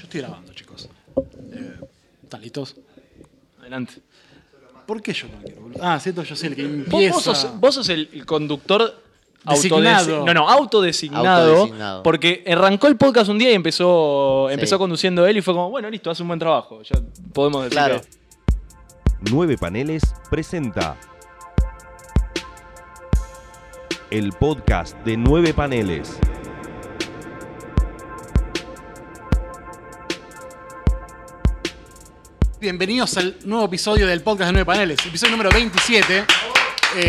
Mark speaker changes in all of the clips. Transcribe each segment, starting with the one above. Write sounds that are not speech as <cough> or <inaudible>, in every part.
Speaker 1: Estoy grabando, chicos. Eh, ¿Están listos?
Speaker 2: Adelante.
Speaker 1: ¿Por qué yo no quiero, boludo? Ah, siento, yo soy el que
Speaker 2: Vos,
Speaker 1: empieza.
Speaker 2: vos sos, vos sos el, el conductor
Speaker 1: Designado.
Speaker 2: autodesi- No, no, autodesignado,
Speaker 3: Autodesignado.
Speaker 2: Porque arrancó el podcast un día y empezó,
Speaker 3: Sí.
Speaker 2: empezó conduciendo él y fue como, bueno, listo, hace un buen trabajo. Ya podemos decir.
Speaker 3: Claro.
Speaker 2: que-
Speaker 4: Nueve Paneles presenta el podcast de Nueve Paneles.
Speaker 1: Bienvenidos al nuevo episodio del podcast de Nueve Paneles, episodio número 27. Eh,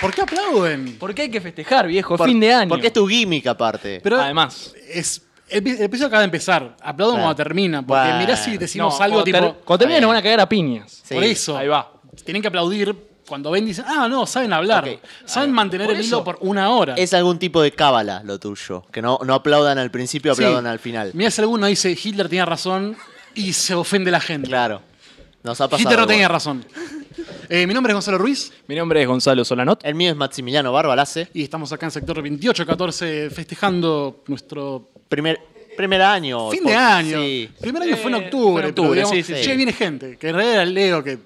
Speaker 1: ¿Por qué aplauden?
Speaker 2: ¿Por qué hay que festejar, viejo? Es
Speaker 3: Por-
Speaker 2: fin de año.
Speaker 3: Porque es tu gimmick aparte.
Speaker 1: Pero
Speaker 2: Además.
Speaker 1: es, el, el episodio acaba de empezar. Aplauden
Speaker 3: Claro.
Speaker 1: cuando termina, porque
Speaker 3: Bueno.
Speaker 1: mirá si decimos
Speaker 2: No,
Speaker 1: algo
Speaker 2: cuando
Speaker 1: tipo.
Speaker 2: ter- Cuando terminen
Speaker 3: Está bien.
Speaker 2: nos van a cagar a piñas.
Speaker 3: Sí.
Speaker 1: Por eso.
Speaker 2: Ahí va.
Speaker 1: Tienen que aplaudir cuando ven dicen, ah, no, saben hablar.
Speaker 3: Ok.
Speaker 1: Saben mantener
Speaker 2: Por
Speaker 1: el
Speaker 2: eso-
Speaker 1: hilo por una hora.
Speaker 3: Es algún tipo de cábala lo tuyo. Que no, no aplaudan al principio, aplaudan
Speaker 1: Sí.
Speaker 3: al final.
Speaker 1: Mira si alguno dice Hitler tenía razón y se ofende la gente.
Speaker 3: Claro. Nos ha pasado.
Speaker 1: Hitler no
Speaker 3: igual.
Speaker 1: tenía razón. Eh, mi nombre es Gonzalo Ruiz
Speaker 2: Mi nombre es Gonzalo Solanot.
Speaker 3: El mío es Maximiliano Barbalace.
Speaker 1: y estamos acá en sector 2814 festejando nuestro
Speaker 3: Primer, primer año.
Speaker 1: fin de
Speaker 3: por-
Speaker 1: año.
Speaker 3: Sí.
Speaker 1: Primer año
Speaker 2: Eh,
Speaker 1: fue en octubre.
Speaker 2: fue en octubre,
Speaker 1: pero digamos,
Speaker 2: sí, sí.
Speaker 1: Che, viene gente, que en realidad era el Leo que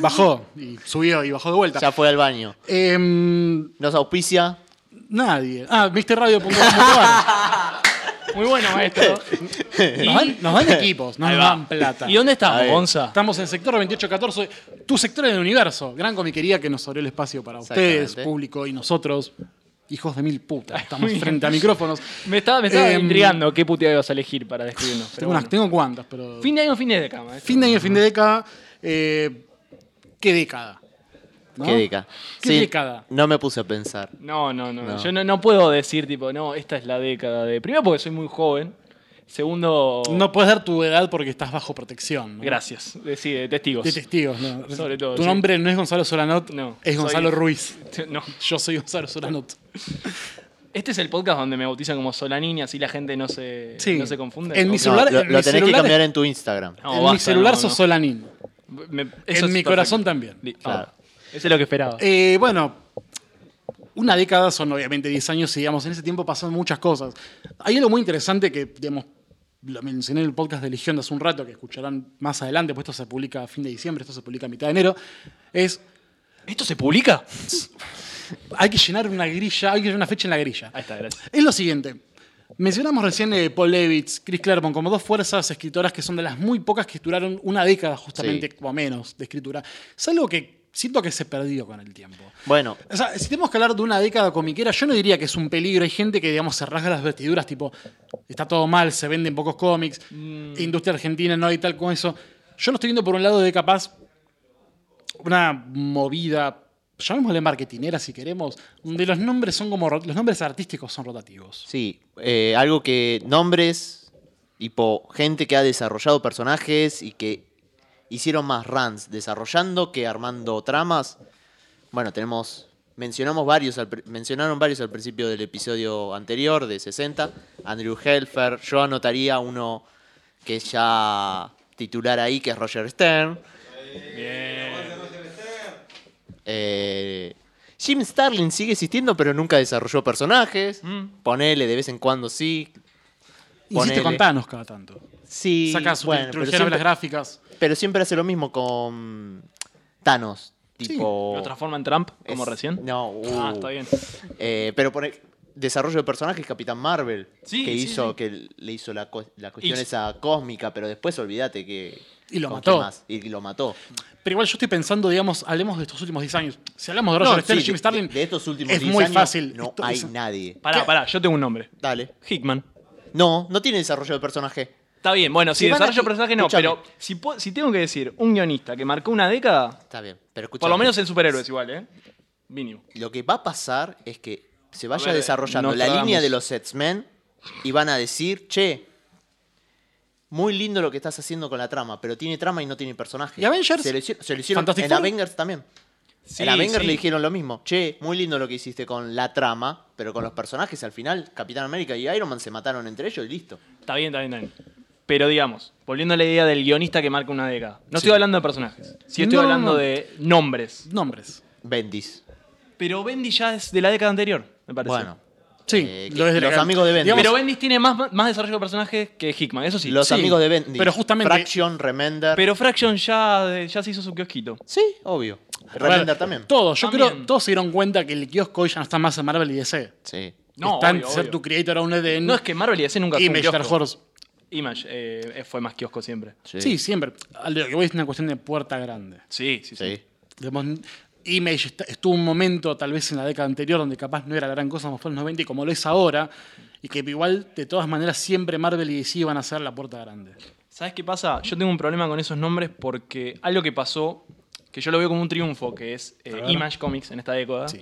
Speaker 1: bajó y subió y bajó de vuelta.
Speaker 3: Ya fue al baño.
Speaker 1: Em,
Speaker 3: Nos auspicia.
Speaker 1: nadie.
Speaker 3: <laughs>
Speaker 1: Ah, viste radio.com.ar.
Speaker 2: <laughs> Muy bueno, maestro.
Speaker 1: Nos dan, nos dan equipos, no
Speaker 2: Ahí
Speaker 1: nos
Speaker 2: va.
Speaker 1: dan plata.
Speaker 2: ¿Y dónde estamos,
Speaker 3: Ahí.
Speaker 2: Gonza?
Speaker 1: Estamos en sector 2814, tu sector en el universo. Gran comiquería que nos abrió el espacio para ustedes,
Speaker 3: Exactamente.
Speaker 1: público y nosotros. Hijos de mil
Speaker 2: <laughs>
Speaker 1: putas, estamos
Speaker 2: Muy bien.
Speaker 1: frente a micrófonos.
Speaker 2: Me estaba, me estaba
Speaker 1: Em,
Speaker 2: intrigando qué puteada ibas a elegir para describirnos. pero
Speaker 1: Tengo, unas-
Speaker 2: bueno.
Speaker 1: tengo cuantas, pero.
Speaker 2: Fin de año, fin de década. maestro.
Speaker 1: Fin de año, fin de década. eh, ¿Qué década? ¿No?
Speaker 3: Qué década.
Speaker 1: ¿Qué
Speaker 3: Sí,
Speaker 1: década?
Speaker 3: No me puse a pensar.
Speaker 2: No, no, no.
Speaker 3: No.
Speaker 2: Yo no, no puedo decir, tipo, no, esta es la década de. Primero, porque soy muy joven. Segundo.
Speaker 1: No puedes dar tu edad porque estás bajo protección. ¿no?
Speaker 2: Gracias. Eh, Sí, de testigos.
Speaker 1: De testigos, ¿no?
Speaker 2: Sobre todo,
Speaker 1: Tu
Speaker 2: sí.
Speaker 1: nombre no es Gonzalo Solanot,
Speaker 2: No,
Speaker 1: es
Speaker 2: soy-
Speaker 1: Gonzalo Ruiz.
Speaker 2: <laughs> No.
Speaker 1: Yo soy Gonzalo Solanot.
Speaker 2: Este es el podcast donde me bautizan como Solanini, así la gente no se,
Speaker 1: Sí.
Speaker 2: no se confunde.
Speaker 1: En
Speaker 2: ¿no?
Speaker 1: mi
Speaker 2: No,
Speaker 1: celu- celular-
Speaker 3: No, lo,
Speaker 1: en
Speaker 3: lo
Speaker 1: mi
Speaker 3: tenés que
Speaker 1: celular-
Speaker 3: cambiar en tu Instagram.
Speaker 2: No,
Speaker 1: en mi
Speaker 2: basta,
Speaker 1: celular
Speaker 2: no,
Speaker 1: sos
Speaker 2: no.
Speaker 1: Solanín.
Speaker 2: me-
Speaker 1: en
Speaker 2: eso es
Speaker 1: mi
Speaker 2: perfecto.
Speaker 1: corazón también.
Speaker 2: Li- ah,
Speaker 3: Claro.
Speaker 2: Eso es lo que esperaba.
Speaker 1: Eh, bueno, una década son obviamente 10 años y digamos, en ese tiempo pasan muchas cosas. Hay algo muy interesante que, digamos, lo mencioné en el podcast de Legión de hace un rato, que escucharán más adelante, pues esto se publica a fin de diciembre, esto se publica a mitad de enero, es
Speaker 2: ¿Esto se publica?
Speaker 1: hay que llenar una grilla, hay que llenar una fecha en la grilla.
Speaker 2: Ahí está, gracias.
Speaker 1: Es lo siguiente. Mencionamos recién eh, Paul Levitz, Chris Claremont como dos fuerzas escritoras que son de las muy pocas que duraron una década justamente
Speaker 3: Sí.
Speaker 1: o menos de escritura. Es algo que siento que se perdió con el tiempo.
Speaker 3: Bueno,
Speaker 1: O sea, si tenemos que hablar de una década comiquera, yo no diría que es un peligro. Hay gente que, digamos, se rasga las vestiduras, tipo, está todo mal, se venden pocos cómics,
Speaker 3: Mm.
Speaker 1: industria argentina no hay tal con eso. Yo lo estoy viendo por un lado de capaz una movida, llamémosle marketinera si queremos, donde los nombres son como, ro- los nombres artísticos son rotativos.
Speaker 3: sí. eh, algo que. Nombres. Tipo, gente que ha desarrollado personajes y que hicieron más runs desarrollando que armando tramas. Bueno, tenemos. Mencionamos varios al pr- mencionaron varios al principio del episodio anterior de 60. Andrew Helfer. Yo anotaría uno que es ya titular ahí, que es Roger Stern. Eh, Jim Starlin sigue existiendo, pero nunca desarrolló personajes. Ponele de vez en cuando sí.
Speaker 1: Hiciste
Speaker 3: Ponele.
Speaker 1: con Thanos cada tanto.
Speaker 3: Sí.
Speaker 1: Sacas su
Speaker 3: bueno, pero,
Speaker 1: trilogía de
Speaker 3: siempre,
Speaker 1: novelas gráficas.
Speaker 3: pero siempre hace lo mismo con Thanos. Tipo.
Speaker 2: ¿Lo transforma en Trump, como
Speaker 3: es-
Speaker 2: recién?
Speaker 3: No, uh.
Speaker 2: Ah, está bien.
Speaker 3: Eh, pero por el- desarrollo de personajes Capitán Marvel
Speaker 2: Sí,
Speaker 3: que
Speaker 2: sí,
Speaker 3: hizo
Speaker 2: sí.
Speaker 3: que le hizo la, co- la cuestión
Speaker 2: Y-
Speaker 3: esa cósmica pero después olvídate que
Speaker 1: Y lo
Speaker 3: ¿con quién
Speaker 1: mató.
Speaker 3: más? y lo mató
Speaker 1: Pero igual yo estoy pensando, digamos, hablemos de estos últimos 10 años. Si hablamos de
Speaker 3: No,
Speaker 1: Roger Stern y
Speaker 3: sí,
Speaker 1: Jim
Speaker 3: de-
Speaker 1: Starlin,
Speaker 3: de, de estos últimos
Speaker 1: es
Speaker 3: 10
Speaker 1: muy
Speaker 3: años
Speaker 1: fácil.
Speaker 3: no
Speaker 1: Esto-
Speaker 3: hay
Speaker 1: es-
Speaker 3: nadie
Speaker 2: Pará,
Speaker 1: ¿Qué?
Speaker 2: pará, yo tengo un nombre.
Speaker 3: dale
Speaker 2: Hickman.
Speaker 3: No, no tiene desarrollo de personaje.
Speaker 2: Está bien, bueno, si
Speaker 3: Si van a-
Speaker 2: desarrollo de personaje no,
Speaker 3: escúchame.
Speaker 2: pero si, po- si tengo que decir un guionista que marcó una década,
Speaker 3: Está bien, pero escucha.
Speaker 2: por lo menos en superhéroes igual, ¿eh? Mínimo.
Speaker 3: Lo que va a pasar es que se vaya
Speaker 2: ver,
Speaker 3: desarrollando
Speaker 2: nos
Speaker 3: la
Speaker 2: tragamos.
Speaker 3: línea de los X-Men y van a decir, che, muy lindo lo que estás haciendo con la trama, pero tiene trama y no tiene personaje.
Speaker 1: ¿Y Avengers?
Speaker 3: Se lo hicieron, se lo hicieron
Speaker 1: ¿Fantastic
Speaker 3: en
Speaker 1: Four?
Speaker 3: Avengers también.
Speaker 2: Sí,
Speaker 3: en Avengers
Speaker 2: sí.
Speaker 3: le dijeron lo mismo. Che, muy lindo lo que hiciste con la trama, pero con los personajes al final, Capitán América y Iron Man se mataron entre ellos y listo.
Speaker 2: Está bien, está bien, está bien. Pero digamos, volviendo a la idea del guionista que marca una década. No estoy hablando de personajes, sí estoy
Speaker 1: No,
Speaker 2: hablando
Speaker 1: no.
Speaker 2: de nombres.
Speaker 1: nombres.
Speaker 3: Bendis.
Speaker 2: Pero Bendy ya es de la década anterior, me parece.
Speaker 3: Bueno,
Speaker 1: Sí,
Speaker 3: eh, que-
Speaker 1: lo es de la
Speaker 3: los
Speaker 1: gran-
Speaker 3: amigos de Bendis.
Speaker 1: digamos-
Speaker 2: Pero Bendis tiene más, más desarrollo de personajes que Hickman, eso sí.
Speaker 3: los
Speaker 1: sí,
Speaker 3: amigos de Bendis.
Speaker 1: pero justamente-
Speaker 3: Fraction, Remender.
Speaker 2: Pero Fraction ya, ya se hizo su kiosquito.
Speaker 3: Sí, obvio.
Speaker 1: A ver,
Speaker 3: Remender también.
Speaker 1: Todos, yo
Speaker 2: También.
Speaker 1: creo, todos se dieron cuenta que el kiosco hoy ya no está más en Marvel y DC.
Speaker 3: Sí.
Speaker 2: No,
Speaker 1: Están
Speaker 2: obvio,
Speaker 1: ser
Speaker 2: obvio.
Speaker 1: tu creator owner de
Speaker 2: No, es que Marvel y DC nunca fue un
Speaker 1: Image, Star
Speaker 2: kiosco.
Speaker 1: Horse.
Speaker 2: Image eh, fue más kiosco siempre.
Speaker 1: Sí. siempre. Al de lo que voy es una cuestión de puerta grande.
Speaker 2: Sí, sí, sí.
Speaker 3: Sí.
Speaker 1: Digamos, Image est- estuvo un momento, tal vez en la década anterior, donde capaz no era la gran cosa, como fue en los 90 y como lo es ahora. Y que igual, de todas maneras, siempre Marvel y DC van a ser la puerta grande.
Speaker 2: ¿Sabes qué pasa? Yo tengo un problema con esos nombres porque algo que pasó, que yo lo veo como un triunfo, que es eh,
Speaker 1: ver.
Speaker 2: Image Comics en esta década.
Speaker 1: Sí.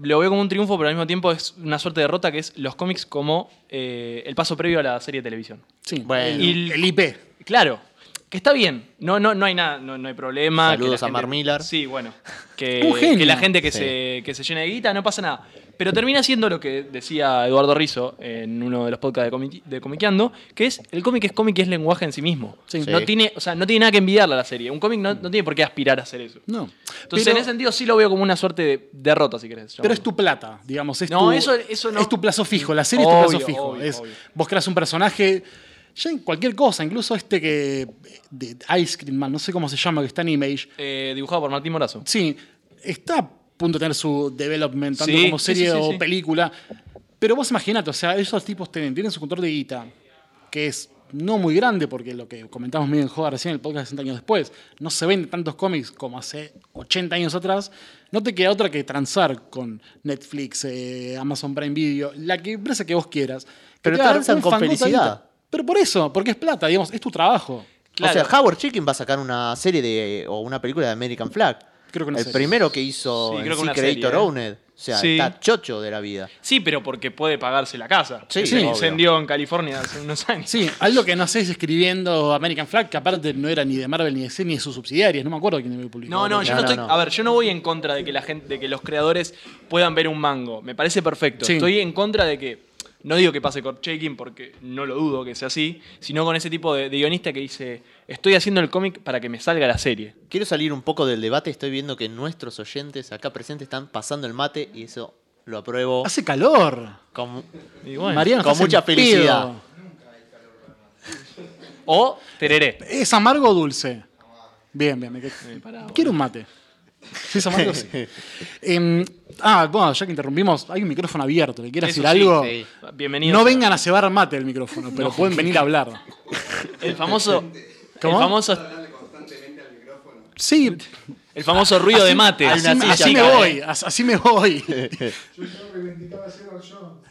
Speaker 2: Lo veo como un triunfo, pero al mismo tiempo es una suerte de derrota, que es los cómics como eh, el paso previo a la serie de televisión.
Speaker 1: Sí.
Speaker 3: Bueno.
Speaker 1: el, el IP.
Speaker 2: Claro, que está bien. No, no, no hay nada, no, no hay problema. que
Speaker 3: Saludos
Speaker 2: la
Speaker 3: a Mar Millar.
Speaker 1: <laughs>
Speaker 2: Sí, bueno. Que,
Speaker 1: Un genio.
Speaker 2: Eh, que la gente que,
Speaker 3: Sí.
Speaker 2: se, que se llena de guita, no pasa nada. Pero termina siendo lo que decía Eduardo Rizzo en uno de los podcasts de, Comi- de Comiqueando, que es el cómic es cómic y es lenguaje en sí mismo.
Speaker 1: Sí.
Speaker 2: No,
Speaker 3: Sí.
Speaker 2: tiene, o sea, no tiene nada que envidiarle a la serie. Un cómic no, no tiene por qué aspirar a hacer eso.
Speaker 1: No.
Speaker 2: Entonces,
Speaker 1: Pero-
Speaker 2: en ese sentido sí lo veo como una suerte de derrota, si querés.
Speaker 1: Pero
Speaker 2: llamarlo.
Speaker 1: es tu plata, digamos. Es
Speaker 2: No,
Speaker 1: tu,
Speaker 2: eso- eso no.
Speaker 1: Es tu plazo fijo. La serie es tu
Speaker 2: Obvio,
Speaker 1: plazo fijo.
Speaker 2: obvio,
Speaker 1: Es-
Speaker 2: obvio.
Speaker 1: Vos creas un personaje. Ya en cualquier cosa, incluso este que. de Ice Cream Man, no sé cómo se llama, que está en Image.
Speaker 2: Eh, dibujado por Martín Morazo.
Speaker 1: Sí, está a punto de tener su development, tanto
Speaker 2: Sí,
Speaker 1: como
Speaker 2: sí,
Speaker 1: serie
Speaker 2: sí, sí,
Speaker 1: o
Speaker 2: sí.
Speaker 1: película. Pero vos imaginate, o sea, esos tipos tienen, tienen su control de guita, que es no muy grande, porque lo que comentamos medio en joda recién en el podcast 60 años después, no se venden tantos cómics como hace 80 años atrás. No te queda otra que transar con Netflix, eh, Amazon Prime Video, la que empresa que vos quieras. que
Speaker 3: Pero
Speaker 1: te va a dar
Speaker 3: transan
Speaker 1: un
Speaker 3: con
Speaker 1: fangoso
Speaker 3: felicidad.
Speaker 1: guita. Pero por eso, porque es plata, digamos, es tu trabajo.
Speaker 2: Claro.
Speaker 3: O sea, Howard Chicken va a sacar una serie de, o una película de American Flag.
Speaker 1: Creo que una
Speaker 3: El
Speaker 1: serie.
Speaker 3: primero que hizo
Speaker 2: Sí,
Speaker 3: en
Speaker 2: creo que
Speaker 3: sí
Speaker 2: una
Speaker 3: Creator
Speaker 2: serie, ¿eh?
Speaker 3: Owned. O sea,
Speaker 2: Sí.
Speaker 3: está chocho de la vida.
Speaker 2: Sí, pero porque puede pagarse la casa.
Speaker 3: Sí,
Speaker 2: que se
Speaker 3: sí,
Speaker 2: incendió en California hace unos años.
Speaker 1: Sí, algo que no haces escribiendo American Flag, que aparte no era ni de Marvel ni de DC ni de sus subsidiarias, no me acuerdo quién me publicó.
Speaker 2: No, no, yo no,
Speaker 3: no,
Speaker 2: estoy.
Speaker 3: no.
Speaker 2: A ver, yo no voy en contra de que la gente, de que los creadores puedan ver un mango. Me parece perfecto.
Speaker 1: Sí.
Speaker 2: Estoy en contra de que. No digo que pase con shaking porque no lo dudo que sea así, sino con ese tipo de, de guionista que dice: Estoy haciendo el cómic para que me salga la serie.
Speaker 3: Quiero salir un poco del debate. Estoy viendo que nuestros oyentes acá presentes están pasando el mate y eso lo apruebo
Speaker 1: Hace calor.
Speaker 3: con,
Speaker 2: Y bueno.
Speaker 1: Mariano,
Speaker 3: con
Speaker 1: estás
Speaker 3: mucha
Speaker 1: en pedo.
Speaker 3: felicidad.
Speaker 2: O tereré.
Speaker 1: ¿Es amargo o dulce? Bien, bien. me qued-
Speaker 2: pará,
Speaker 1: Quiero un mate. Si es
Speaker 2: <laughs>
Speaker 1: amargo, sí. Em, ah, bueno, ya que interrumpimos, hay un micrófono abierto. ¿Le quieres
Speaker 2: Eso
Speaker 1: decir
Speaker 2: sí,
Speaker 1: algo?
Speaker 2: sí. Bienvenidos
Speaker 1: No
Speaker 2: a-
Speaker 1: vengan a cebar mate el micrófono, pero pueden venir a hablar.
Speaker 2: El famoso.
Speaker 1: ¿Cómo?
Speaker 2: <laughs> El famoso,
Speaker 1: Sí,
Speaker 2: el famoso ruido de mate.
Speaker 3: hay
Speaker 1: así,
Speaker 3: una
Speaker 1: me-
Speaker 3: silla
Speaker 1: así me
Speaker 3: acá,
Speaker 2: ¿eh?
Speaker 1: voy, as- así me
Speaker 2: <laughs>
Speaker 1: voy.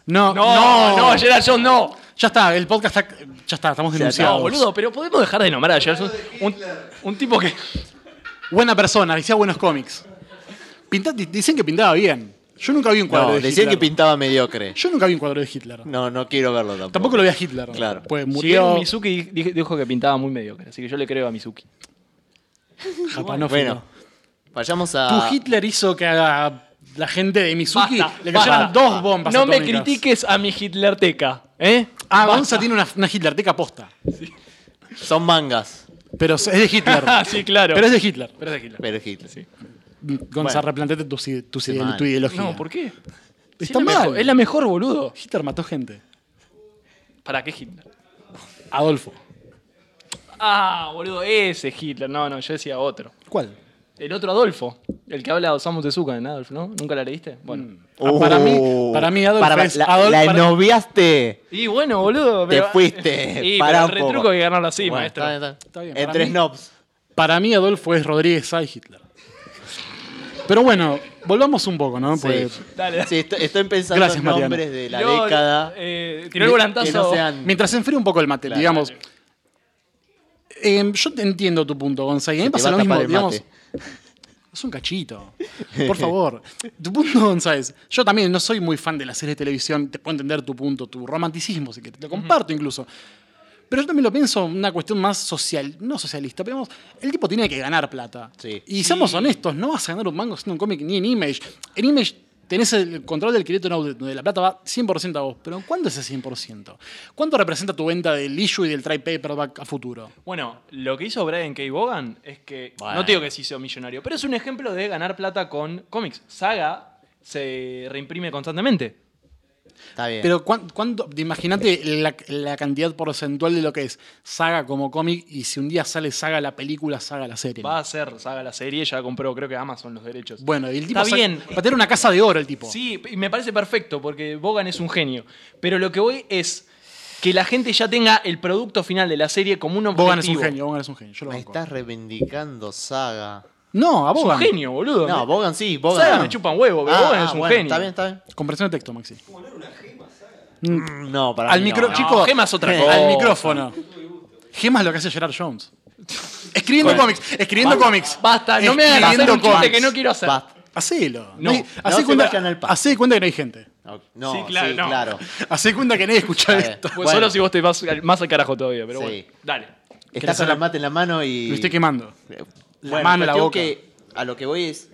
Speaker 1: No,
Speaker 2: No, no, Gerard Jones, no.
Speaker 1: Ya está, el podcast está. Ya está, estamos denunciados.
Speaker 2: No, boludo, pero podemos dejar de nombrar a Gerard Jones. Un, un tipo que.
Speaker 1: Buena persona, decía buenos cómics. Pinta- di- dicen que pintaba bien. Yo nunca vi un cuadro
Speaker 3: No,
Speaker 1: de
Speaker 3: decían que
Speaker 1: Hitler.
Speaker 3: pintaba mediocre.
Speaker 1: Yo nunca vi un cuadro de Hitler.
Speaker 3: No, no quiero verlo tampoco.
Speaker 1: Tampoco lo vi a Hitler.
Speaker 3: Claro.
Speaker 1: Pues
Speaker 2: Shigeru
Speaker 1: murió
Speaker 2: Mizuki di- dijo que pintaba muy mediocre, así que yo le creo a Mizuki.
Speaker 1: japanófilo.
Speaker 3: Bueno, vayamos
Speaker 1: Tu
Speaker 3: a.
Speaker 1: Hitler hizo que a la gente de Mizuki
Speaker 2: Basta,
Speaker 1: le cayeran
Speaker 2: basta.
Speaker 1: dos bombas
Speaker 2: No me
Speaker 1: atómicas.
Speaker 2: critiques a mi Hitlerteca, ¿eh?
Speaker 1: Ah,
Speaker 2: Basta.
Speaker 1: Gonza tiene una, una Hitlerteca posta.
Speaker 3: Son mangas.
Speaker 1: Pero es de Hitler.
Speaker 2: <laughs> Ah, sí, claro.
Speaker 1: Pero es de Hitler.
Speaker 2: Pero es de Hitler.
Speaker 3: Pero Hitler.
Speaker 2: Sí.
Speaker 1: Gonza, replanteate tu, si- tu, si-
Speaker 3: Qué mal.
Speaker 1: tu ideología.
Speaker 2: No, ¿por qué? Sí,
Speaker 1: Está
Speaker 2: es la
Speaker 1: mal.
Speaker 2: mejor- es la mejor, boludo.
Speaker 1: Hitler mató gente.
Speaker 2: ¿Para qué Hitler?
Speaker 1: Adolfo.
Speaker 2: Ah, boludo, ese Hitler. No, no, yo decía otro.
Speaker 1: ¿Cuál?
Speaker 2: El ototro Adolfo, el que habla de Osamu Tezuka en Adolfo, ¿no? ¿Nunca la leíste? Bueno. Uh.
Speaker 1: Ah, para mí-
Speaker 3: Oh.
Speaker 1: para mí Adolf es-
Speaker 3: la,
Speaker 1: Adolf-
Speaker 3: la
Speaker 1: para-
Speaker 3: noviaste.
Speaker 2: Y bueno, boludo.
Speaker 3: Te
Speaker 2: pero-
Speaker 3: fuiste.
Speaker 2: <laughs> Y
Speaker 3: Pará
Speaker 2: para
Speaker 3: un
Speaker 2: el
Speaker 3: poco.
Speaker 2: retruco que ganó la sí,
Speaker 3: Bueno,
Speaker 2: maestro.
Speaker 3: está bien, está
Speaker 1: Está bien,
Speaker 3: bien.
Speaker 1: para
Speaker 3: Entre
Speaker 1: mí-
Speaker 3: snobs.
Speaker 1: Para mí Adolfo es Rodríguez A y Hitler. Pero bueno, volvamos un poco, ¿no? Porque-
Speaker 3: Sí.
Speaker 2: Dale, dale.
Speaker 3: Sí, estoy, estoy pensando
Speaker 1: Pues, Gracias,
Speaker 3: en
Speaker 1: Mariano.
Speaker 3: nombres de la
Speaker 2: Yo,
Speaker 3: década.
Speaker 2: eh, tiró el volantazo.
Speaker 3: Que no sean-
Speaker 1: Mientras se enfría un poco el mate,
Speaker 3: Claro.
Speaker 1: digamos. Em, yo te entiendo tu punto, Gonza, y a
Speaker 3: Se te va
Speaker 1: mí me pasa
Speaker 3: a
Speaker 1: lo mismo,
Speaker 3: tapar el
Speaker 1: digamos.
Speaker 3: mate.
Speaker 1: Es un cachito. Por favor. tu punto, González. Yo también no soy muy fan de las series de televisión. Te puedo entender tu punto, tu romanticismo, si que te lo comparto incluso. Pero yo también lo pienso una cuestión más social, no socialista. Pero digamos, el tipo tiene que ganar plata.
Speaker 3: Sí.
Speaker 1: Y seamos honestos, no vas a ganar un mango haciendo un cómic ni en Image. En Image tenés el control del crédito donde la plata va 100% a vos. Pero ¿cuándo es ese 100%? ¿Cuánto representa tu venta del issue y del trade paperback a futuro?
Speaker 2: Bueno, lo que hizo Brian K. Vaughan es que.
Speaker 3: Bueno.
Speaker 2: No te digo que se hizo millonario, pero es un ejemplo de ganar plata con cómics. Saga se reimprime constantemente.
Speaker 3: Está bien.
Speaker 1: Pero cuán- cuánto, imagínate la, la cantidad porcentual de lo que es Saga como cómic y si un día sale Saga la película, Saga la serie.
Speaker 2: Va a ser, saga la serie, ya compró, creo que Amazon los derechos.
Speaker 1: Bueno, y el tipo
Speaker 2: Está
Speaker 1: sa-
Speaker 2: bien.
Speaker 1: va a tener una casa de oro el tipo.
Speaker 2: Sí, y me parece perfecto porque Bogan es un genio. Pero lo que voy es que la gente ya tenga el producto final de la serie como un objetivo.
Speaker 1: Bogan es un genio, Bogan es un genio. Yo lo
Speaker 3: Me
Speaker 1: banco.
Speaker 3: estás reivindicando, Saga.
Speaker 1: No, a
Speaker 2: Es
Speaker 1: Bogan.
Speaker 2: un genio, boludo.
Speaker 3: No,
Speaker 2: Me-
Speaker 3: Bogan sí, Bogan.
Speaker 2: Saga
Speaker 3: no.
Speaker 2: me chupa un huevo,
Speaker 1: Ah,
Speaker 2: pero Bogan es un genio.
Speaker 3: Está bien, está bien.
Speaker 1: Comprensión de texto, Maxi.
Speaker 3: Mm, No, para
Speaker 1: Al
Speaker 3: mí
Speaker 1: micro,
Speaker 3: no.
Speaker 1: chico, eh,
Speaker 2: Gema es otra cosa.
Speaker 1: Al micrófono. Gema es lo que hace Gerard Jones. Escribiendo
Speaker 2: Bueno.
Speaker 1: cómics, escribiendo
Speaker 2: Basta,
Speaker 1: cómics.
Speaker 2: Basta, no me hagas hacer
Speaker 1: Escribiendo
Speaker 2: un chiste
Speaker 1: cómics.
Speaker 2: que no quiero hacer.
Speaker 3: Basta.
Speaker 1: Hacelo.
Speaker 2: No,
Speaker 1: hay-
Speaker 2: no
Speaker 1: hacé
Speaker 3: se
Speaker 1: cuenta,
Speaker 3: vayan al paso.
Speaker 1: hacé de cuenta que no hay gente.
Speaker 3: No,
Speaker 2: Sí,
Speaker 3: sí,
Speaker 2: claro,
Speaker 3: claro.
Speaker 2: no.
Speaker 1: Hacé cuenta que nadie escucha
Speaker 3: Está bien.
Speaker 1: esto.
Speaker 2: Pues
Speaker 3: Bueno.
Speaker 2: Solo si vos te vas al- más al carajo todavía, pero
Speaker 3: Sí.
Speaker 2: bueno. Dale.
Speaker 3: Está con el mate en la mano y.
Speaker 1: Lo estoy quemando. La
Speaker 3: Bueno,
Speaker 1: mano en la
Speaker 3: cuestión
Speaker 1: boca.
Speaker 3: que a lo que voy es.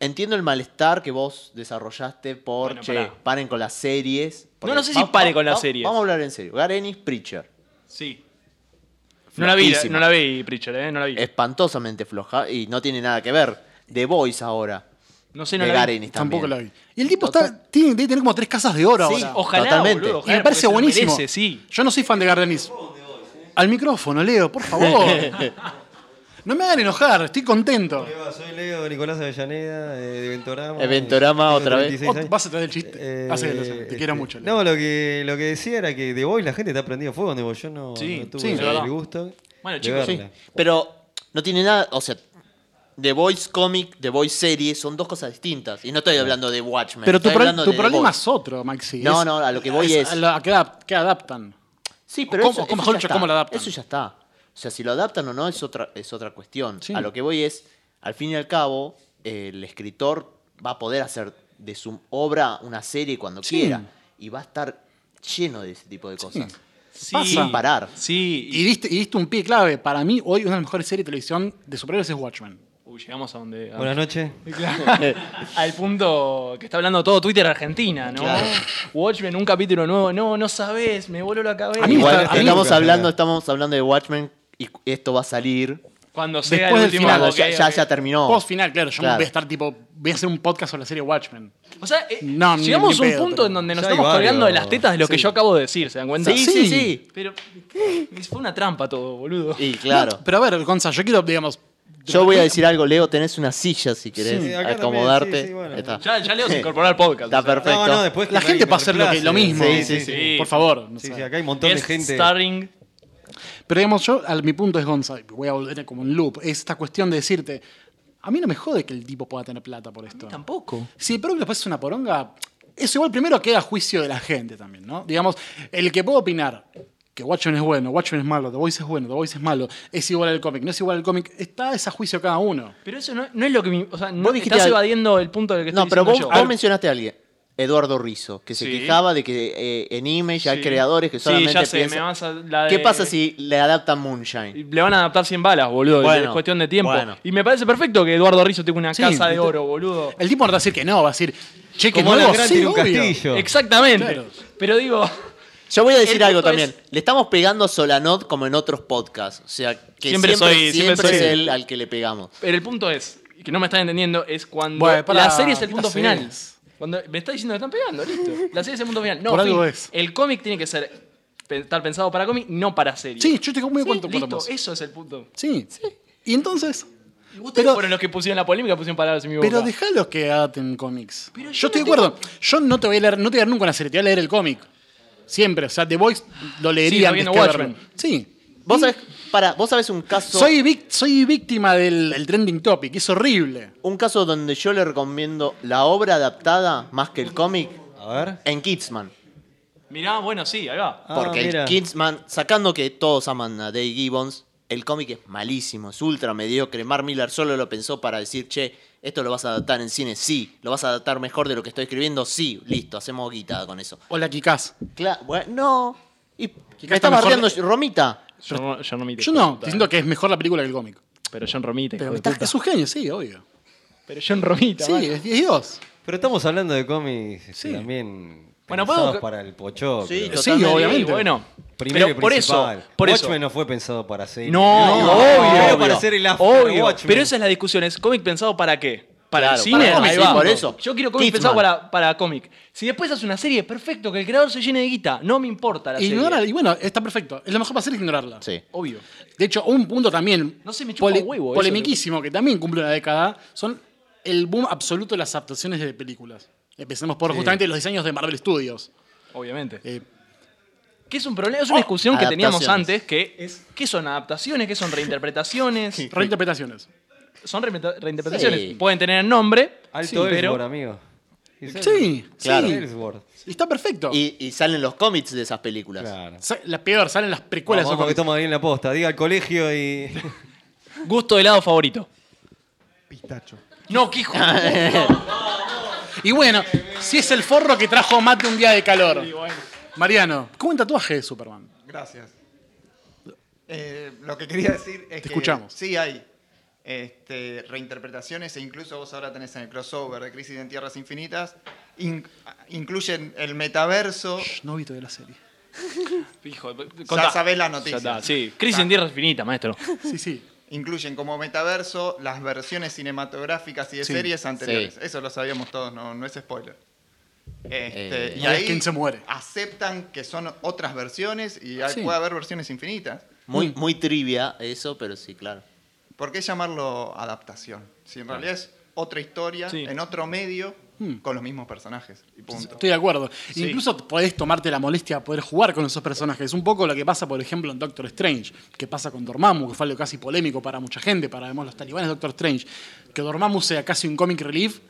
Speaker 3: Entiendo el malestar que vos desarrollaste por
Speaker 2: Bueno,
Speaker 3: che,
Speaker 2: pará.
Speaker 3: paren con las series. Porque
Speaker 2: no sé si
Speaker 3: va-
Speaker 2: pare
Speaker 3: va-
Speaker 2: con las
Speaker 3: va-
Speaker 2: series.
Speaker 3: Vamos a hablar en serio. Garenis Preacher.
Speaker 2: Sí. No la vi, eh,
Speaker 3: Flojísima.
Speaker 2: no la vi, Pritchard, ¿eh? No la vi.
Speaker 3: Espantosamente floja y no tiene nada que ver. The Voice ahora.
Speaker 2: No sé, no
Speaker 3: de
Speaker 2: la vi.
Speaker 3: Garenis también.
Speaker 1: Tampoco la vi. Y el tipo
Speaker 3: Total.
Speaker 1: está, tiene, debe tener como tres casas de oro
Speaker 3: Sí,
Speaker 1: ahora.
Speaker 2: Ojalá,
Speaker 3: Totalmente.
Speaker 2: boludo.
Speaker 3: Y
Speaker 1: y
Speaker 2: ojalá,
Speaker 1: me parece
Speaker 2: porque se lo
Speaker 1: buenísimo.
Speaker 2: merece, sí.
Speaker 1: Yo no soy fan de Gardenis. Al micrófono, Leo, por
Speaker 3: <laughs>
Speaker 1: favor. no me hagan enojar, estoy contento.
Speaker 5: Hola, Soy Leo Nicolás Avellaneda, eh, de Ventorama. eh,
Speaker 3: Eventorama,
Speaker 5: Tengo
Speaker 3: otra vez.
Speaker 5: 36
Speaker 1: Ot-
Speaker 5: años.
Speaker 1: Vas a traer el chiste.
Speaker 5: Eh,
Speaker 1: Hacé el chiste. te
Speaker 5: este,
Speaker 1: quiero mucho. Leo.
Speaker 5: No, lo que, lo que decía era que de Boy la gente está prendido fuego de Boy. Yo no,
Speaker 2: Sí,
Speaker 5: no tuve
Speaker 1: sí, es
Speaker 2: verdad.
Speaker 5: el gusto.
Speaker 2: Bueno,
Speaker 5: de
Speaker 2: chicos,
Speaker 3: Sí,
Speaker 5: verla.
Speaker 3: pero no tiene nada, o sea, The Voice Comic, The Voice Serie son dos cosas distintas. Y no estoy hablando de Watchmen.
Speaker 1: Pero tu,
Speaker 3: estoy
Speaker 1: pro-
Speaker 3: hablando
Speaker 1: tu
Speaker 3: de The
Speaker 1: problema
Speaker 3: Voice.
Speaker 1: es otro, Maxi.
Speaker 3: No,
Speaker 1: Es-
Speaker 3: no, a lo que voy es-
Speaker 1: a lo- a que, adap- que adaptan.
Speaker 3: Sí, pero
Speaker 1: ¿Cómo-
Speaker 3: eso,
Speaker 1: cómo-
Speaker 3: eso
Speaker 1: mejor
Speaker 3: ya
Speaker 1: dicho,
Speaker 3: está.
Speaker 1: cómo lo adaptan?
Speaker 3: Eso ya está. O sea, si lo adaptan o no es otra, es otra cuestión.
Speaker 1: Sí.
Speaker 3: A lo que voy es, al fin y al cabo, eh, el escritor va a poder hacer de su obra una serie cuando
Speaker 1: Sí.
Speaker 3: quiera. Y va a estar lleno de ese tipo de cosas.
Speaker 2: sí.
Speaker 1: Pasa.
Speaker 3: Sin parar.
Speaker 2: Sí.
Speaker 1: Y diste, y diste un pie clave. Para mí, hoy una de las mejores series de televisión de superhéroes es Watchmen.
Speaker 2: Uy, llegamos a donde. a-
Speaker 5: Buenas
Speaker 2: <laughs>
Speaker 5: noches. <laughs>
Speaker 2: Al punto que está hablando todo Twitter Argentina, ¿no?
Speaker 3: Claro.
Speaker 2: Watchmen, un capítulo nuevo. No, no sabes, me voló la cabeza.
Speaker 1: A mí me
Speaker 3: Igual
Speaker 1: está- a mí-
Speaker 3: estamos,
Speaker 5: me-
Speaker 3: hablando, estamos hablando de Watchmen y esto va a salir.
Speaker 2: Cuando sea
Speaker 1: Después
Speaker 2: el
Speaker 1: del
Speaker 2: último.
Speaker 1: final,
Speaker 3: Cuando
Speaker 2: ok,
Speaker 3: ya, ya-
Speaker 2: ok.
Speaker 3: ya terminó.
Speaker 1: Post final, claro. Yo no
Speaker 3: Claro.
Speaker 1: voy a estar tipo. Voy a hacer un podcast sobre la serie Watchmen.
Speaker 2: O sea, eh,
Speaker 1: No, ni-
Speaker 2: llegamos a
Speaker 1: ni
Speaker 2: un
Speaker 1: pedo,
Speaker 2: punto
Speaker 1: pero-
Speaker 2: en donde nos
Speaker 5: Ya hay
Speaker 2: estamos colgando de
Speaker 5: varios.
Speaker 2: las tetas de lo que
Speaker 1: Sí.
Speaker 2: yo acabo de decir, ¿se dan cuenta?
Speaker 3: Sí, sí,
Speaker 1: Sí.
Speaker 3: sí.
Speaker 2: Pero fue una trampa todo, boludo.
Speaker 3: Y claro.
Speaker 1: No, pero a ver, Gonza, yo quiero, digamos.
Speaker 3: Yo voy a decir algo, Leo, tenés una silla si querés
Speaker 5: Sí, acá
Speaker 3: acomodarte.
Speaker 5: también, sí, sí, bueno.
Speaker 3: Está.
Speaker 2: Ya, ya Leo se incorporó al podcast.
Speaker 3: Está
Speaker 2: o sea.
Speaker 3: perfecto.
Speaker 5: No, no, después que
Speaker 1: La
Speaker 5: re-
Speaker 1: gente
Speaker 5: que
Speaker 1: va a hacer lo, que-
Speaker 5: reemplace.
Speaker 1: lo mismo.
Speaker 3: Sí, sí, sí.
Speaker 2: Sí.
Speaker 1: Por favor. no
Speaker 5: Sí,
Speaker 1: sé.
Speaker 5: sí, acá hay un montón de
Speaker 2: Guest
Speaker 5: gente.
Speaker 2: Starring.
Speaker 1: Pero digamos, yo, al- mi punto es Gonza, y voy a volver como un loop. Es esta cuestión de decirte. A mí no me jode que el tipo pueda tener plata por esto.
Speaker 2: Tampoco.
Speaker 1: Si el producto después es una poronga, eso igual primero queda a juicio de la gente también, ¿no? Digamos, el que puede opinar que Watchmen es bueno, Watchmen es malo, The Voice es bueno, The Voice es malo, es igual al cómic, no es igual al cómic, está ese juicio cada uno.
Speaker 2: Pero eso no, no es lo que. mi- o sea, no-
Speaker 3: Vos dijiste
Speaker 2: estás
Speaker 3: al-
Speaker 2: evadiendo el punto del que estoy
Speaker 3: No, pero vos,
Speaker 2: diciendo yo.
Speaker 3: vos mencionaste a alguien, Eduardo Rizzo, que se
Speaker 2: Sí.
Speaker 3: quejaba de que eh, en Image hay
Speaker 2: Sí.
Speaker 3: creadores que
Speaker 2: Sí,
Speaker 3: solamente
Speaker 2: ya sé,
Speaker 3: piensan-
Speaker 2: me vas a- la de-
Speaker 3: ¿Qué pasa si le adaptan Moonshine?
Speaker 2: Le van a adaptar 100 balas, boludo.
Speaker 3: Bueno,
Speaker 2: es cuestión de tiempo.
Speaker 3: bueno.
Speaker 2: Y me parece perfecto que Eduardo Rizzo tenga una
Speaker 1: Sí,
Speaker 2: casa de
Speaker 1: ento-
Speaker 2: oro, boludo.
Speaker 1: El tipo no te va a decir que no, va a decir, che, que
Speaker 5: Como
Speaker 1: nuevo,
Speaker 5: la gran
Speaker 1: sí,
Speaker 5: tiene un
Speaker 1: obvio.
Speaker 5: castillo.
Speaker 2: Exactamente.
Speaker 1: Claro.
Speaker 2: Pero digo,
Speaker 3: Yo voy a decir
Speaker 2: El
Speaker 3: algo
Speaker 2: punto
Speaker 3: también. Le estamos pegando a Solanot como en otros podcasts. O sea, que
Speaker 2: Siempre
Speaker 3: siempre,
Speaker 2: soy- siempre
Speaker 3: siempre es
Speaker 2: soy-
Speaker 3: él al que le pegamos.
Speaker 2: pero el punto es, que no me están entendiendo, es cuando
Speaker 1: Bueno, pará,
Speaker 2: la serie es el punto
Speaker 1: putas
Speaker 2: final.
Speaker 1: series.
Speaker 2: Cuando me está diciendo que están pegando, listo. La serie es el punto final. No,
Speaker 1: Por algo
Speaker 2: fin,
Speaker 1: es.
Speaker 2: el cómic tiene que ser pe- estar pensado para cómic, no para serie.
Speaker 1: Sí, yo estoy muy de
Speaker 2: Sí,
Speaker 1: acuerdo con
Speaker 2: listo,
Speaker 1: vos.
Speaker 2: eso es el punto.
Speaker 1: Sí. Y entonces,
Speaker 2: Y Ustedes
Speaker 1: Pero-
Speaker 2: fueron los que pusieron la polémica, pusieron palabras en mi boca.
Speaker 1: pero dejalos que adapten cómics.
Speaker 2: Pero
Speaker 1: yo,
Speaker 2: yo
Speaker 1: estoy
Speaker 2: no
Speaker 1: de acuerdo. Yo no te voy a leer, no te voy a leer nunca la serie, te voy a leer el cómic. Siempre, o sea, The Voice lo leería
Speaker 2: Sigo
Speaker 1: antes
Speaker 2: viendo
Speaker 1: que
Speaker 2: Watchmen.
Speaker 1: verlo. Sí.
Speaker 3: Vos sabés, para, vos sabés un caso.
Speaker 1: Soy, vic- soy víctima del el trending topic, es horrible.
Speaker 3: Un caso donde yo le recomiendo la obra adaptada más que el cómic
Speaker 5: A ver.
Speaker 3: en Kidsman.
Speaker 2: Mirá, bueno, sí, ahí va.
Speaker 5: Ah,
Speaker 3: Porque
Speaker 5: mira.
Speaker 3: el Kingsman, sacando que todos aman a Dave Gibbons, el cómic es malísimo, es ultra mediocre. Mark Miller solo lo pensó para decir, che, esto lo vas a adaptar en cine, sí. Lo vas a adaptar mejor de lo que estoy escribiendo, sí. Listo, hacemos guita con eso.
Speaker 1: Hola, Kikaz.
Speaker 3: Claro, bueno, no. Y
Speaker 1: está
Speaker 3: me está
Speaker 1: mejor
Speaker 3: bardeando Romita.
Speaker 2: Yo no, yo no me
Speaker 1: Yo no, te siento que es mejor la película que el cómic.
Speaker 2: Pero John Romita. hijo
Speaker 1: Pero
Speaker 2: de
Speaker 1: está-
Speaker 2: puta.
Speaker 1: es un genio, sí, obvio.
Speaker 2: Pero John Romita.
Speaker 1: Sí,
Speaker 2: vale.
Speaker 1: es es Dios.
Speaker 5: Pero estamos hablando de cómics
Speaker 1: Sí.
Speaker 5: sí. también.
Speaker 2: Bueno,
Speaker 5: Bueno,
Speaker 2: puedo-
Speaker 5: para el pochoclo.
Speaker 3: Sí,
Speaker 1: Sí,
Speaker 3: Totalmente.
Speaker 2: Sí,
Speaker 1: obviamente.
Speaker 2: bueno.
Speaker 5: Primero
Speaker 2: pero
Speaker 5: y
Speaker 2: por eso,
Speaker 5: principal.
Speaker 2: por eso.
Speaker 5: Watchmen no fue pensado para serie.
Speaker 2: No, obvio,
Speaker 5: primero
Speaker 2: obvio.
Speaker 5: para hacer el after
Speaker 2: Obvio,
Speaker 5: Watchmen.
Speaker 2: Pero esa es la discusión, es cómic pensado para qué. Para
Speaker 3: Claro,
Speaker 2: el cine,
Speaker 3: para cómic,
Speaker 2: ahí
Speaker 3: sí,
Speaker 2: va.
Speaker 3: por eso.
Speaker 2: Yo quiero cómic
Speaker 3: Kidman.
Speaker 2: pensado para, para cómic. Si después hace una serie, perfecto, que el creador se llene de guita. No me importa la serie.
Speaker 1: Ignorar- y bueno, está perfecto. Es lo mejor para hacer es ignorarla.
Speaker 3: Sí.
Speaker 2: Obvio.
Speaker 1: De hecho, un punto también
Speaker 2: No se me chupa huevo eso, ¿eh?
Speaker 1: polemiquísimo, que también cumple una década, son el boom absoluto de las adaptaciones de películas. Empecemos por justamente los diseños de Marvel Studios.
Speaker 2: Obviamente.
Speaker 1: Eh,
Speaker 2: Que es un problema, es una discusión que teníamos
Speaker 3: Adaptaciones.
Speaker 2: antes, que es ¿qué son adaptaciones? ¿Qué son reinterpretaciones?
Speaker 1: reinterpretaciones.
Speaker 2: son reinventa- reinterpretaciones.
Speaker 3: Sí.
Speaker 2: Pueden tener nombre, sí,
Speaker 5: Alto
Speaker 2: pero
Speaker 5: Ellsworth, amigo.
Speaker 1: Sí,
Speaker 3: Claro.
Speaker 1: sí.
Speaker 5: Ellsworth.
Speaker 1: Y está perfecto.
Speaker 3: Y, y salen los cómics de esas películas.
Speaker 5: Claro.
Speaker 1: Sa- La peor, salen las precuelas.
Speaker 5: Vamos,
Speaker 1: o
Speaker 5: que
Speaker 1: con-
Speaker 5: estamos ahí en la posta. Diga el colegio y.
Speaker 2: gusto de helado favorito.
Speaker 6: Pistacho.
Speaker 2: No, que hijo.
Speaker 1: <laughs> Y bueno, si es el forro que trajo Mate un día de calor. Mariano, ¿cómo un tatuaje de Superman?
Speaker 6: Gracias. Eh, lo que quería decir es que.
Speaker 1: escuchamos.
Speaker 6: Sí, hay este, reinterpretaciones e incluso vos ahora tenés en el crossover de Crisis en Tierras Infinitas. in- incluyen el metaverso.
Speaker 1: No vi todavía la
Speaker 2: <laughs>
Speaker 1: serie.
Speaker 2: hijo
Speaker 6: Ya sabés las noticias.
Speaker 2: Ya está, sí. Crisis en
Speaker 6: Está.
Speaker 2: tierra infinita, maestro.
Speaker 1: Sí, sí.
Speaker 6: Incluyen como metaverso las versiones cinematográficas y de series anteriores.
Speaker 3: Sí.
Speaker 6: Eso lo sabíamos todos, no, no es spoiler. Este,
Speaker 3: Eh,
Speaker 6: y
Speaker 1: no es
Speaker 6: ahí
Speaker 1: quien se muere.
Speaker 6: aceptan que son otras versiones y hay-
Speaker 1: Sí.
Speaker 6: puede haber versiones infinitas.
Speaker 3: Muy,
Speaker 1: Mm.
Speaker 3: muy trivia eso, pero sí, claro.
Speaker 6: ¿Por qué llamarlo adaptación? Si en realidad es otra historia,
Speaker 2: Sí.
Speaker 6: en otro medio,
Speaker 1: Hmm.
Speaker 6: con los mismos personajes. Y punto.
Speaker 1: Estoy de acuerdo. Incluso podés tomarte la molestia de poder jugar con esos personajes. Un poco lo que pasa, por ejemplo, en Doctor Strange, que pasa con Dormammu, que fue algo casi polémico para mucha gente, para además los talibanes de Doctor Strange. Que Dormammu sea casi un comic relief,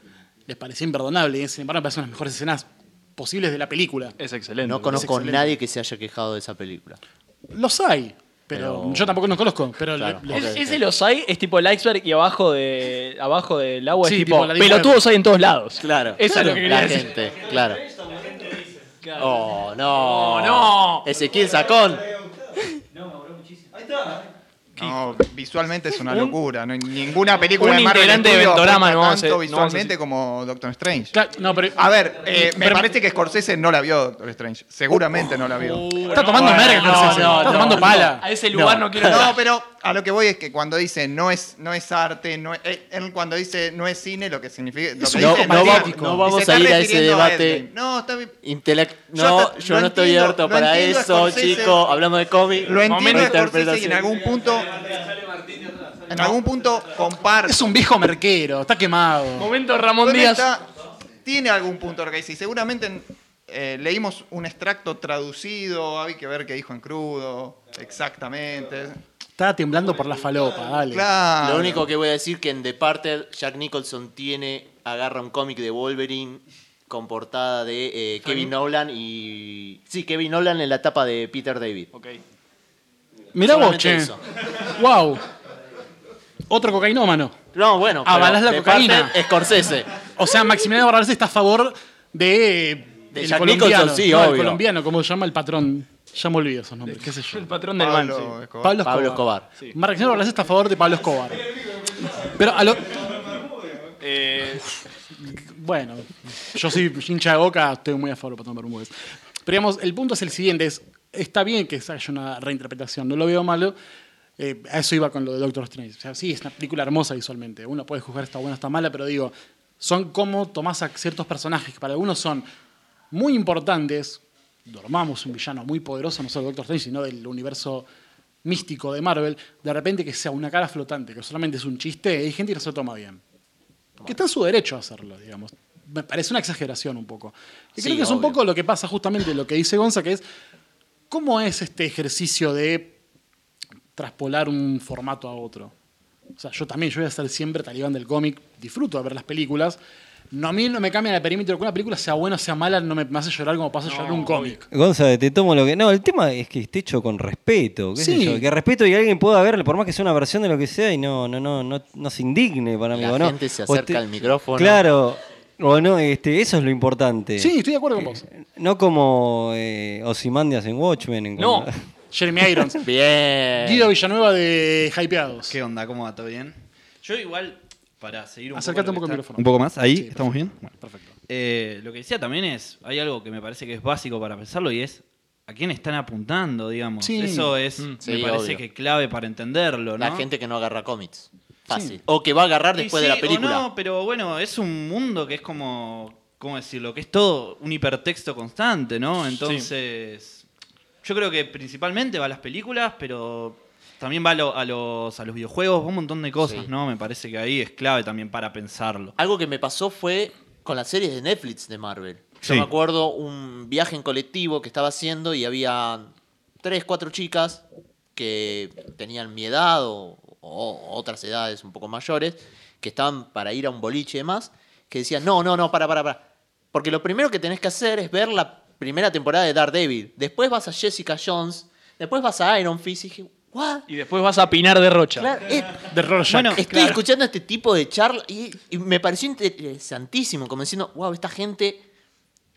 Speaker 1: les parecía imperdonable. Y sin embargo, me parecen las mejores escenas posibles de la película.
Speaker 2: Es excelente.
Speaker 3: No conozco
Speaker 1: excelente.
Speaker 3: nadie que se haya quejado de esa película.
Speaker 1: Los hay, pero,
Speaker 3: Pero-
Speaker 1: yo tampoco los conozco. Pero
Speaker 3: Claro.
Speaker 1: le- le-
Speaker 2: Es,
Speaker 3: Ok,
Speaker 2: ese
Speaker 3: ok.
Speaker 2: los hay, es tipo el iceberg y abajo de abajo del agua
Speaker 1: Sí,
Speaker 2: es tipo,
Speaker 1: tipo la línea
Speaker 2: pelotudos hay en todos lados. Eso es lo que quería
Speaker 3: La
Speaker 2: decir.
Speaker 3: gente, claro. Oh, no.
Speaker 2: Oh, no.
Speaker 3: Ezequiel Sacón.
Speaker 6: No, visualmente es una locura. No hay ninguna película
Speaker 2: un
Speaker 6: de Marvel
Speaker 2: integrante de
Speaker 6: Studios
Speaker 2: Ventorama,
Speaker 6: apunta
Speaker 2: no vamos a-
Speaker 6: tanto
Speaker 2: no vamos a
Speaker 6: visualmente
Speaker 2: decir.
Speaker 6: como Doctor Strange.
Speaker 1: Claro, no, pero-
Speaker 6: A ver, eh, me
Speaker 1: Pero-
Speaker 6: parece que Scorsese no la vio Doctor Strange. Seguramente no la vio.
Speaker 1: Está tomando merca, Scorsese. Está tomando pala.
Speaker 2: A ese lugar no, quiero
Speaker 6: No,
Speaker 2: entrar.
Speaker 6: pero a lo que voy es que cuando dice no es, no es arte, no es- eh, él cuando dice no es cine, lo que significa. lo
Speaker 1: Es
Speaker 6: que
Speaker 1: un
Speaker 6: dice
Speaker 1: poco
Speaker 6: es mentira.
Speaker 1: patético.
Speaker 6: Y
Speaker 1: No
Speaker 6: se
Speaker 3: vamos
Speaker 6: está
Speaker 3: a ir a ese
Speaker 6: refiriendo
Speaker 3: debate.
Speaker 6: Endgame. no, está bien.
Speaker 3: Intelac-
Speaker 6: Yo
Speaker 3: no,
Speaker 6: hasta-
Speaker 3: yo
Speaker 6: no
Speaker 3: no estoy
Speaker 6: entiendo-
Speaker 3: harto
Speaker 6: no
Speaker 3: para
Speaker 6: entiendo a
Speaker 3: eso,
Speaker 6: Scorsese.
Speaker 3: chicos. Hablamos de cómic.
Speaker 6: Lo entiendo
Speaker 3: de
Speaker 6: de Scorsese y en algún punto. En algún punto comparto.
Speaker 1: Es un viejo merquero, está quemado.
Speaker 2: Momento Ramón
Speaker 6: Pero
Speaker 2: Díaz.
Speaker 6: esta tiene algún punto lo que dice. Y seguramente eh, leímos un extracto traducido, hay que ver qué dijo en crudo, exactamente.
Speaker 1: Está temblando por la falopa, dale.
Speaker 7: Ah,
Speaker 6: Claro.
Speaker 3: Lo único que voy a decir que en The Parter Jack Nicholson tiene, agarra un cómic de Wolverine con portada de eh, Kevin Nolan y... Sí, Kevin Nolan en la tapa de Peter David.
Speaker 1: Mirá vos,
Speaker 3: Solamente
Speaker 1: che.
Speaker 3: eso.
Speaker 1: Wow. Otro cocainómano.
Speaker 3: No, bueno, pero
Speaker 1: Avalás Ah, la
Speaker 3: The Parter,
Speaker 1: cocaína.
Speaker 3: Scorsese.
Speaker 1: O sea, Maximiliano Barrales está a favor de. eh,
Speaker 3: De
Speaker 1: el
Speaker 3: Jack
Speaker 1: colombiano.
Speaker 3: Nicholson, sí,
Speaker 1: No, el
Speaker 3: obvio.
Speaker 1: colombiano, como se llama el patrón. Ya me olvido esos nombres, qué sé yo.
Speaker 2: El patrón del man. sí.
Speaker 6: Pablo Escobar.
Speaker 1: Pablo Escobar.
Speaker 3: Pablo Escobar.
Speaker 1: Maximiliano Barrales está a favor de Pablo Escobar. Pero a lo.
Speaker 2: Eh,
Speaker 1: Bueno, yo soy hincha de boca, estoy muy a favor de Patón Bermúdez. Pero digamos, el punto es el siguiente: es, está bien que haya una reinterpretación, no lo veo malo. Eh, a eso iba con lo de Doctor Strange. O sea, sí, es una película hermosa visualmente. Uno puede juzgar está buena, está mala, pero digo, son como tomás a ciertos personajes que para algunos son muy importantes. Dormamos, un villano muy poderoso, no solo Doctor Strange, sino del universo místico de Marvel. De repente que sea una cara flotante, que solamente es un chiste, hay gente que no se lo toma bien que está en su derecho a hacerlo, digamos. Me parece una exageración un poco. Y
Speaker 3: Sí,
Speaker 1: creo que es un
Speaker 3: obvio.
Speaker 1: poco lo que pasa justamente lo que dice Gonza, que es cómo es este ejercicio de traspolar un formato a otro. O sea, yo también, yo voy a ser siempre talibán del cómic, disfruto de ver las películas. No, a mí no me cambian el perímetro, que una película sea buena o sea mala, no me, me hace llorar como pasa llorar un cómic.
Speaker 5: González, te tomo lo que. No, el tema es que esté hecho con respeto. ¿qué sé
Speaker 1: Sí.
Speaker 5: yo, Que respeto y alguien pueda verlo, por más que sea una versión de lo que sea, y no, no, no, no, no se indigne para mí.
Speaker 3: La
Speaker 5: o no.
Speaker 3: gente se
Speaker 5: O
Speaker 3: acerca
Speaker 5: esté-
Speaker 3: al micrófono.
Speaker 5: Claro. O no, este, eso es lo importante.
Speaker 1: Sí, estoy de acuerdo con vos.
Speaker 5: No como eh, Ozymandias en Watchmen. en
Speaker 2: No.
Speaker 5: cuando-
Speaker 1: Jeremy Irons. <laughs>
Speaker 3: Bien.
Speaker 1: Guido Villanueva de Hypeados.
Speaker 7: ¿Qué onda? ¿Cómo va? ¿Todo bien? Yo igual, para seguir un
Speaker 1: Acércate un
Speaker 7: poco...
Speaker 1: poco
Speaker 7: lo
Speaker 1: al
Speaker 7: que está-
Speaker 1: micrófono.
Speaker 7: ¿Un poco más? ¿Ahí? ¿Estamos bien? Bueno.
Speaker 1: Perfecto.
Speaker 7: Eh, lo que decía también es, hay algo que me parece que es básico para pensarlo y es a quién están apuntando, digamos.
Speaker 1: Sí. Mm.
Speaker 7: Eso es, me
Speaker 3: Sí,
Speaker 7: parece
Speaker 3: obvio.
Speaker 7: que clave para entenderlo, ¿no?
Speaker 3: La gente que no agarra cómics. Fácil. O que va a agarrar después
Speaker 7: Y
Speaker 3: de
Speaker 7: sí,
Speaker 3: la
Speaker 7: o
Speaker 3: película.
Speaker 7: No, pero bueno, es un mundo que es como. ¿Cómo decirlo? Que es todo un hipertexto constante, ¿no? Entonces. Yo creo que principalmente va a las películas, pero también va a, lo- a los, a los videojuegos, va a un montón de cosas,
Speaker 3: Sí.
Speaker 7: ¿no? Me parece que ahí es clave también para pensarlo.
Speaker 3: Algo que me pasó fue con las series de Netflix de Marvel. Yo
Speaker 7: Sí.
Speaker 3: me acuerdo un viaje en colectivo que estaba haciendo y había tres, cuatro chicas que tenían mi edad o, o otras edades un poco mayores, que estaban para ir a un boliche y demás, que decían, no, no, no, para, para, para. Porque lo primero que tenés que hacer es ver la primera temporada de Daredevil. Después vas a Jessica Jones, después vas a Iron Fist. Y dije, ¿what?
Speaker 2: Y después vas a pinar de rocha.
Speaker 3: Claro, eh,
Speaker 1: De Rorschach.
Speaker 7: Bueno,
Speaker 3: Estoy escuchando este tipo de charla y, y me pareció interesantísimo, como diciendo, wow, esta gente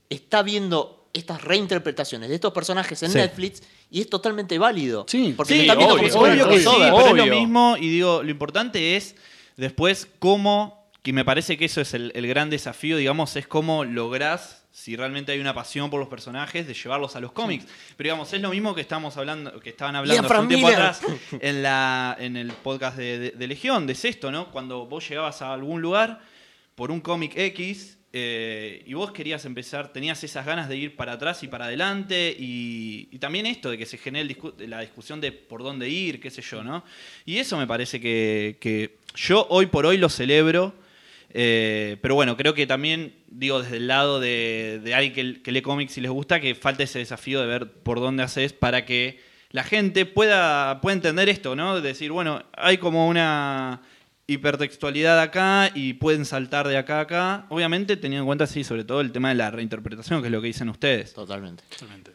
Speaker 3: está viendo estas reinterpretaciones de estos personajes en
Speaker 5: Sí.
Speaker 3: Netflix y es totalmente válido.
Speaker 1: Sí.
Speaker 3: porque lo
Speaker 2: Sí,
Speaker 3: están viendo como
Speaker 2: obvio,
Speaker 3: si fuera
Speaker 2: obvio
Speaker 3: un
Speaker 2: que sí.
Speaker 3: crossover.
Speaker 7: pero es
Speaker 2: Obvio.
Speaker 7: lo mismo y digo, lo importante es después cómo, que me parece que eso es el, el gran desafío, digamos, es cómo lográs, si realmente hay una pasión por los personajes, de llevarlos a los cómics. Pero digamos, es lo mismo que estamos hablando, que estaban hablando hace
Speaker 3: Frank
Speaker 7: un tiempo
Speaker 3: Miller.
Speaker 7: atrás en, la, en el podcast de, de- de Legión, de Sexto, ¿no? Cuando vos llegabas a algún lugar por un cómic X eh, y vos querías empezar, tenías esas ganas de ir para atrás y para adelante y, y también esto de que se genere el discu- la discusión de por dónde ir, qué sé yo, ¿no? Y eso me parece que, que yo hoy por hoy lo celebro. eh, pero bueno, creo que también, digo, desde el lado de, de alguien que, que lee cómics y les gusta, que falta ese desafío de ver por dónde haces para que la gente pueda, pueda entender esto, ¿no? De decir, bueno, hay como una hipertextualidad acá y pueden saltar de acá a acá. Obviamente teniendo en cuenta, sí, sobre todo el tema de la reinterpretación, que es lo que dicen ustedes.
Speaker 3: Totalmente.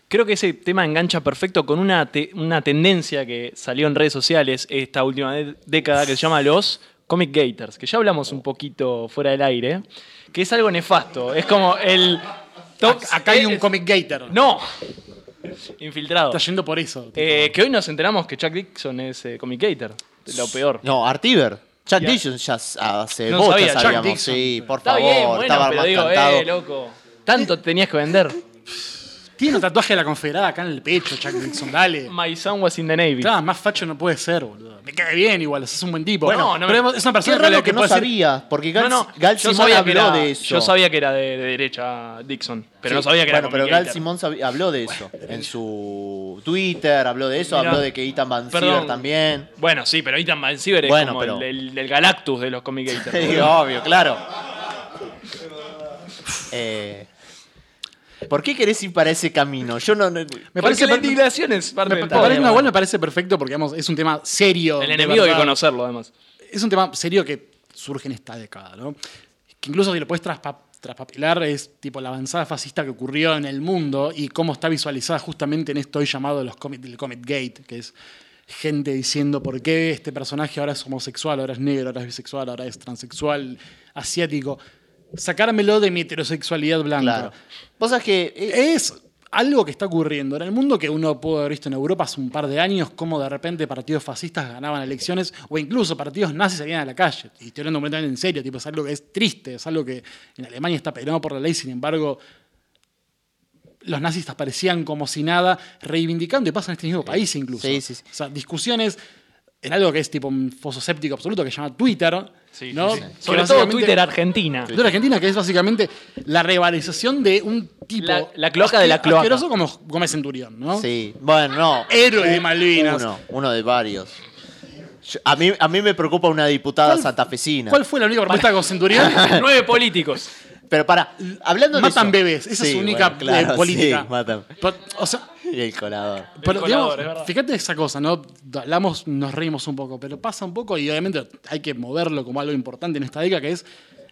Speaker 2: Creo que ese tema engancha perfecto con una, te- una tendencia que salió en redes sociales esta última de- década que se llama los Comic Gators, que ya hablamos un poquito fuera del aire, que es algo nefasto. Es como el. to-
Speaker 1: Acá hay un
Speaker 2: es-
Speaker 1: comic gator.
Speaker 2: ¡No! Infiltrado.
Speaker 1: Está yendo por eso. tipo.
Speaker 2: Eh, que hoy nos enteramos que Chuck Dixon es eh, Comic Gator. Lo peor.
Speaker 3: No, Artiver. Chuck
Speaker 2: Ya.
Speaker 3: Dixon ya s- hace
Speaker 2: No
Speaker 3: bocha
Speaker 2: sabía, Chuck
Speaker 3: sabíamos.
Speaker 1: Dixon.
Speaker 3: Sí, por
Speaker 2: Está
Speaker 3: favor,
Speaker 2: bien, bueno,
Speaker 3: estaba
Speaker 2: pero
Speaker 3: más
Speaker 2: digo,
Speaker 3: cantado.
Speaker 2: eh, loco. Tanto tenías que vender.
Speaker 1: Tiene un tatuaje de la confederada acá en el pecho, Chuck Dixon. Dale.
Speaker 2: My son was in the Navy.
Speaker 1: Claro, más facho no puede ser, boludo. Me cae bien igual, es un buen tipo.
Speaker 2: Bueno, no
Speaker 1: pero
Speaker 2: me-
Speaker 1: es una
Speaker 3: Qué
Speaker 1: persona con la
Speaker 3: raro
Speaker 1: que,
Speaker 3: que no
Speaker 1: puedo decir-
Speaker 3: sabía, porque Gal,
Speaker 2: No, no,
Speaker 3: Gal
Speaker 2: yo
Speaker 3: Simón
Speaker 2: sabía que
Speaker 3: habló
Speaker 2: era,
Speaker 3: de eso.
Speaker 2: Yo sabía que era de, de derecha Dixon, pero no sabía que
Speaker 3: bueno,
Speaker 2: era
Speaker 3: pero
Speaker 2: Comic
Speaker 3: Gal
Speaker 2: Gator.
Speaker 3: Simón sabi- habló de eso en su Twitter, habló de eso,
Speaker 2: Mirá.
Speaker 3: habló de que Ethan Van Sciver
Speaker 2: Perdón.
Speaker 3: también.
Speaker 2: Bueno, sí, pero Ethan Van Siever es
Speaker 3: Bueno,
Speaker 2: como
Speaker 3: pero-
Speaker 2: el, el- el Galactus de los Comic
Speaker 3: <laughs>
Speaker 2: Gators.
Speaker 3: Sí, obvio, claro. Eh, ¿Por qué querés ir para ese camino? Yo no. no-
Speaker 1: Me parece,
Speaker 2: la
Speaker 1: per- me,
Speaker 2: indignación es parte del
Speaker 1: me
Speaker 2: poder.
Speaker 1: parece- no, igual me parece perfecto porque digamos, es un tema serio.
Speaker 2: El
Speaker 1: de
Speaker 2: enemigo hay que
Speaker 1: verdad.
Speaker 2: conocerlo, además.
Speaker 1: Es un tema serio que surge en esta década, ¿no? Que incluso si lo puedes traspa- traspapelar es tipo la avanzada fascista que ocurrió en el mundo y cómo está visualizada justamente en esto hoy llamado los comic, el Comet Gate, que es gente diciendo por qué este personaje ahora es homosexual, ahora es negro, ahora es bisexual, ahora es transexual, asiático. Sacármelo de mi heterosexualidad blanca.
Speaker 3: Claro. Vos sabés que. eh,
Speaker 1: es algo que está ocurriendo en el mundo que uno pudo haber visto en Europa hace un par de años, cómo de repente partidos fascistas ganaban elecciones o incluso partidos nazis salían a la calle. Y estoy hablando completamente en serio, tipo, es algo que es triste, es algo que en Alemania está penado por la ley, sin embargo, los nazis aparecían como si nada, reivindicando, y pasa en este mismo país incluso.
Speaker 3: Sí, sí, sí.
Speaker 1: O sea, discusiones en algo que es tipo un foso séptico absoluto que se llama Twitter.
Speaker 2: Sí,
Speaker 1: ¿no?
Speaker 2: sí, sí.
Speaker 1: Que
Speaker 2: Sobre todo
Speaker 1: básicamente-
Speaker 2: Twitter Argentina.
Speaker 1: de la Argentina, que es básicamente la revalización de un tipo.
Speaker 2: La- la cloaca de la
Speaker 1: asque-
Speaker 2: cloaca.
Speaker 1: Asqueroso como Gómez Centurión, ¿no?
Speaker 3: Sí, bueno, no.
Speaker 1: Héroe de Malvinas.
Speaker 3: Uno, uno de varios. Yo- a, mí, a mí me preocupa una diputada
Speaker 1: ¿Cuál-
Speaker 3: santafesina.
Speaker 1: ¿Cuál fue la única propuesta con Centurión?
Speaker 2: <laughs> Nueve políticos.
Speaker 3: Pero para, hablando de.
Speaker 1: matan
Speaker 3: eso-
Speaker 1: bebés. Esa es
Speaker 3: Sí,
Speaker 1: su única
Speaker 3: bueno, claro,
Speaker 1: eh, <laughs> política.
Speaker 3: sí, matan.
Speaker 1: Pero, o sea,
Speaker 3: Y el colador.
Speaker 1: pero,
Speaker 2: colador,
Speaker 1: digamos,
Speaker 2: es verdad.
Speaker 1: fíjate esa cosa, ¿no? Hablamos, nos reímos un poco, pero pasa un poco y obviamente hay que moverlo como algo importante en esta década, que es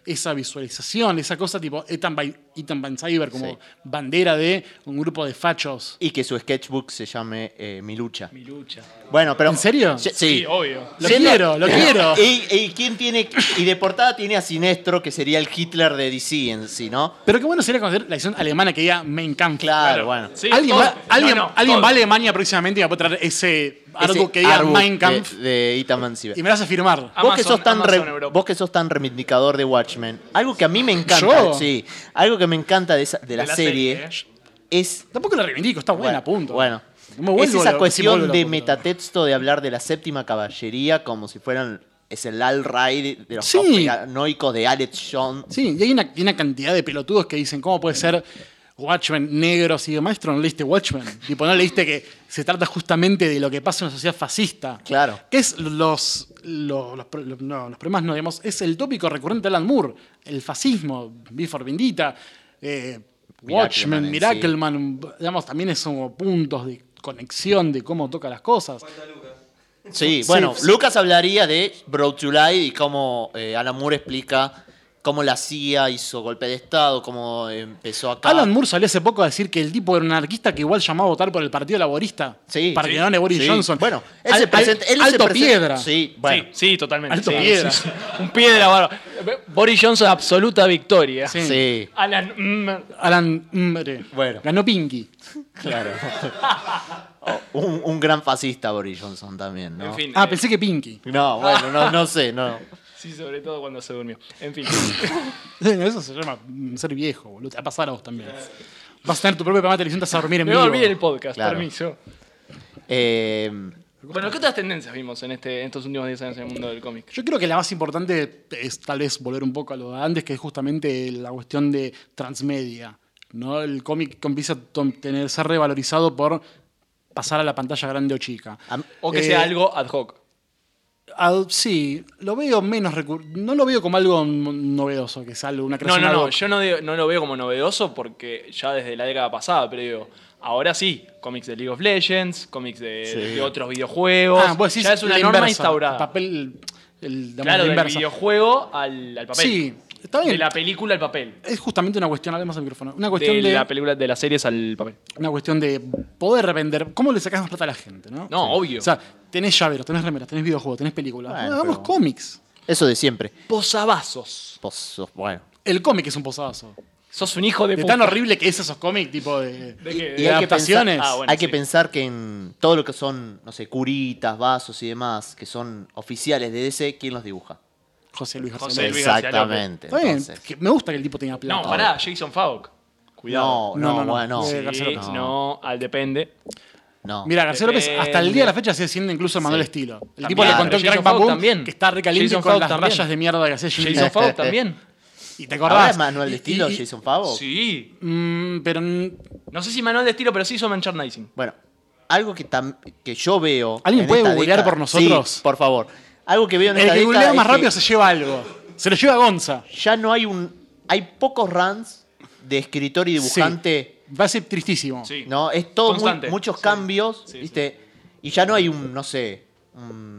Speaker 1: esa visualización, esa cosa tipo Ethan, Bai- Ethan Van Cyber como
Speaker 3: Sí.
Speaker 1: bandera de un grupo de fachos.
Speaker 3: Y que su sketchbook se llame eh, Mi Lucha.
Speaker 2: Mi lucha.
Speaker 3: Bueno, pero.
Speaker 1: ¿En serio?
Speaker 3: Sí.
Speaker 2: Sí, obvio.
Speaker 1: Lo
Speaker 3: Siendo- <laughs>
Speaker 1: quiero, lo quiero.
Speaker 3: Y, y quién tiene. Y de portada tiene a Sinestro, que sería el Hitler de DC en sí, ¿no?
Speaker 1: Pero qué bueno sería conocer la edición alemana que diga Mein Kampf.
Speaker 3: Claro, bueno.
Speaker 2: Sí,
Speaker 1: alguien
Speaker 2: todo.
Speaker 1: va, alguien,
Speaker 2: No, no,
Speaker 1: alguien
Speaker 2: todo.
Speaker 1: va a Alemania próximamente y me va a traer ese artbook
Speaker 3: Ese eh.
Speaker 1: que diga
Speaker 3: artbook
Speaker 1: Mein Kampf
Speaker 3: De, de Ethan Van Siever.
Speaker 1: y me lo hace firmar.
Speaker 2: Ah,
Speaker 3: vos, que
Speaker 2: Amazon-
Speaker 3: sos tan
Speaker 2: Amazon
Speaker 3: re-
Speaker 2: Europa.
Speaker 3: vos que sos tan reivindicador de Watchmen, algo que a mí me encanta,
Speaker 1: ¿Yo?
Speaker 3: sí, algo que me encanta de, esa- de la,
Speaker 2: la
Speaker 3: serie,
Speaker 2: serie,
Speaker 3: es
Speaker 1: eh. Tampoco la reivindico, está buena,
Speaker 3: bueno,
Speaker 1: punto.
Speaker 3: Bueno,
Speaker 1: No me vuelvo
Speaker 3: es esa
Speaker 1: loco, sí me
Speaker 3: cuestión
Speaker 1: vuelvo
Speaker 3: de
Speaker 1: loco, pero-
Speaker 3: metatexto de hablar de la séptima caballería como si fueran es el Al Ray de los
Speaker 1: Sí.
Speaker 3: conspiranoicos de Alex Jones.
Speaker 1: Sí, y hay una, y una cantidad de pelotudos que dicen, ¿cómo puede ser Watchmen negro si maestro no leíste Watchmen? tipo, no leíste que se trata justamente de lo que pasa en una sociedad fascista.
Speaker 3: Claro.
Speaker 1: Que es los, los, los, pro- no, los problemas, no digamos, es el tópico recurrente de Alan Moore, el fascismo, Before Vendita, eh, Watchmen,
Speaker 3: Miracleman en
Speaker 1: Miracleman, digamos, también es como puntos de conexión de cómo toca las cosas.
Speaker 3: Sí,
Speaker 1: Sí,
Speaker 3: bueno,
Speaker 1: sí.
Speaker 3: Lucas hablaría de Broad July y cómo eh, Alan Moore explica cómo la CIA hizo golpe de Estado, cómo empezó acá.
Speaker 1: Alan Moore salió hace poco a decir que el tipo era un anarquista que igual llamaba a votar por el Partido Laborista
Speaker 3: Sí,
Speaker 1: para
Speaker 3: sí,
Speaker 1: que gane Boris
Speaker 3: sí.
Speaker 1: Johnson.
Speaker 3: Bueno, él se
Speaker 1: Al-
Speaker 3: presenta-
Speaker 1: al-
Speaker 3: él se
Speaker 1: alto
Speaker 3: presenta-
Speaker 1: piedra.
Speaker 3: Sí, bueno.
Speaker 2: Sí, sí, totalmente.
Speaker 1: Alto
Speaker 2: sí,
Speaker 1: piedra.
Speaker 2: sí, sí. Un piedra, bárbaro. Boris Johnson, absoluta victoria.
Speaker 1: Sí.
Speaker 3: sí.
Speaker 2: Alan, mm,
Speaker 1: Alan Mre.
Speaker 3: Bueno.
Speaker 1: Ganó Pinky.
Speaker 3: <laughs> Claro. O Oh, un, un gran fascista Boris Johnson también, ¿no?
Speaker 2: en fin.
Speaker 1: Ah,
Speaker 2: eh,
Speaker 1: pensé que Pinky.
Speaker 3: No, bueno, no, no sé, no.
Speaker 2: Sí, sobre todo cuando se durmió. En fin.
Speaker 1: <laughs>
Speaker 2: <laughs>
Speaker 1: Eso se llama mm, ser viejo, boludo. Te va a pasar a vos también. Vas a tener tu propio programa de televisión, te vas a dormir en
Speaker 2: Me voy a
Speaker 1: vivo.
Speaker 2: olvidar el podcast,
Speaker 3: Claro.
Speaker 2: permiso.
Speaker 3: Eh,
Speaker 2: Bueno, ¿qué otras tendencias vimos en, este, en estos últimos 10 años en el mundo del cómic?
Speaker 1: Yo creo que la más importante es tal vez volver un poco a lo de antes, que es justamente la cuestión de transmedia. ¿no? El cómic que empieza a tom- tener, ser revalorizado por pasar a la pantalla grande o chica.
Speaker 3: Am-
Speaker 2: O que
Speaker 1: Eh,
Speaker 2: sea algo ad hoc.
Speaker 1: Al- sí, lo veo menos recur- No lo veo como algo mm, novedoso, que es algo, una
Speaker 2: No,
Speaker 1: creación
Speaker 2: no,
Speaker 1: ad
Speaker 2: no,
Speaker 1: hoc.
Speaker 2: yo no, digo- no lo veo como novedoso porque ya desde la década pasada, pero digo, ahora sí, cómics de League of Legends, cómics de,
Speaker 3: Sí.
Speaker 2: de otros videojuegos,
Speaker 1: Ah, vos decís
Speaker 2: ya es una
Speaker 1: la
Speaker 2: norma
Speaker 1: inversa,
Speaker 2: instaurada.
Speaker 1: El papel, el, digamos,
Speaker 2: claro,
Speaker 1: la
Speaker 2: del
Speaker 1: inversa.
Speaker 2: videojuego al, al papel.
Speaker 1: Sí, está bien.
Speaker 2: De la película al papel.
Speaker 1: Es justamente una cuestión, además del micrófono, una cuestión
Speaker 2: De
Speaker 1: de,
Speaker 2: la película de las series al papel.
Speaker 1: una cuestión de poder vender. ¿Cómo le sacás más plata a la gente? No,
Speaker 2: No, obvio.
Speaker 1: O sea, tenés llaveros, tenés remeras, tenés videojuegos, tenés películas.
Speaker 3: Bueno,
Speaker 1: Hagamos
Speaker 3: pero-
Speaker 1: cómics.
Speaker 3: eso de siempre.
Speaker 2: posavasos.
Speaker 3: Vos sos- bueno.
Speaker 1: El cómic es un posadazo.
Speaker 2: Sos un hijo de,
Speaker 1: De
Speaker 2: puta.
Speaker 1: tan horrible que es esos cómics, tipo de,
Speaker 2: ¿De qué?
Speaker 1: de
Speaker 3: Y hay que
Speaker 1: adaptaciones.
Speaker 2: pensar- Eh, ah, bueno.
Speaker 3: Hay que
Speaker 2: sí.
Speaker 3: pensar que en todo lo que son, no sé, curitas, vasos y demás, que son oficiales de DC, ¿quién los dibuja?
Speaker 1: José Luis García
Speaker 2: José
Speaker 1: López.
Speaker 2: Luis
Speaker 3: Exactamente.
Speaker 1: Está bien,
Speaker 3: entonces.
Speaker 1: que me gusta que el tipo tenga plata.
Speaker 2: No, pará, Jason Falk. Cuidado.
Speaker 3: No, no,
Speaker 1: No, no, no.
Speaker 3: bueno,
Speaker 1: Sí.
Speaker 3: no.
Speaker 1: García
Speaker 2: Sí,
Speaker 1: López.
Speaker 2: no, al depende.
Speaker 3: no.
Speaker 1: Mira, García López hasta el
Speaker 2: Depende.
Speaker 1: día de la fecha sigue siendo incluso Manuel
Speaker 3: Sí.
Speaker 1: Estilo. El
Speaker 2: Eh, También,
Speaker 1: tipo le contó
Speaker 2: pero
Speaker 1: en Crack
Speaker 2: Jason
Speaker 1: Bam
Speaker 2: Fawkes
Speaker 1: Boom
Speaker 2: también.
Speaker 1: que está recaliente
Speaker 2: Jason
Speaker 1: con
Speaker 2: Fawkes
Speaker 1: las
Speaker 2: también.
Speaker 1: rayas de mierda que hacía Jimmy
Speaker 2: Jason
Speaker 1: Fawkes.
Speaker 2: Falk también.
Speaker 1: <laughs> ¿Y te
Speaker 3: ¿Ahora
Speaker 1: acordás?
Speaker 3: es Manuel de
Speaker 1: Y-
Speaker 3: estilo,
Speaker 1: y-
Speaker 3: Jason Favreau?
Speaker 2: Sí.
Speaker 1: Mm, pero mm,
Speaker 2: No sé si manual de estilo, pero sí hizo merchandising.
Speaker 3: Bueno, algo que, tam- que yo veo.
Speaker 1: ¿Alguien
Speaker 3: en
Speaker 1: puede
Speaker 3: esta
Speaker 1: googlear
Speaker 3: década-
Speaker 1: por nosotros?
Speaker 3: Sí, por favor. Algo que veo en
Speaker 1: el
Speaker 3: esta
Speaker 1: que
Speaker 3: década
Speaker 1: googlea más
Speaker 3: es que
Speaker 1: rápido se lleva algo. Se lo lleva Gonza.
Speaker 3: Ya no hay un. Hay pocos runs de escritor y dibujante.
Speaker 1: Sí. Va a ser tristísimo.
Speaker 2: Sí.
Speaker 3: ¿No? Es todo muy-
Speaker 2: Constante.
Speaker 3: muchos
Speaker 2: Sí.
Speaker 3: cambios,
Speaker 2: Sí,
Speaker 3: ¿viste? Y ya no hay un, no sé. Un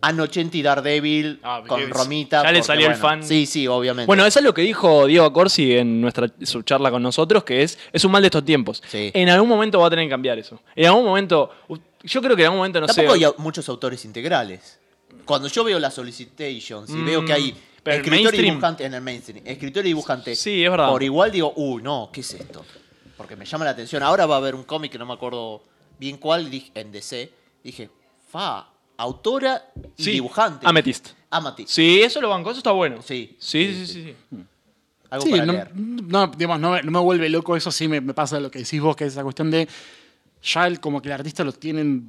Speaker 3: Anochenti Daredevil
Speaker 2: Ah,
Speaker 3: con
Speaker 2: porque
Speaker 3: Romita.
Speaker 2: ya le
Speaker 3: porque,
Speaker 2: salió el
Speaker 3: bueno,
Speaker 2: fan.
Speaker 3: Sí, sí, obviamente.
Speaker 2: Bueno, eso es lo que dijo Diego Corsi en nuestra su charla con nosotros, que es, es un mal de estos tiempos.
Speaker 3: Sí.
Speaker 2: En algún momento va a tener que cambiar eso. En algún momento, uh, u- yo creo que en algún momento, no
Speaker 3: Tampoco
Speaker 2: sé...
Speaker 3: hay au- muchos autores integrales. Cuando yo veo las solicitations y
Speaker 2: Mm,
Speaker 3: veo que hay
Speaker 2: pero el
Speaker 3: escritor y
Speaker 2: mainstream.
Speaker 3: dibujante en el mainstream, escritor y dibujante,
Speaker 2: Sí, es verdad.
Speaker 3: por igual digo, uh, no, ¿qué es esto? Porque me llama la atención. Ahora va a haber un cómic que no me acuerdo bien cuál, dije- en DC, dije, fa, autora y
Speaker 2: Sí,
Speaker 3: dibujante.
Speaker 2: Amethyst.
Speaker 3: Amethyst.
Speaker 2: Sí, eso lo banco, eso está bueno.
Speaker 3: Sí.
Speaker 2: Sí, sí, sí. sí.
Speaker 3: Algo
Speaker 1: Sí,
Speaker 3: para
Speaker 1: no,
Speaker 3: leer.
Speaker 1: no, digamos, no, me- no me vuelve loco eso, sí me, me pasa lo que decís vos, que es esa cuestión de ya el- como que el artista lo tienen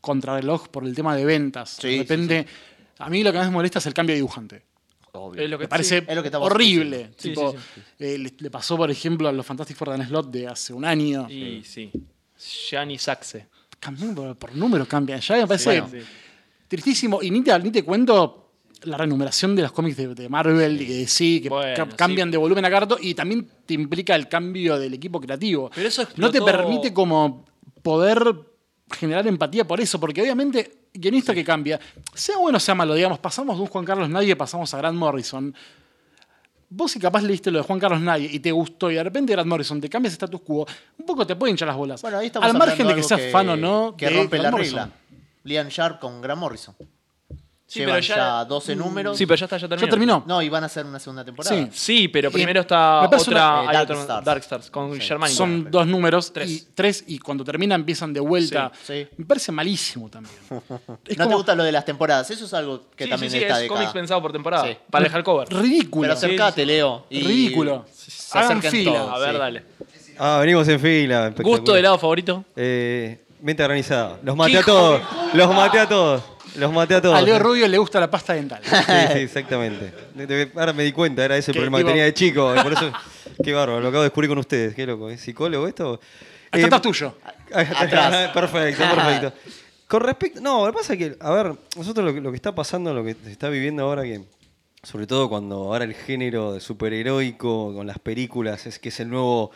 Speaker 1: contrarreloj por el tema de ventas.
Speaker 3: Sí,
Speaker 1: de repente, a mí lo que más me molesta es el cambio de dibujante.
Speaker 3: Obvio.
Speaker 2: Es lo que
Speaker 1: Me parece
Speaker 3: es lo que estamos
Speaker 1: horrible.
Speaker 2: Sí,
Speaker 1: Tipo,
Speaker 2: sí,
Speaker 1: eh, le, le pasó, por ejemplo, a los Fantastic Four de Dan Slott de hace un año. Eh,
Speaker 2: Y sí. Gianni Saxe.
Speaker 1: Cambian por, por números, cambian. Ya me parece
Speaker 2: Sí.
Speaker 1: tristísimo. Y ni te, ni te cuento la renumeración de los cómics de, de Marvel y de DC, que
Speaker 2: Bueno,
Speaker 1: ca-
Speaker 2: sí.
Speaker 1: cambian de volumen a carto y también te implica el cambio del equipo creativo.
Speaker 2: Pero eso
Speaker 1: no te
Speaker 2: explotó-
Speaker 1: permite como poder generar empatía por eso, porque obviamente guionista que cambia, sea bueno o sea malo, digamos, pasamos de un Juan Carlos Nadie, pasamos a Grant Morrison. Vos si capaz leíste lo de Juan Carlos Nadie y te gustó y de repente Grant Morrison te cambias status quo, un poco te pueden hinchar las bolas.
Speaker 3: Bueno, ahí estamos
Speaker 1: Al margen de
Speaker 3: hablando
Speaker 1: que
Speaker 3: algo
Speaker 1: seas fan o no,
Speaker 3: Que
Speaker 1: de
Speaker 3: rompe
Speaker 1: Grant
Speaker 3: la
Speaker 1: Morrison.
Speaker 3: regla. Liam Sharp con Graham Morrison.
Speaker 2: Sí,
Speaker 3: Llevan
Speaker 2: pero ya-
Speaker 3: ya, 12 números.
Speaker 2: Sí, pero ya está, ya terminó.
Speaker 1: Ya terminó.
Speaker 3: No, y van a hacer una segunda temporada.
Speaker 1: Sí.
Speaker 2: Sí, pero
Speaker 1: Y
Speaker 2: primero está
Speaker 1: me parece
Speaker 2: Ah, otra.
Speaker 3: una- eh,
Speaker 2: hay
Speaker 3: Dark
Speaker 2: otro-
Speaker 3: Stars.
Speaker 2: Dark Stars con
Speaker 3: Sí.
Speaker 2: Germánico.
Speaker 1: Son dos números,
Speaker 2: Tres.
Speaker 1: Y, tres, y cuando termina empiezan de vuelta.
Speaker 3: Sí, sí.
Speaker 1: Me parece malísimo también.
Speaker 3: <laughs>
Speaker 1: Es
Speaker 3: no te
Speaker 1: como
Speaker 3: gusta lo de las temporadas. Eso es algo que
Speaker 2: sí,
Speaker 3: también
Speaker 2: sí, sí,
Speaker 3: está
Speaker 2: es
Speaker 3: de
Speaker 2: cómics pensado por temporada.
Speaker 3: Sí.
Speaker 2: Para dejar cover.
Speaker 1: ridículo.
Speaker 3: Pero acercate, Leo. y
Speaker 1: Ridículo.
Speaker 3: Se
Speaker 1: Hagan
Speaker 3: acercan
Speaker 1: fila.
Speaker 3: todos,
Speaker 2: A ver,
Speaker 3: sí.
Speaker 2: dale.
Speaker 5: Ah, venimos en fila. espectacular.
Speaker 2: Gusto de helado favorito.
Speaker 5: Eh, venta organizada. Los maté a
Speaker 2: ¡Hijo
Speaker 5: todos. Los maté a todos. Los maté a todos.
Speaker 1: A Leo Rubio le gusta la
Speaker 3: <laughs>
Speaker 1: pasta dental.
Speaker 5: Sí, sí, exactamente. De- de- Ahora me di cuenta, era ese el
Speaker 1: Que,
Speaker 5: problema
Speaker 1: tipo-
Speaker 5: que tenía de chico. y Por eso, qué bárbaro, lo acabo de descubrir con ustedes. Qué loco, ¿es psicólogo esto?
Speaker 1: Hasta
Speaker 5: Eh,
Speaker 1: está tuyo.
Speaker 3: Atrás.
Speaker 5: <laughs> perfecto, perfecto. Con respecto. No, lo que pasa es que, a ver, nosotros lo que, lo que está pasando, lo que se está viviendo ahora que. Sobre todo cuando ahora el género de superheroico con las películas es que es el nuevo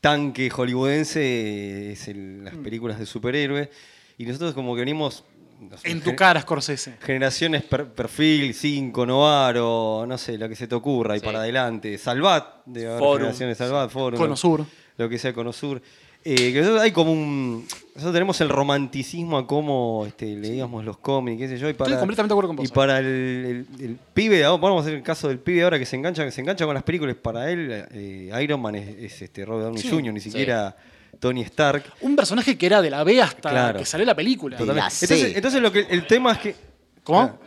Speaker 5: tanque hollywoodense, eh, es el-
Speaker 1: Mm.
Speaker 5: las películas de superhéroes. Y nosotros como que venimos. no sé,
Speaker 1: En tu
Speaker 5: gen-
Speaker 1: cara, Scorsese.
Speaker 5: Generaciones per- perfil 5, Novaro, no sé, lo que se te ocurra y para adelante. Salvat, de haber
Speaker 2: Forum.
Speaker 5: generaciones Salvat, Forum.
Speaker 1: Cono
Speaker 5: lo-
Speaker 1: Sur.
Speaker 5: Lo que sea Conosur. Eh, que nosotros hay como un. Nosotros tenemos el romanticismo a cómo este, leíamos los cómics, qué sé yo. Y para,
Speaker 1: completamente de acuerdo con vos. eh.
Speaker 5: Y para el, el- el pibe, de ahora, vamos a hacer el caso del pibe ahora que se engancha, que se engancha con las películas. Para él, eh, Iron Man es, es, este, Robert Downey
Speaker 1: Sí.
Speaker 5: Jr., ni siquiera Tony Stark.
Speaker 1: Un personaje que era de la B hasta
Speaker 5: Claro.
Speaker 1: que salió la película.
Speaker 3: Totalmente. La C.
Speaker 5: Entonces, entonces lo que el tema es que. eh,
Speaker 1: ¿Cómo?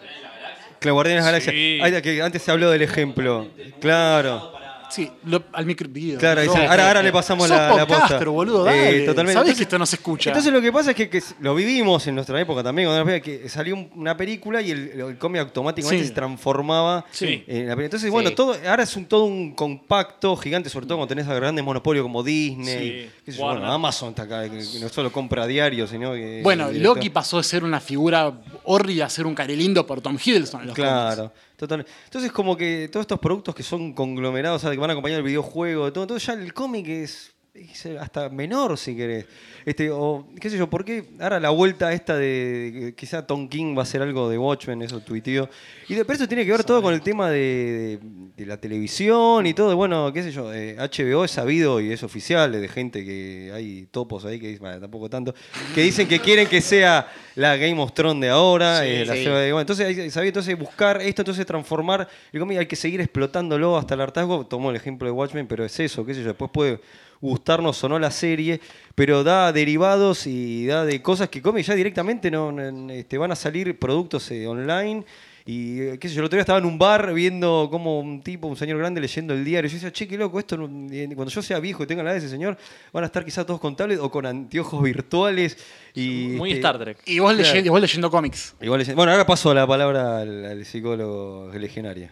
Speaker 5: Claro, Guardianes Ah. de la Galaxia.
Speaker 2: Sí.
Speaker 5: Ahí está, que antes se habló del ejemplo. Claro.
Speaker 1: Sí, lo- al micro. Dios,
Speaker 5: Claro, ahí
Speaker 1: no.
Speaker 5: se- ahora, ahora le pasamos
Speaker 1: Sos
Speaker 5: la, la posta.
Speaker 1: podcaster, boludo, dale. Sabés que esto no se escucha.
Speaker 5: Entonces lo que pasa es que, que lo vivimos en nuestra época también, cuando era pibe, que salió un- una película y el, el cómic automáticamente
Speaker 1: Sí.
Speaker 5: se transformaba
Speaker 1: Sí.
Speaker 5: en la película. Entonces, bueno,
Speaker 3: Sí.
Speaker 5: todo, ahora es un, todo un compacto gigante, sobre todo cuando tenés a grandes monopolios como Disney.
Speaker 2: Sí.
Speaker 5: qué sé yo, bueno,
Speaker 2: Warner.
Speaker 5: Amazon está acá, que, que no solo compra a diario, sino que...
Speaker 1: Bueno,
Speaker 5: que-
Speaker 1: Loki pasó de ser una figura horrible a ser un carelindo por Tom Hiddleston. en los cómics.
Speaker 5: Claro, total. Entonces, como que todos estos productos que son conglomerados, o sea, que van acompañados del videojuego, de todo, entonces ya el cómic es, es hasta menor, si querés. Este, o, qué sé yo, ¿por qué ahora la vuelta esta de, de- quizá Tom King va a hacer algo de Watchmen, eso tuiteo? Y de, pero eso tiene que ver todo con el tema de, de- de la televisión y todo, bueno, qué sé yo, eh, HBO es sabido y es oficial, de gente que hay topos ahí que dicen, "Bah, tampoco tanto, que dicen que quieren que sea la Game of Thrones de ahora, eh, la
Speaker 3: sí.
Speaker 5: Seba de eh, bueno, entonces, hay- ¿sabés? entonces buscar esto, entonces transformar el cómic, hay que seguir explotándolo hasta el hartazgo. Tomo el ejemplo de Watchmen, pero es eso, qué sé yo. Después puede gustarnos o no la serie, pero da derivados y da de cosas que cómic ya directamente no, no- este, van a salir productos eh, online. Y eh, qué sé yo, el otro día estaba en un bar viendo como un tipo, un señor grande leyendo el diario. Yo decía, che, qué loco, esto no- eh, cuando yo sea viejo y tenga la edad de ese señor, van a estar quizás todos con tablets o con anteojos virtuales. Y,
Speaker 2: Muy
Speaker 5: este,
Speaker 2: Star Trek.
Speaker 1: Y vos, leyendo, y vos leyendo cómics.
Speaker 5: Igual es- bueno, ahora paso la palabra al, al psicólogo legionario.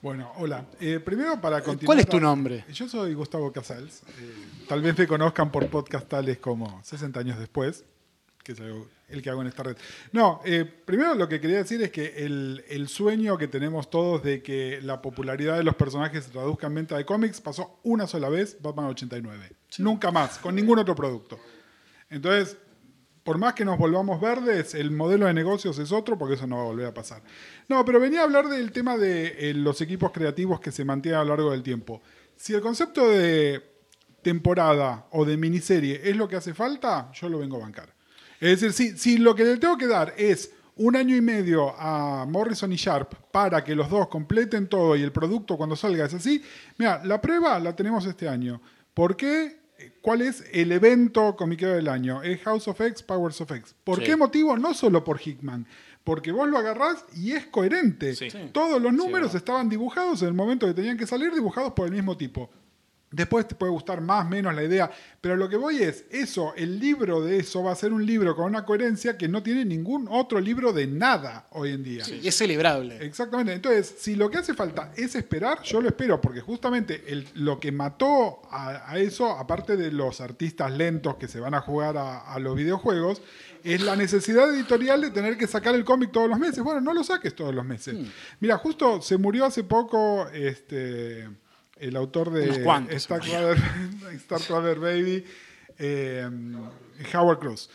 Speaker 8: Bueno, hola. Eh, primero para continuar. Eh,
Speaker 1: ¿Cuál es tu nombre?
Speaker 8: Yo soy Gustavo Casals. Eh, tal vez me conozcan por podcast tales como 60 años después, que es algo- el que hago en esta red. No, eh, primero lo que quería decir es que el, el sueño que tenemos todos de que la popularidad de los personajes se traduzca en venta de cómics pasó una sola vez, Batman 89. Nunca más, con ningún otro producto. Entonces, por más que nos volvamos verdes, el modelo de negocios es otro porque eso no va a volver a pasar. No, pero venía a hablar del tema de eh, los equipos creativos que se mantienen a lo largo del tiempo. Si el concepto de temporada o de miniserie es lo que hace falta, yo lo vengo a bancar. Es decir, si, si lo que le tengo que dar es un año y medio a Morrison y Sharp para que los dos completen todo y el producto cuando salga es así, mira, la prueba la tenemos este año. ¿Por qué? ¿Cuál es el evento comiquero del año? Es House of X, Powers of X. ¿Por qué motivo? No solo por Hickman. Porque vos lo agarrás y es coherente. Todos los números estaban dibujados en el momento que tenían que salir, dibujados por el mismo tipo. Después te puede gustar más, menos la idea, pero lo que voy es, eso, el libro de eso va a ser un libro con una coherencia que no tiene ningún otro libro de nada hoy en día.
Speaker 1: Y es celebrable.
Speaker 8: Exactamente. Entonces, si lo que hace falta es esperar, yo lo espero, porque justamente el- lo que mató a, a eso, aparte de los artistas lentos que se van a jugar a, a los videojuegos, es la necesidad editorial de tener que sacar el cómic todos los meses. Bueno, no lo saques todos los meses.
Speaker 1: Mm.
Speaker 8: Mira, justo se murió hace poco este, el autor
Speaker 1: Unos
Speaker 8: de
Speaker 1: cuantos,
Speaker 8: Star Traveler, <laughs> Star Traveler Baby, eh, Howard Cruz.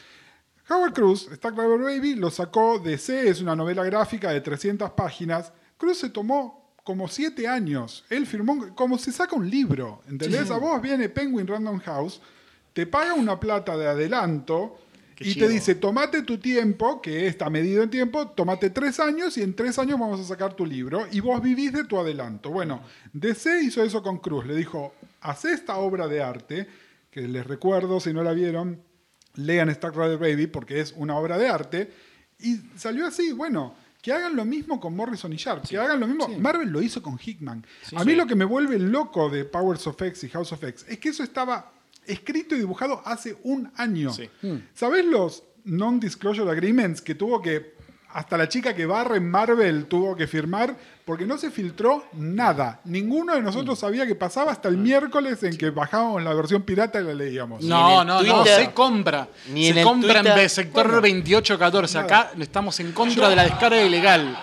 Speaker 8: Howard Cruz, Star Driver Baby, lo sacó de C, es una novela gráfica de 300 páginas. Cruz se tomó como 7 años. Él firmó un- como se saca un libro. ¿Entendés? A vos viene Penguin Random House, te paga una plata de adelanto y te dice, tomate tu tiempo, que está medido en tiempo, tomate 3 años y en 3 años vamos a sacar tu libro y vos vivís de tu adelanto. Bueno, DC hizo eso con Cruz. Le dijo, haz esta obra de arte, que les recuerdo si no la vieron, lean Star Rider Baby porque es una obra de arte. Y salió así, bueno, que hagan lo mismo con Morrison y Sharp, que hagan lo mismo. Marvel lo hizo con Hickman. a mí lo que me vuelve loco de Powers of X y
Speaker 3: Hmm.
Speaker 8: House of X es que eso estaba escrito y dibujado hace un año. ¿Sabés los non-disclosure agreements que tuvo que. Hasta la chica que barre en Marvel tuvo que firmar porque no se filtró nada. Ninguno de nosotros
Speaker 1: Hmm.
Speaker 8: sabía que pasaba hasta el miércoles en que bajábamos la versión pirata y la leíamos.
Speaker 1: No,
Speaker 3: el
Speaker 1: no, no,
Speaker 3: Twitter-
Speaker 1: se compra.
Speaker 3: Ni en
Speaker 1: se
Speaker 3: el
Speaker 1: compra en
Speaker 3: Twitter-
Speaker 1: B- sector 2814. Acá estamos en contra de la descarga ilegal.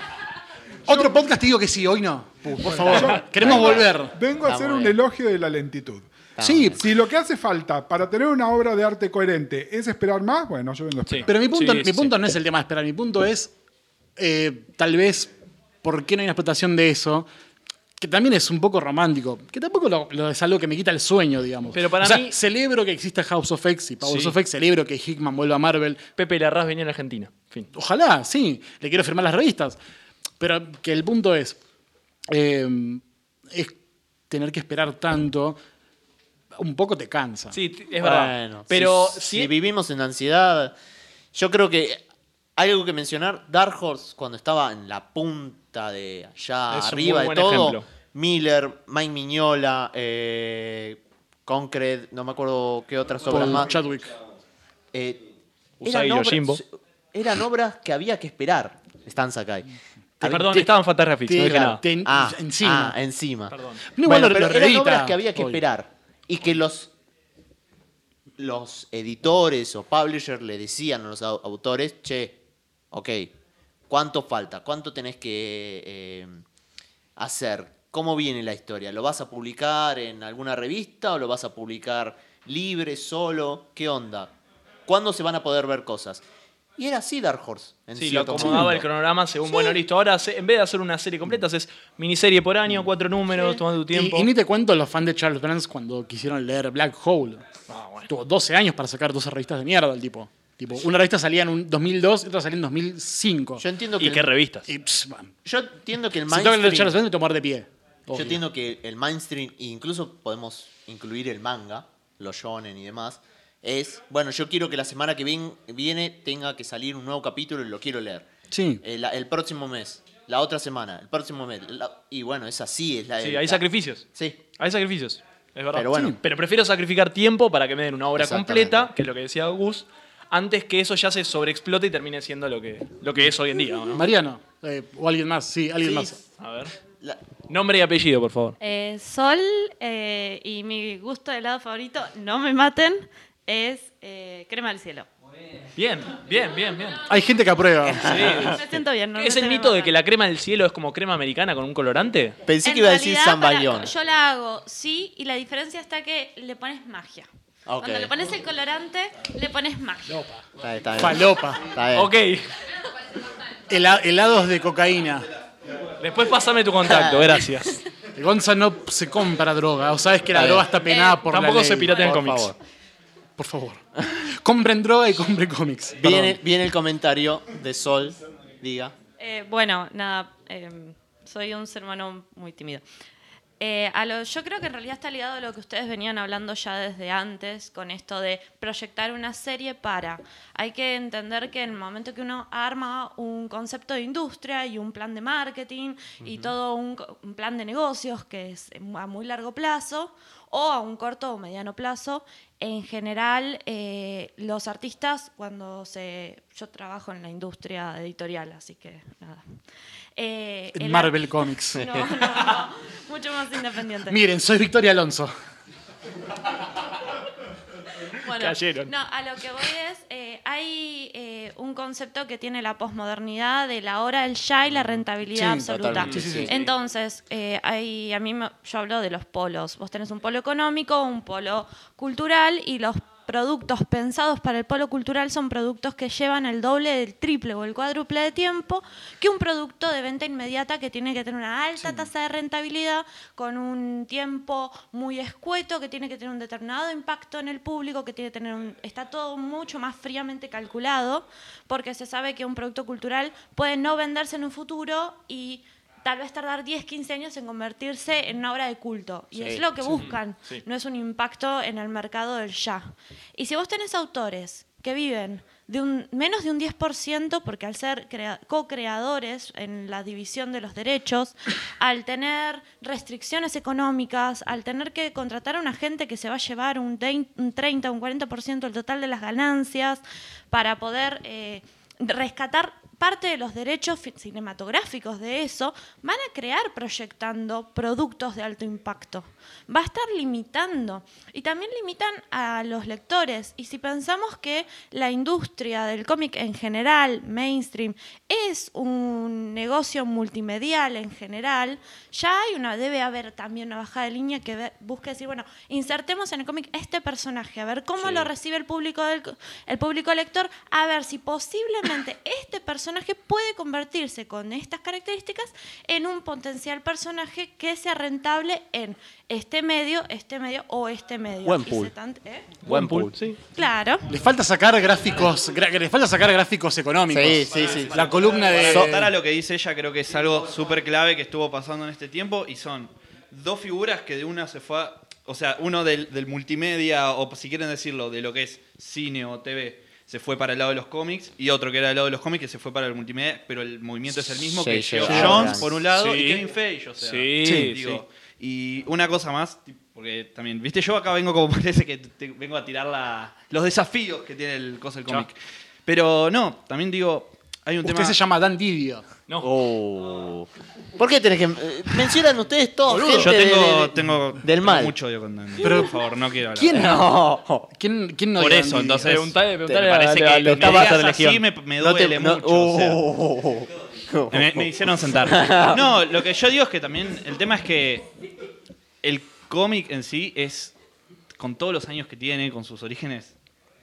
Speaker 1: Otro podcast te digo que sí, hoy no. Por
Speaker 8: <laughs>
Speaker 1: favor, queremos volver.
Speaker 8: Vengo a
Speaker 3: Está
Speaker 8: hacer
Speaker 3: muy
Speaker 8: un
Speaker 3: bien.
Speaker 8: elogio de la lentitud.
Speaker 1: Sí,
Speaker 8: Si lo que hace falta para tener una obra de arte coherente es esperar más, bueno, yo vengo a esperar.
Speaker 1: Pero mi punto,
Speaker 2: Sí,
Speaker 1: mi
Speaker 2: sí,
Speaker 1: punto
Speaker 2: sí.
Speaker 1: no es el tema de esperar, mi punto es eh, tal vez por qué no hay una explotación de eso, que también es un poco romántico, que tampoco lo, lo es algo que me quita el sueño, digamos.
Speaker 2: Pero para
Speaker 1: O sea,
Speaker 2: mí-
Speaker 1: celebro que exista House of X y Power
Speaker 2: Sí.
Speaker 1: of X, celebro que Hickman vuelva a Marvel.
Speaker 2: Pepe Larraz venía a la Argentina. Fin.
Speaker 1: Ojalá, sí, le quiero firmar las revistas. Pero que el punto es, eh, es tener que esperar tanto, un poco te cansa.
Speaker 2: Sí, t- es verdad.
Speaker 3: Bueno,
Speaker 2: Pero
Speaker 3: si,
Speaker 2: sí,
Speaker 3: si vivimos en ansiedad, yo creo que hay algo que mencionar. Dark Horse, cuando estaba en la punta de allá,
Speaker 2: Es un
Speaker 3: arriba
Speaker 2: muy
Speaker 3: de
Speaker 2: buen
Speaker 3: todo,
Speaker 2: ejemplo.
Speaker 3: Miller, Mike Mignola, eh, Concrete, no me acuerdo qué otras
Speaker 1: Por
Speaker 3: obras más.
Speaker 1: Chadwick.
Speaker 3: Eh,
Speaker 2: Usagi
Speaker 3: eran,
Speaker 2: Yojimbo.
Speaker 3: obras, eran obras que había que esperar. Están Sakai.
Speaker 2: eh,
Speaker 3: Había-
Speaker 2: perdón,
Speaker 3: te-
Speaker 2: estaban Fantasgraphics. no
Speaker 1: te-
Speaker 2: dije nada.
Speaker 1: te-
Speaker 3: Ah,
Speaker 1: encima.
Speaker 3: ah, encima.
Speaker 1: No, igual
Speaker 3: Bueno,
Speaker 1: lo-
Speaker 3: pero
Speaker 1: lo
Speaker 3: eran
Speaker 1: reedita,
Speaker 3: obras que había que
Speaker 1: obvio.
Speaker 3: esperar. Y que los, los editores o publishers le decían a los au- autores, che, ok, ¿cuánto falta? ¿Cuánto tenés que eh, hacer? ¿Cómo viene la historia? ¿Lo vas a publicar en alguna revista o lo vas a publicar libre, solo? ¿Qué onda? ¿Cuándo se van a poder ver cosas? Y era así Dark Horse. En
Speaker 2: Sí, lo
Speaker 3: cierto
Speaker 2: acomodaba
Speaker 3: punto.
Speaker 2: el cronograma según, bueno, listo. Ahora, se- en vez de hacer una serie completa, haces miniserie por año, cuatro números, tomando tu tiempo.
Speaker 1: Y, y ni te cuento los fans de Charles Brands cuando quisieron leer Black Hole.
Speaker 3: Ah,
Speaker 1: Tuvo 12 años para sacar 12 revistas de mierda el tipo. tipo una revista salía en un 2002 y otra salía en 2005.
Speaker 3: Yo entiendo que,
Speaker 2: ¿Y qué
Speaker 3: el,
Speaker 2: revistas?
Speaker 1: y, pss, man,
Speaker 3: yo entiendo que el
Speaker 1: si tengo que leer
Speaker 3: mainstream-
Speaker 1: Charles Brands, me tomar de pie. Obvio.
Speaker 3: Yo entiendo que el mainstream, e incluso podemos incluir el manga, los shonen y demás, es, bueno, yo quiero que la semana que vien- viene tenga que salir un nuevo capítulo y lo quiero leer.
Speaker 1: Sí.
Speaker 3: El, el próximo mes, la otra semana, el próximo mes. la- y bueno, es así. Es la,
Speaker 2: Sí,
Speaker 3: la-
Speaker 2: hay sacrificios.
Speaker 3: Sí,
Speaker 2: Hay sacrificios. Es verdad.
Speaker 3: Pero bueno.
Speaker 2: Sí. Pero prefiero sacrificar tiempo para que me den una obra
Speaker 3: Exactamente.
Speaker 2: completa, que es lo que decía Gus, antes que eso ya se sobreexplote y termine siendo lo que, lo que es hoy en día. ¿no?
Speaker 1: Mariano, eh, o alguien más, sí, alguien
Speaker 3: Sí.
Speaker 1: más.
Speaker 2: A ver.
Speaker 3: la-
Speaker 2: Nombre y apellido, por favor.
Speaker 9: Eh, Sol eh, y mi gusto de helado favorito, no me maten, es eh, crema del cielo.
Speaker 2: Bien, bien, bien, bien.
Speaker 1: Hay gente
Speaker 3: <laughs>
Speaker 1: que aprueba.
Speaker 9: Me siento bien. No
Speaker 2: ¿Es
Speaker 9: me
Speaker 2: el
Speaker 9: se me
Speaker 2: mito de
Speaker 9: matan.
Speaker 2: que la crema del cielo es como crema americana con un colorante?
Speaker 3: pensé
Speaker 9: En
Speaker 3: que iba a
Speaker 9: realidad,
Speaker 3: decir
Speaker 9: para-
Speaker 3: Zamballón.
Speaker 9: Yo la hago, sí, y la diferencia está que le pones magia.
Speaker 3: Ah, Ok.
Speaker 9: Cuando le pones el colorante, le pones magia.
Speaker 3: Está bien, está bien.
Speaker 1: Falopa.
Speaker 3: Está bien.
Speaker 2: Ok.
Speaker 1: Hela- helados de cocaína.
Speaker 2: Después pásame
Speaker 3: <laughs>
Speaker 2: tu
Speaker 1: <laughs>
Speaker 2: contacto, gracias.
Speaker 1: Gonza no se compra droga. O sabes que la
Speaker 3: Está
Speaker 1: droga
Speaker 3: bien.
Speaker 1: está penada
Speaker 9: Eh,
Speaker 1: por la
Speaker 2: Tampoco se
Speaker 1: ley.
Speaker 2: piratean
Speaker 3: Por
Speaker 2: cómics.
Speaker 3: favor.
Speaker 1: Por favor. <laughs> Compren droga y compren cómics.
Speaker 3: Viene,
Speaker 1: Perdón.
Speaker 3: viene el comentario de Sol, diga.
Speaker 9: Eh, bueno, nada, eh, soy un ser humano muy tímido. Eh, a lo- yo creo que en realidad está ligado a lo que ustedes venían hablando ya desde antes con esto de proyectar una serie para. Hay que entender que en el momento que uno arma un concepto de industria y un plan de marketing y todo un, co- un plan de negocios que es a muy largo plazo o a un corto o mediano plazo, en general eh, los artistas cuando se... Yo trabajo en la industria editorial, así que nada. Eh,
Speaker 1: En
Speaker 9: el ar-
Speaker 1: Marvel Comics. <laughs>
Speaker 9: no, no, no. Mucho más independiente.
Speaker 1: Miren, soy Victoria Alonso.
Speaker 9: Bueno,
Speaker 2: Cayeron.
Speaker 9: No, a lo que voy es, eh, hay eh, un concepto que tiene la posmodernidad de la hora, el ya y la rentabilidad
Speaker 1: Sí,
Speaker 9: absoluta.
Speaker 3: totalmente, Mm. sí, sí.
Speaker 9: Entonces, eh, hay, a mí me- yo hablo de los polos. Vos tenés un polo económico, un polo cultural y los productos pensados para el polo cultural son productos que llevan el doble, el triple o el cuádruple de tiempo que un producto de venta inmediata que tiene que tener una alta tasa de rentabilidad con un tiempo muy escueto, que tiene que tener un determinado impacto en el público, que tiene que tener un- está todo mucho más fríamente calculado porque se sabe que un producto cultural puede no venderse en un futuro y tal vez tardar 10, 15 años en convertirse en una obra de culto. Y es lo que buscan, no es un impacto en el mercado del ya. Y si vos tenés autores que viven de un, menos de un 10%, porque al ser crea- co-creadores en la división de los derechos, al tener restricciones económicas, al tener que contratar a una gente que se va a llevar un, dein- un 30, un 40% del total de las ganancias para poder eh, rescatar parte de los derechos fi- cinematográficos de eso, van a crear proyectando productos de alto impacto. Va a estar limitando. Y también limitan a los lectores. Y si pensamos que la industria del cómic en general, mainstream, es un negocio multimedial en general, ya hay una, debe haber también una bajada de línea que ve- busque decir, bueno, insertemos en el cómic este personaje, a ver cómo lo recibe el público, del, el público lector, a ver si posiblemente este personaje puede convertirse con estas características en un potencial personaje que sea rentable en este medio, este medio o este medio.
Speaker 10: Buen
Speaker 9: Y se
Speaker 10: pool.
Speaker 9: tant- ¿eh?
Speaker 2: Buen pool. Sí.
Speaker 9: Claro.
Speaker 1: Le falta sacar gráficos, gra- le falta sacar gráficos económicos.
Speaker 3: Sí, sí, sí.
Speaker 1: La columna de
Speaker 7: Para saltar a lo que dice ella, creo que es algo súper clave que estuvo pasando en este tiempo y son dos figuras que de una se fue a- O sea, uno del, del multimedia, o si quieren decirlo, de lo que es cine o TV, se fue para el lado de los cómics y otro que era del lado de los cómics que se fue para el multimedia, pero el movimiento es el mismo
Speaker 3: Sí,
Speaker 7: que
Speaker 3: sí,
Speaker 7: Geoff
Speaker 3: sí.
Speaker 7: Jones por un lado
Speaker 2: Sí.
Speaker 7: y Kevin Feige, o sea.
Speaker 2: Sí, sí.
Speaker 7: digo, Y una cosa más, ti- porque también, viste, yo acá vengo como <laughs> parece que te- vengo a tirar la- los desafíos que tiene el cosa del
Speaker 2: Ya.
Speaker 7: cómic. Pero no, también digo, hay un
Speaker 1: Usted
Speaker 7: tema...
Speaker 1: se llama Dan Didio.
Speaker 2: No.
Speaker 3: Oh. ¿Por qué tenés que.? eh, Mencionan ustedes todos gente
Speaker 7: Yo tengo,
Speaker 3: de- de-
Speaker 7: tengo,
Speaker 3: del
Speaker 7: tengo
Speaker 3: mal.
Speaker 7: mucho odio con Dani.
Speaker 1: Pero-
Speaker 7: por favor, no quiero hablar.
Speaker 1: ¿Quién
Speaker 3: No.
Speaker 1: ¿Quién, quién no
Speaker 7: Por
Speaker 1: dio Dan
Speaker 7: eso,
Speaker 1: Didio?
Speaker 7: entonces.
Speaker 2: Preguntale-
Speaker 1: este
Speaker 2: preguntale
Speaker 7: me parece
Speaker 2: a-
Speaker 7: que
Speaker 2: a los
Speaker 7: me
Speaker 2: tapas
Speaker 7: digas
Speaker 2: de la
Speaker 7: así
Speaker 2: legión.
Speaker 7: me, me
Speaker 3: No te-
Speaker 7: duele
Speaker 3: no-
Speaker 7: mucho.
Speaker 1: uh,
Speaker 7: o
Speaker 3: <laughs>
Speaker 7: sea,
Speaker 3: Oh.
Speaker 7: me, me
Speaker 3: <laughs>
Speaker 7: hicieron sentar. No, lo que yo digo es que también el tema es que el cómic en sí es, con todos los años que tiene, con sus orígenes,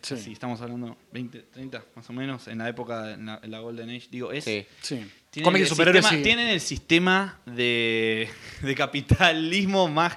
Speaker 1: Sí,
Speaker 7: si estamos hablando 20, 30 más o menos, en la época, en la, en la Golden Age, digo, es...
Speaker 3: Sí.
Speaker 1: sí.
Speaker 7: Tienen
Speaker 1: Cómic
Speaker 7: el,
Speaker 1: de superhéroes
Speaker 7: sistema,
Speaker 1: sí.
Speaker 7: tienen el sistema de, de capitalismo más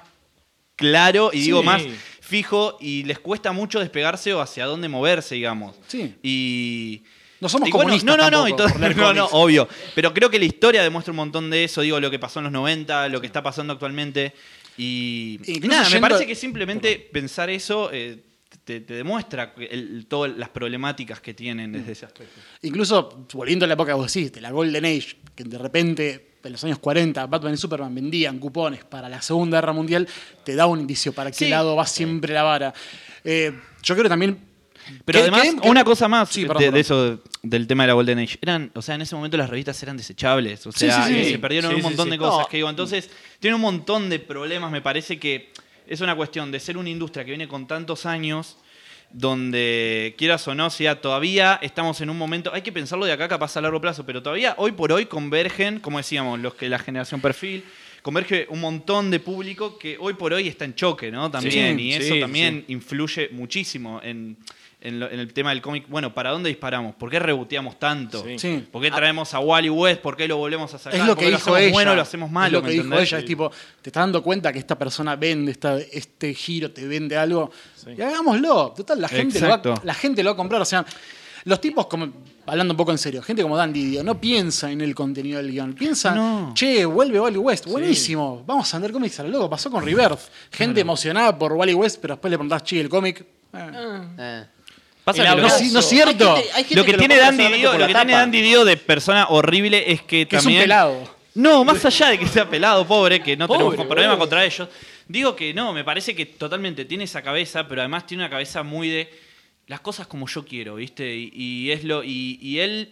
Speaker 7: claro y digo
Speaker 2: Sí.
Speaker 7: más fijo y les cuesta mucho despegarse o hacia dónde moverse, digamos.
Speaker 1: Sí.
Speaker 7: Y.
Speaker 1: No somos
Speaker 7: y bueno,
Speaker 1: comunistas
Speaker 7: no, no, no, y
Speaker 1: tampoco,
Speaker 7: todo-
Speaker 1: por leer
Speaker 7: <laughs> no, no,
Speaker 1: cómics.
Speaker 7: obvio. Pero creo que la historia demuestra un montón de eso, digo, lo que pasó en los 90, lo que está pasando actualmente. Y,
Speaker 1: E Incluso
Speaker 7: y nada, me
Speaker 1: yendo-
Speaker 7: parece que simplemente pensar eso eh, te, te demuestra que el- todas las problemáticas que
Speaker 1: Mm.
Speaker 7: tienen desde ese aspecto.
Speaker 1: Incluso, volviendo a la época que vos decís, de la Golden Age, que de repente en los años 40 Batman y Superman vendían cupones para la Segunda Guerra Mundial, te da un indicio para qué
Speaker 7: Sí.
Speaker 1: lado va siempre la vara. Eh, yo creo que también...
Speaker 7: Pero
Speaker 1: ¿Qué-
Speaker 7: además,
Speaker 1: qué- qué-
Speaker 7: una cosa más
Speaker 1: Sí,
Speaker 7: de-
Speaker 1: perdón,
Speaker 7: de,
Speaker 1: perdón.
Speaker 7: eso, del tema de la Golden Age. Eran, o sea, en ese momento las revistas eran desechables. O
Speaker 1: Sí,
Speaker 7: sea,
Speaker 1: sí, sí.
Speaker 7: eh, se perdieron
Speaker 2: Sí,
Speaker 7: un
Speaker 2: sí,
Speaker 7: montón
Speaker 2: sí.
Speaker 7: de cosas que digo. Entonces, tiene un montón de problemas. Me parece que es una cuestión de ser una industria que viene con tantos años donde quieras o no, sea, todavía estamos en un momento, hay que pensarlo de acá capaz a largo plazo, pero todavía hoy por hoy convergen, como decíamos, los que la generación perfil, converge un montón de público que hoy por hoy está en choque, ¿no? También,
Speaker 2: Sí,
Speaker 7: y
Speaker 2: sí,
Speaker 7: eso también
Speaker 2: sí.
Speaker 7: influye muchísimo en, en lo- en el tema del cómic. Bueno, ¿para dónde disparamos? ¿Por qué reboteamos tanto?
Speaker 2: Sí.
Speaker 1: Sí. Ah.
Speaker 7: ¿Por qué traemos a Wally West? ¿Por qué lo volvemos a sacar?
Speaker 1: Es lo
Speaker 7: ¿Por
Speaker 1: que
Speaker 7: qué
Speaker 1: dijo
Speaker 7: hacemos
Speaker 1: ella.
Speaker 7: bueno, lo hacemos malo?
Speaker 1: Es lo que
Speaker 7: ¿me
Speaker 1: dijo
Speaker 7: entendés?
Speaker 1: ella. Es tipo, te estás dando cuenta que esta persona vende, esta- este giro te vende algo. Y hagámoslo. Total, la gente, lo va,
Speaker 7: Exacto.
Speaker 1: la gente lo va a comprar. O sea, los tipos, como, hablando un poco en serio, gente como Dan Didio, no piensa en el contenido del guión. Piensa,
Speaker 7: No.
Speaker 1: che, vuelve Wally West. Buenísimo. Vamos a andar cómics a lo loco. Pasó con Rebirth. Gente emocionada por Wally West, pero después le preguntás, che, el cómic. eh,
Speaker 3: Eh.
Speaker 7: Pasa
Speaker 1: el
Speaker 7: que lo que-
Speaker 1: abrazo- no es cierto.
Speaker 3: Hay gente- hay gente
Speaker 7: lo que,
Speaker 3: lo
Speaker 7: tiene
Speaker 3: compra
Speaker 7: Dan
Speaker 3: solamente
Speaker 7: Didio,
Speaker 3: por
Speaker 7: lo
Speaker 3: la
Speaker 7: que tiene
Speaker 3: tapa.
Speaker 7: Dan Didio de persona horrible es que,
Speaker 1: Que es un
Speaker 7: también.
Speaker 1: pelado.
Speaker 7: No, más allá de que sea pelado, pobre, que no
Speaker 2: Pobre,
Speaker 7: tenemos problema
Speaker 2: boludo.
Speaker 7: contra ellos. Digo que no, me parece que totalmente tiene esa cabeza, pero además tiene una cabeza muy de las cosas como yo quiero, ¿viste? Y, y es lo. Y, y él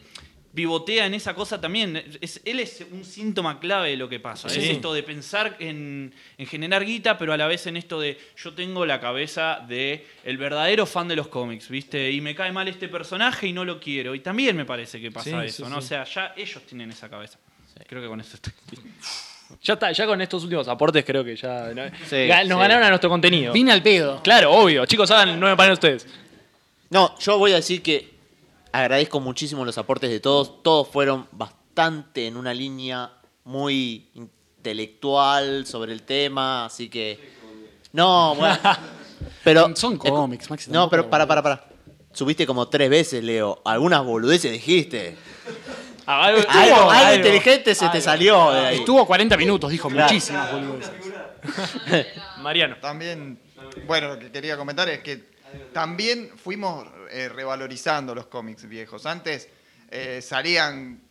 Speaker 7: pivotea en esa cosa también. Es, él es un síntoma clave de lo que pasa.
Speaker 2: Sí.
Speaker 7: Es esto de pensar en, en generar guita, pero a la vez en esto de yo tengo la cabeza de el verdadero fan de los cómics, ¿viste? Y me cae mal este personaje y no lo quiero. Y también me parece que pasa
Speaker 2: Sí,
Speaker 7: eso,
Speaker 2: sí,
Speaker 7: ¿no?
Speaker 2: sí.
Speaker 7: O sea, ya ellos tienen esa cabeza. Creo que con eso estoy.
Speaker 2: Ya está, ya con estos últimos aportes creo que ya ¿no?
Speaker 3: Sí,
Speaker 2: Ga- nos
Speaker 3: sí.
Speaker 2: ganaron a nuestro contenido.
Speaker 1: Vine al pedo.
Speaker 2: Claro, obvio. Chicos, hagan nueve paneles ustedes.
Speaker 3: No, yo voy a decir que agradezco muchísimo los aportes de todos. Todos fueron bastante en una línea muy intelectual sobre el tema, así que. No, bueno. Pero,
Speaker 1: Son cómics, Maxi,
Speaker 3: No,
Speaker 1: tampoco
Speaker 3: pero
Speaker 1: la
Speaker 3: para, para, para. Subiste como tres veces, Leo. Algunas boludeces dijiste.
Speaker 2: Ah, algo,
Speaker 3: Algo,
Speaker 2: algo-
Speaker 3: algo
Speaker 2: algo.
Speaker 3: inteligente se te salió de ahí.
Speaker 1: Estuvo 40 minutos, dijo
Speaker 3: Claro.
Speaker 1: muchísimas boludeces.
Speaker 2: Mariano.
Speaker 6: También, bueno, lo que quería comentar es que También fuimos eh, revalorizando los cómics viejos. Antes eh, salían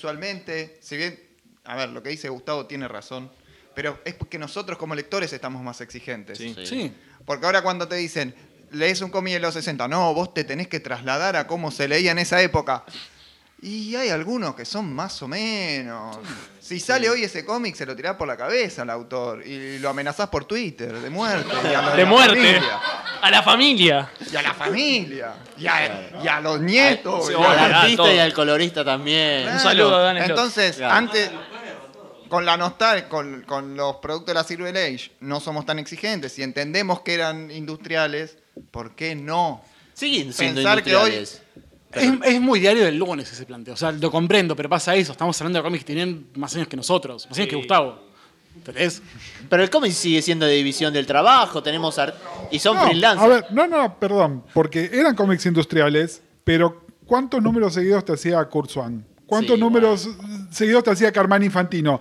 Speaker 6: mensualmente, si bien, a ver, lo que dice Gustavo tiene razón, pero es porque nosotros como lectores estamos más exigentes.
Speaker 7: Sí.
Speaker 1: Sí.
Speaker 6: Porque ahora cuando te dicen, lees un cómic de los 60, no, vos te tenés que trasladar a cómo se leía en esa época. Y hay algunos que son más o menos. Si sale hoy ese cómic, se lo tirás por la cabeza al autor y lo amenazás por Twitter, de muerte. y a la-
Speaker 2: De
Speaker 6: la
Speaker 2: muerte.
Speaker 6: familia,
Speaker 2: A la familia.
Speaker 6: y a la familia. Y a, y a los nietos.
Speaker 3: Al-
Speaker 6: y
Speaker 2: obvio,
Speaker 6: a-
Speaker 3: al
Speaker 2: ah,
Speaker 3: artista
Speaker 2: todo.
Speaker 3: y al colorista también.
Speaker 6: Claro.
Speaker 2: saludo a Dan Slott.
Speaker 6: Entonces,
Speaker 3: Claro.
Speaker 6: antes, con la nostalgia, con, con los productos de la Silver Age, no somos tan exigentes. Si entendemos que eran industriales, ¿por qué no?
Speaker 3: Siguen siendo
Speaker 6: Pensar que hoy-
Speaker 3: industriales.
Speaker 1: Es, es muy diario del lunes ese planteo. O sea, lo comprendo, pero pasa eso. Estamos hablando de cómics que tienen más años que nosotros, más años que Gustavo. ¿Entendés?
Speaker 3: Pero el cómic sigue siendo de división del trabajo, tenemos art- y son freelancers.
Speaker 8: A ver, no, no, perdón, porque eran cómics industriales, pero ¿cuántos números seguidos te hacía Kurt Swan? ¿Cuántos
Speaker 3: Sí,
Speaker 8: números seguidos te hacía Carmán Infantino?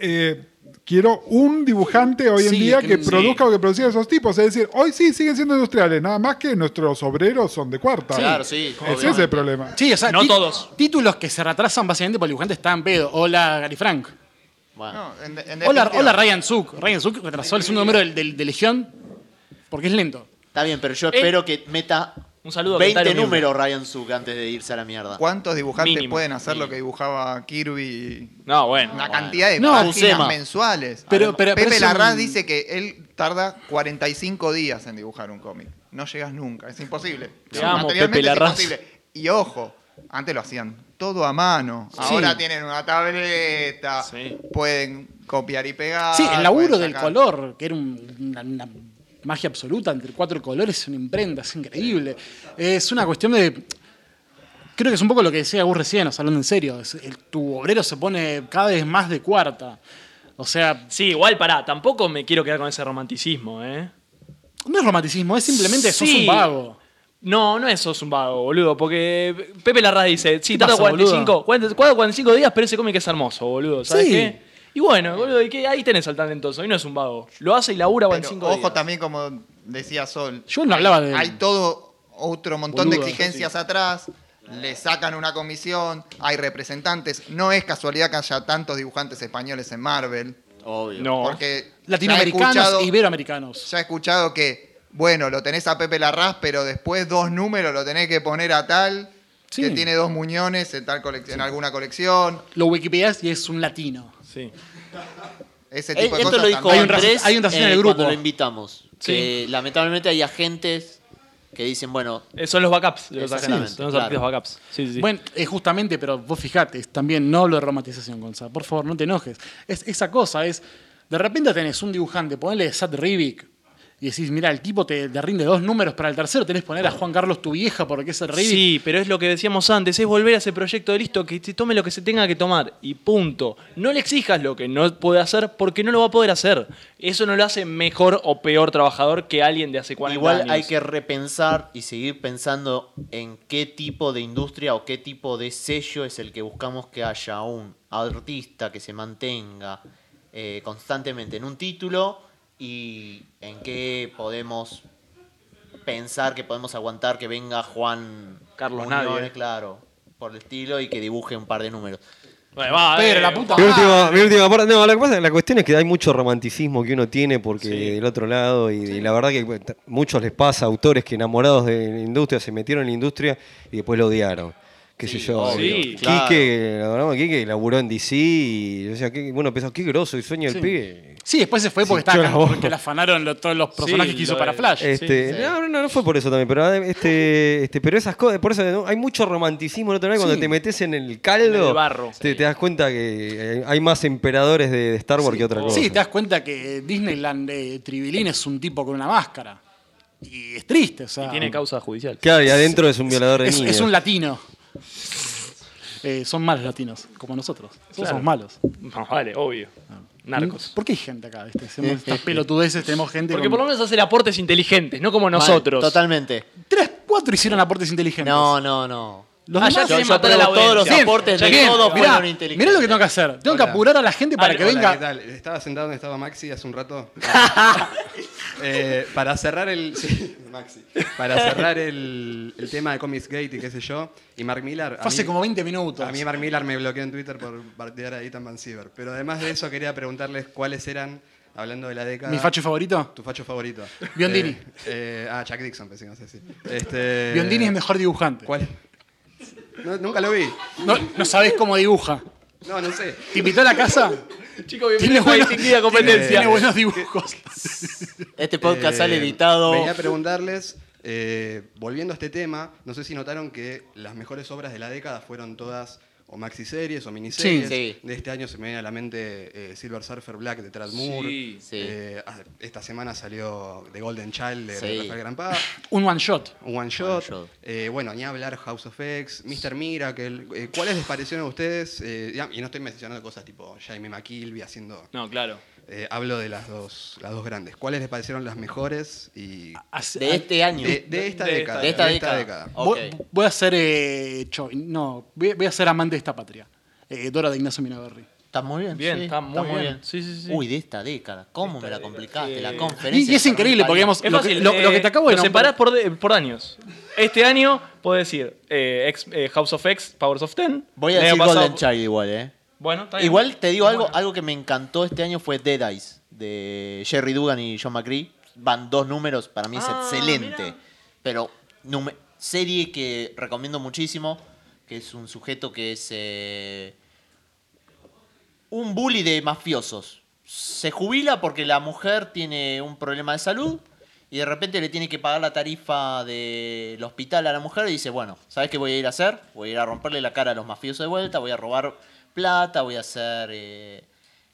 Speaker 8: Eh, quiero un dibujante hoy en
Speaker 1: Sí,
Speaker 8: día
Speaker 1: que-
Speaker 8: que
Speaker 1: sí.
Speaker 8: produzca o que produzca esos tipos. Es decir, hoy sí siguen siendo industriales, nada más que nuestros obreros son de cuarta.
Speaker 3: Claro, sí,
Speaker 8: Ese es
Speaker 3: obviamente.
Speaker 8: el problema.
Speaker 1: Sí, o sea,
Speaker 2: No
Speaker 1: ti-
Speaker 2: todos.
Speaker 1: Títulos que se retrasan básicamente porque el dibujante está en pedo. Hola, Gary Frank.
Speaker 3: Bueno,
Speaker 6: No, en- en
Speaker 1: Hola,
Speaker 6: definitiva.
Speaker 1: hola Ryan Zook. Ryan Zook retrasó el segundo número del- del- de, Legión porque es lento.
Speaker 3: está bien, pero yo espero que meta
Speaker 2: Eh, Un saludo a
Speaker 3: 20
Speaker 2: Kentaro
Speaker 3: números Ryan Suk antes de irse a la mierda.
Speaker 6: ¿Cuántos dibujantes
Speaker 2: Mínimo,
Speaker 6: pueden hacer lo que dibujaba Kirby?
Speaker 2: No, bueno.
Speaker 6: Una cantidad de
Speaker 1: No,
Speaker 6: páginas
Speaker 3: Buscema.
Speaker 6: mensuales.
Speaker 1: Pero- pero- pero
Speaker 6: Pepe
Speaker 1: es
Speaker 6: Larraz
Speaker 1: un-
Speaker 6: dice que él tarda 45 días en dibujar un cómic. No llegas nunca, es imposible.
Speaker 2: Te amo,
Speaker 6: Materialmente
Speaker 2: Pepe
Speaker 6: es
Speaker 2: Larraz.
Speaker 6: imposible. Y ojo, antes lo hacían todo a mano. Ahora tienen una tableta,
Speaker 2: Sí.
Speaker 3: Eh,
Speaker 6: pueden copiar y pegar.
Speaker 1: sí,
Speaker 2: Ah,
Speaker 1: el
Speaker 6: pueden
Speaker 1: laburo del
Speaker 6: sacar.
Speaker 1: color, que era un- una, una magia absoluta entre cuatro colores, una imprenta, es increíble. Es una cuestión de. Creo que es un poco lo que decía Gus recién, o sea, hablando en serio. es- el- tu obrero se pone cada vez más de cuarta. O sea,
Speaker 2: Sí, igual pará, tampoco me quiero quedar con ese romanticismo, ¿eh?
Speaker 1: no es romanticismo, es simplemente sos
Speaker 2: Sí.
Speaker 1: un vago.
Speaker 2: No, no es sos un vago, boludo, porque Pepe Larraz dice, sí,
Speaker 1: ¿Qué
Speaker 2: tarda
Speaker 1: pasa,
Speaker 2: 45,
Speaker 1: boludo?
Speaker 2: 40, 45 días, pero ese cómic es hermoso, boludo, ¿sabes
Speaker 1: Sí.
Speaker 2: qué? Y bueno, boludo, ¿y qué? ahí tenés al talentoso, y no es un vago. Lo hace y labura
Speaker 6: Pero,
Speaker 2: 45
Speaker 6: ojo
Speaker 2: días.
Speaker 6: también, como decía Sol.
Speaker 1: Yo no hablaba de-
Speaker 6: Hay todo otro montón
Speaker 1: Boludo,
Speaker 6: de exigencias atrás. Le sacan una comisión, hay representantes. No es casualidad que haya tantos dibujantes españoles en Marvel.
Speaker 3: Obvio.
Speaker 2: No.
Speaker 6: Porque ya he
Speaker 1: Latinoamericanos,
Speaker 6: escuchado-
Speaker 1: iberoamericanos.
Speaker 6: Ya he escuchado que, bueno, lo tenés a Pepe Larraz, pero después dos números lo tenés que poner a tal,
Speaker 1: Sí.
Speaker 6: que tiene dos muñones en, tal colec- en alguna colección.
Speaker 1: Lo Wikipedia y es un latino.
Speaker 2: Sí.
Speaker 6: Ese este
Speaker 3: Eh,
Speaker 6: tipo de
Speaker 3: Esto
Speaker 6: cosas.
Speaker 3: lo dijo
Speaker 6: también.
Speaker 1: Hay un raci-
Speaker 3: Andrés eh,
Speaker 1: hay un racismo en el
Speaker 3: cuando
Speaker 1: grupo.
Speaker 3: lo invitamos.
Speaker 2: Sí.
Speaker 3: Que lamentablemente hay agentes que dicen, bueno,
Speaker 2: Eh, Son los backups de los
Speaker 3: Exactamente,
Speaker 2: agentes. Son los
Speaker 3: claro.
Speaker 2: artistas backups. Sí, sí, sí.
Speaker 1: Bueno, eh, justamente, pero vos fijate, es también no hablo de romantización, Gonzalo. Por favor, no te enojes. Es esa cosa, es. De repente tenés un dibujante, ponele Sat Rivik. Y decís, mira, el tipo te, te rinde dos números para el tercero, tenés que poner a Juan Carlos tu vieja porque es el Rivik.
Speaker 2: Sí, pero es lo que decíamos antes, es volver a ese proyecto de listo, que se tome lo que se tenga que tomar y punto. No le exijas lo que no puede hacer porque no lo va a poder hacer. Eso no lo hace mejor o peor trabajador que alguien de hace 40
Speaker 3: igual
Speaker 2: años.
Speaker 3: hay que repensar y seguir pensando en qué tipo de industria o qué tipo de sello es el que buscamos que haya un artista que se mantenga eh, constantemente en un título y en qué podemos pensar que podemos aguantar que venga Juan
Speaker 2: Carlos
Speaker 3: Muñoz,
Speaker 2: Nadie.
Speaker 3: claro, por el estilo y que dibuje un par de números.
Speaker 2: Bueno, va,
Speaker 1: Pero
Speaker 2: eh,
Speaker 1: la puta
Speaker 5: Mi
Speaker 1: madre.
Speaker 5: última- mi última parte- no, la, que pasa- la cuestión es que hay mucho romanticismo que uno tiene porque del otro lado, y, y la verdad que bueno, t- muchos les pasa, autores que enamorados de la industria se metieron en la industria y después lo odiaron. Qué sé yo.
Speaker 2: obvio,
Speaker 5: Quique,
Speaker 3: claro.
Speaker 5: la verdad, Quique laburó en DC y o sea, que, bueno, pensó, qué groso y sueño el pibe.
Speaker 1: Sí, después se fue porque
Speaker 5: Sí, yo
Speaker 1: estaba
Speaker 5: la
Speaker 1: acá,
Speaker 5: voz.
Speaker 1: porque le afanaron lo- todos los personajes
Speaker 2: Sí,
Speaker 1: que hizo
Speaker 2: lo
Speaker 1: para
Speaker 2: de-
Speaker 1: Flash.
Speaker 5: Este, No, no, no fue por eso también, pero ah,
Speaker 1: <laughs>
Speaker 5: este, este, pero esas cosas, por eso ¿no? hay mucho romanticismo ¿no? También cuando
Speaker 1: Sí.
Speaker 5: te metes en el caldo,
Speaker 2: En el barro.
Speaker 5: Te, te das cuenta que eh, hay más emperadores de, de Star Wars que otra cosa.
Speaker 1: Sí, te das cuenta que Disneyland eh, Tribilín es un tipo con una máscara. Y es triste, o sea.
Speaker 2: Y tiene causa judicial.
Speaker 5: Claro, y adentro es un violador de
Speaker 1: es,
Speaker 5: niños.
Speaker 1: es un latino. Eh, son malos latinos, como nosotros. Todos
Speaker 2: Claro.
Speaker 1: somos malos. Ah.
Speaker 2: No, vale, obvio. Narcos.
Speaker 1: ¿Por qué hay gente acá? viste?
Speaker 5: Eh,
Speaker 1: Hacemos estas pelotudeces, tenemos gente.
Speaker 2: Porque
Speaker 1: con-
Speaker 2: por lo menos hacer aportes inteligentes, no como nosotros.
Speaker 3: Mal, totalmente.
Speaker 1: Tres, cuatro hicieron aportes inteligentes.
Speaker 3: No, no, no.
Speaker 1: Los
Speaker 2: Ah,
Speaker 1: demás-
Speaker 2: ya
Speaker 3: Yo,
Speaker 2: quieren
Speaker 3: yo
Speaker 2: matar a la
Speaker 3: apruebo todos los
Speaker 2: audiencia.
Speaker 3: aportes de
Speaker 1: Bien,
Speaker 3: todos
Speaker 1: mirá,
Speaker 3: fueron
Speaker 1: mirá
Speaker 3: inteligentes.
Speaker 1: lo que tengo que hacer. Tengo que
Speaker 10: Ah, Hola.
Speaker 1: apurar a la gente para
Speaker 10: Hola,
Speaker 1: que venga. <laughs>
Speaker 10: ¿qué tal? Estaba sentado donde estaba Maxi hace un rato. Eh, para cerrar el. sí, Maxi. Para cerrar el, el tema de Comics Gate y qué sé yo. Y Mark Millar. a
Speaker 1: Fue hace
Speaker 10: mí-
Speaker 1: como 20 minutos.
Speaker 10: A mí Mark Millar me bloqueó en Twitter por bardear a Ethan Van Siever. Pero además de eso, quería preguntarles cuáles eran, hablando de la década.
Speaker 1: ¿Mi facho favorito?
Speaker 10: Tu facho favorito.
Speaker 1: Biondini.
Speaker 10: Eh, eh, ah, Chuck Dixon, pensé, no sé si. Este,
Speaker 1: Biondini es mejor dibujante.
Speaker 10: ¿Cuál? No, nunca lo vi.
Speaker 1: No, no sabés cómo dibuja.
Speaker 10: No, no sé.
Speaker 1: ¿Te invitó a
Speaker 10: <laughs>
Speaker 1: la casa?
Speaker 2: Chicos,
Speaker 1: Tiene
Speaker 2: bienvenidos a
Speaker 1: buenos,
Speaker 2: Distinguida Competencia.
Speaker 1: tiene buenos dibujos.
Speaker 3: Este podcast
Speaker 10: Eh,
Speaker 3: sale editado.
Speaker 10: Venía a preguntarles, eh, volviendo a este tema, no sé si notaron que las mejores obras de la década fueron todas o maxiseries o miniseries.
Speaker 3: Sí.
Speaker 10: De este año se me viene a la mente eh, Silver Surfer Black de Trad Moore.
Speaker 2: Sí.
Speaker 3: Sí.
Speaker 10: Eh, ah, esta semana salió The Golden Child de
Speaker 3: Sí.
Speaker 10: Rafael
Speaker 3: <laughs>
Speaker 10: Granpa,
Speaker 1: Un one shot.
Speaker 10: un One Shot.
Speaker 3: Shot.
Speaker 10: Eh, bueno, ni hablar House of X, Mr. Miracle. Eh, ¿Cuáles les parecieron a ustedes? Eh, ya- y no estoy mencionando cosas tipo Jaime McKilby haciendo
Speaker 2: No, claro.
Speaker 10: eh, hablo de las dos, las dos grandes. ¿Cuáles les parecieron las mejores y
Speaker 1: Hace-
Speaker 3: De este año.
Speaker 10: de, de esta
Speaker 2: De
Speaker 10: década?
Speaker 3: de esta década.
Speaker 1: Voy,
Speaker 3: Ok.
Speaker 1: voy a ser. eh, cho- no, voy, voy a ser amante de esta patria. Eh, Dora de Ignacio Minaberri.
Speaker 3: Está muy bien.
Speaker 2: Bien,
Speaker 3: sí,
Speaker 2: está muy bien. Sí, sí, sí.
Speaker 3: Uy, de este esta década. ¿Cómo me la complicaste?
Speaker 2: sí.
Speaker 3: La
Speaker 2: Y-
Speaker 1: Y,
Speaker 3: conferencia.
Speaker 1: y es
Speaker 3: de Fermín
Speaker 1: increíble porque,
Speaker 3: Palma.
Speaker 1: digamos,
Speaker 2: Es
Speaker 1: lo,
Speaker 2: fácil,
Speaker 1: que, lo-
Speaker 2: eh,
Speaker 1: lo que te acabo de
Speaker 2: Lo
Speaker 1: nombrar-
Speaker 2: separás por, de- por años. Este año, puedo decir, eh, ex- eh, House of X, Powers of Ten.
Speaker 3: Voy a
Speaker 2: El año
Speaker 3: decir
Speaker 2: pasado-
Speaker 3: Golden Child igual, ¿eh?
Speaker 2: Bueno, está bien.
Speaker 3: Igual te digo
Speaker 2: Está
Speaker 3: algo,
Speaker 2: bueno.
Speaker 3: algo que me encantó este año fue Dead Eyes de Jerry Dugan y John McCree. Van dos números, para mí es
Speaker 2: Ah,
Speaker 3: excelente.
Speaker 2: mirá.
Speaker 3: Pero nume- serie que recomiendo muchísimo, que es un sujeto que es eh, un bully de mafiosos. Se jubila porque la mujer tiene un problema de salud y de repente le tiene que pagar la tarifa del hospital a la mujer y dice, bueno, ¿sabes qué voy a ir a hacer? Voy a ir a romperle la cara a los mafiosos de vuelta, voy a robar plata, voy a hacer eh,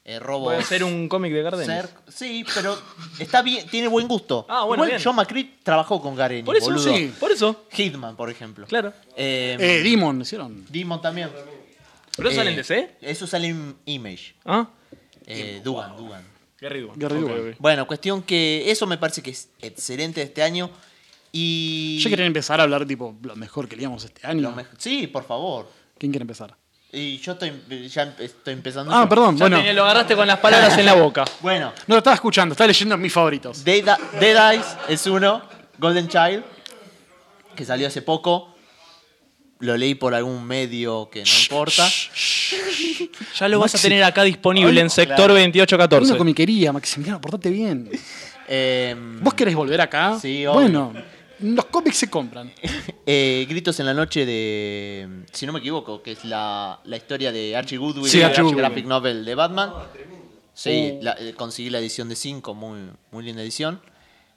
Speaker 3: eh, robos.
Speaker 2: Voy a hacer un cómic de Gardenis.
Speaker 3: cerc- Sí, pero está bien, tiene buen gusto.
Speaker 2: Ah, bueno,
Speaker 3: Igual
Speaker 2: bien.
Speaker 3: John McCree trabajó con Garen,
Speaker 2: Por eso,
Speaker 3: boludo.
Speaker 2: sí. Por eso.
Speaker 3: Hitman, por ejemplo.
Speaker 2: Claro.
Speaker 3: Eh,
Speaker 1: Eh, Demon, hicieron.
Speaker 3: Demon también.
Speaker 2: ¿Pero eso
Speaker 3: Eh,
Speaker 2: sale en DC?
Speaker 3: Eso sale en Image.
Speaker 2: ¿Ah?
Speaker 3: Eh, Dugan, Dugan.
Speaker 2: Qué rico.
Speaker 1: Gary Dugan.
Speaker 3: Bueno, cuestión que eso me parece que es excelente este año. Y.
Speaker 1: Yo quería empezar a hablar, tipo, lo mejor que leíamos este año.
Speaker 3: Lo me- Sí, por favor.
Speaker 1: ¿Quién quiere empezar?
Speaker 3: Y yo estoy, ya empe- estoy empezando.
Speaker 1: Ah,
Speaker 3: yo.
Speaker 1: perdón,
Speaker 2: Ya
Speaker 1: bueno.
Speaker 2: tenía- lo agarraste con las palabras en la boca.
Speaker 3: Bueno,
Speaker 1: No lo estaba escuchando, estaba leyendo mis favoritos.
Speaker 3: Dead, Dead Eyes es uno. Golden Child, que salió hace poco. Lo leí por algún medio que no importa.
Speaker 2: Ya lo vas a tener acá disponible en sector
Speaker 1: Una
Speaker 2: 2814.
Speaker 1: comiquería, Maximiliano, portate bien.
Speaker 3: <laughs> Em,
Speaker 1: ¿Vos querés volver acá?
Speaker 3: Sí, obvio.
Speaker 1: Bueno, los cómics se compran.
Speaker 3: eh, Gritos en la noche de. Si no me equivoco, que es la, la historia de Archie Goodwin,
Speaker 1: Sí,
Speaker 3: la
Speaker 1: Archie Goodwin.
Speaker 3: graphic novel de Batman. Sí,
Speaker 2: Oh.
Speaker 3: la- eh, conseguí la edición de 5, muy, muy linda edición.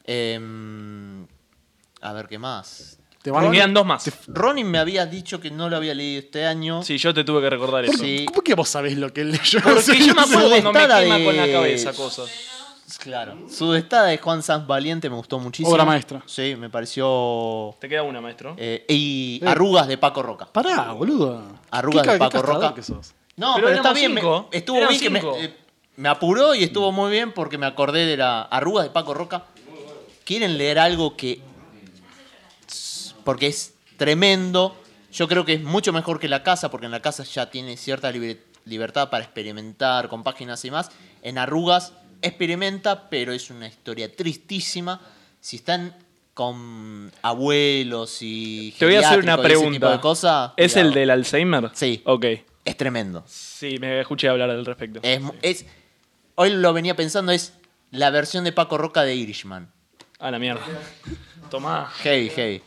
Speaker 3: Em, a ver qué más.
Speaker 1: Te van
Speaker 2: Me quedan dos más.
Speaker 3: Ronin me había dicho que no lo había leído este año.
Speaker 2: Sí, yo te tuve que recordar eso.
Speaker 3: Sí.
Speaker 1: ¿Cómo que vos sabés lo que él leyó?
Speaker 2: Porque yo me acuerdo cuando me
Speaker 3: Sudestada
Speaker 2: quema
Speaker 3: de-
Speaker 2: con la cabeza cosas.
Speaker 3: Claro. Sudestada de Juan Sanz Valiente me gustó muchísimo.
Speaker 1: Obra maestra.
Speaker 3: Sí, me pareció.
Speaker 2: Te queda una, maestro.
Speaker 3: eh, y Arrugas de Paco Roca.
Speaker 1: Pará, boludo.
Speaker 3: Arrugas
Speaker 1: ¿Qué ca-
Speaker 3: de
Speaker 1: qué
Speaker 3: Paco
Speaker 1: castrador
Speaker 3: Roca.
Speaker 1: que sos?
Speaker 3: No,
Speaker 2: Pero
Speaker 3: pero, está
Speaker 2: éramos
Speaker 3: bien. me-
Speaker 2: cinco.
Speaker 3: estuvo
Speaker 2: Eran
Speaker 3: bien que me,
Speaker 2: cinco.
Speaker 3: eh, me apuró y estuvo muy bien porque me acordé de la Arrugas de Paco Roca. ¿Quieren leer algo que.? Porque es tremendo. Yo creo que es mucho mejor que la casa, porque en la casa ya tiene cierta libre- libertad para experimentar con páginas y más. En Arrugas experimenta, pero es una historia tristísima. Si están con abuelos y.
Speaker 2: Te voy a hacer una
Speaker 3: geriátricos y ese tipo
Speaker 2: pregunta.
Speaker 3: de cosas,
Speaker 2: ¿Es
Speaker 3: cuidado.
Speaker 2: el del Alzheimer?
Speaker 3: Sí.
Speaker 2: Ok.
Speaker 3: Es tremendo.
Speaker 2: Sí, me escuché hablar al respecto.
Speaker 3: Es, es- hoy lo venía pensando, es la versión de Paco Roca de Irishman.
Speaker 2: A la mierda. Tomá.
Speaker 3: Heavy, heavy.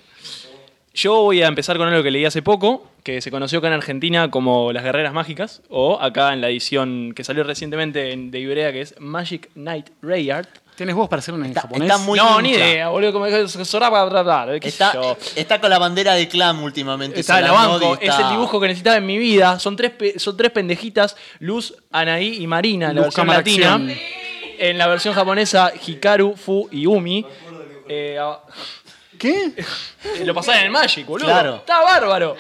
Speaker 2: Yo voy a empezar con algo que leí hace poco, que se conoció acá en Argentina como Las Guerreras Mágicas, o acá en la edición que salió recientemente en- de Ibrea, que es Magic Knight Rayard.
Speaker 1: ¿Tenés vos para hacer una en
Speaker 3: Está-
Speaker 1: japonés?
Speaker 3: está muy-
Speaker 2: No, ni
Speaker 3: hincha.
Speaker 2: idea, boludo, como dijo, Soraba, bla, bla, bla, qué sé
Speaker 3: Está,
Speaker 2: yo.
Speaker 3: está con la bandera de clan últimamente.
Speaker 2: Está en la
Speaker 3: Solanodi
Speaker 2: banco,
Speaker 3: está-
Speaker 2: es el dibujo que necesitaba en mi vida. Son tres, pe- son tres pendejitas, Luz, Anaí y Marina, en la
Speaker 1: Luz,
Speaker 2: versión
Speaker 1: cámara,
Speaker 2: latina.
Speaker 1: acción.
Speaker 2: En la versión japonesa, Hikaru, Fu y Umi. Eh, a-
Speaker 1: ¿Qué?
Speaker 2: eh, <laughs> lo pasaron en el Magic, boludo.
Speaker 3: Claro.
Speaker 2: Está bárbaro.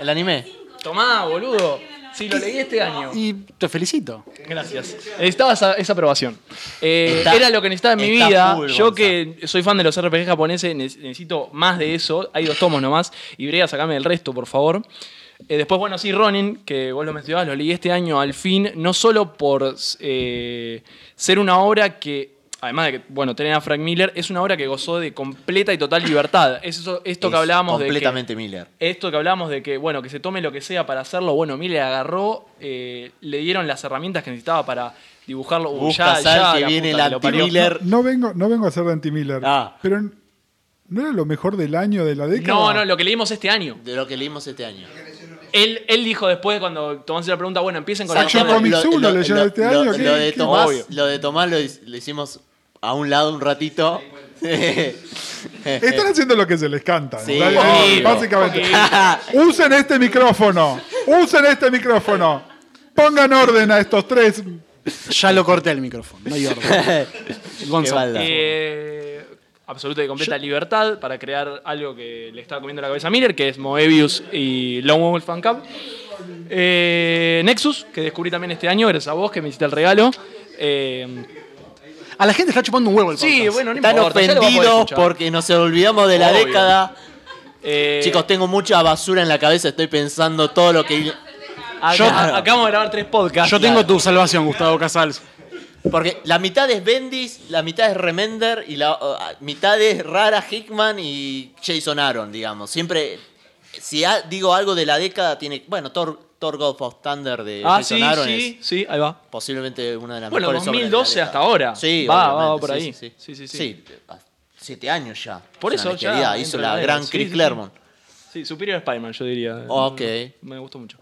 Speaker 3: El anime.
Speaker 2: Tomá, boludo. Sí, lo leí este año.
Speaker 1: Y te felicito.
Speaker 2: Gracias. Necesitaba esa, esa aprobación. Eh,
Speaker 3: Está-
Speaker 2: era lo que necesitaba en mi
Speaker 3: está
Speaker 2: vida.
Speaker 3: full,
Speaker 2: Yo
Speaker 3: Gonza.
Speaker 2: que soy fan de los RPG japoneses, ne- necesito más de eso. Hay dos tomos nomás. Y Brea, sacame el resto, por favor. Eh, después, bueno, sí, Ronin, que vos lo mencionabas, lo leí este año al fin, no solo por eh, ser una obra que... además de que, bueno, tener a Frank Miller, es una obra que gozó de completa y total libertad. Es eso- esto que
Speaker 3: Es
Speaker 2: hablábamos de. que-
Speaker 3: Completamente Miller.
Speaker 2: esto que hablamos de que, bueno, que se tome lo que sea para hacerlo, bueno, Miller agarró, eh, le dieron las herramientas que necesitaba para dibujarlo. Uy,
Speaker 3: Busca
Speaker 2: ya,
Speaker 3: sal
Speaker 2: ya,
Speaker 3: que
Speaker 2: la
Speaker 3: viene
Speaker 2: puta
Speaker 3: el
Speaker 2: que lo parió.
Speaker 3: anti-Miller.
Speaker 8: No vengo, no vengo a ser de anti-Miller.
Speaker 3: Ah.
Speaker 8: Pero n- no era lo mejor del año, de la década.
Speaker 2: No, no, lo que leímos este año.
Speaker 3: De lo que leímos este año.
Speaker 2: Él, él dijo después, cuando Tomás la pregunta, bueno, empiecen con la
Speaker 8: Action
Speaker 2: zona-
Speaker 8: Comics
Speaker 3: Lo-
Speaker 8: uno,
Speaker 3: lo-
Speaker 8: lo llevan
Speaker 3: lo-
Speaker 8: este
Speaker 3: lo-
Speaker 8: año,
Speaker 3: lo
Speaker 8: ¿qué-
Speaker 3: de
Speaker 8: qué?
Speaker 3: Tomás,
Speaker 2: Obvio.
Speaker 3: lo de Tomás lo, hi- lo hicimos a un lado un ratito.
Speaker 8: <laughs>
Speaker 2: <laughs>
Speaker 8: Están haciendo lo que se les canta. ¿no?
Speaker 3: Sí,
Speaker 8: Dale, dale,
Speaker 3: obvio.
Speaker 8: básicamente. Usen este micrófono. Usen este micrófono. Pongan orden a estos tres.
Speaker 1: Ya lo corté el micrófono, no hay orden.
Speaker 8: <laughs>
Speaker 3: Eh, Qué
Speaker 1: Gonzalo.
Speaker 3: balda.
Speaker 2: Eh, absoluta y completa libertad para crear algo que le estaba comiendo la cabeza a Miller, que es Moebius y Lone Wolf and Cub. Eh, Nexus, que descubrí también este año, gracias a vos que me hiciste el regalo. Eh,
Speaker 1: A la gente está chupando un huevo el
Speaker 2: sí,
Speaker 1: podcast.
Speaker 2: bueno, no
Speaker 3: Están
Speaker 2: importa, ya lo vas a poder
Speaker 3: ofendidos
Speaker 2: escuchar.
Speaker 3: porque nos olvidamos de la
Speaker 2: Obvio.
Speaker 3: década.
Speaker 2: Eh,
Speaker 3: Chicos, tengo mucha basura en la cabeza. Estoy pensando todo lo que.
Speaker 2: acá-
Speaker 3: Yo-
Speaker 2: acabamos de grabar tres podcasts.
Speaker 1: Yo tengo
Speaker 3: Claro.
Speaker 1: tu salvación, Gustavo Casals.
Speaker 3: Porque la mitad es Bendis, la mitad es Remender y la uh, mitad es Rara Hickman y Jason Aaron, digamos. Siempre, si ha- digo algo de la década, tiene. Bueno, Thor, Thor God of Thunder de
Speaker 2: Ah,
Speaker 3: Jason
Speaker 2: sí,
Speaker 3: Aaron
Speaker 2: sí,
Speaker 3: eh, es
Speaker 2: sí, ahí va.
Speaker 3: posiblemente una de las
Speaker 2: Bueno,
Speaker 3: mejores. obras de la
Speaker 2: 2012
Speaker 3: década.
Speaker 2: hasta ahora.
Speaker 3: Sí,
Speaker 2: Va, va, va
Speaker 3: obviamente,
Speaker 2: por ahí.
Speaker 3: Sí, sí,
Speaker 2: Sí, sí,
Speaker 3: sí.
Speaker 2: sí.
Speaker 3: Sí, ah, siete años ya.
Speaker 2: Por
Speaker 3: Es
Speaker 2: eso
Speaker 3: una
Speaker 2: ya
Speaker 3: bestialidad.
Speaker 2: entra
Speaker 3: Hizo
Speaker 2: en
Speaker 3: la
Speaker 2: la
Speaker 3: gran
Speaker 2: década. Sí,
Speaker 3: Chris
Speaker 2: sí, sí.
Speaker 3: Claremont. Oh,
Speaker 2: Sí, Superior Spider-Man, yo diría.
Speaker 3: Ok.
Speaker 2: Me gustó mucho.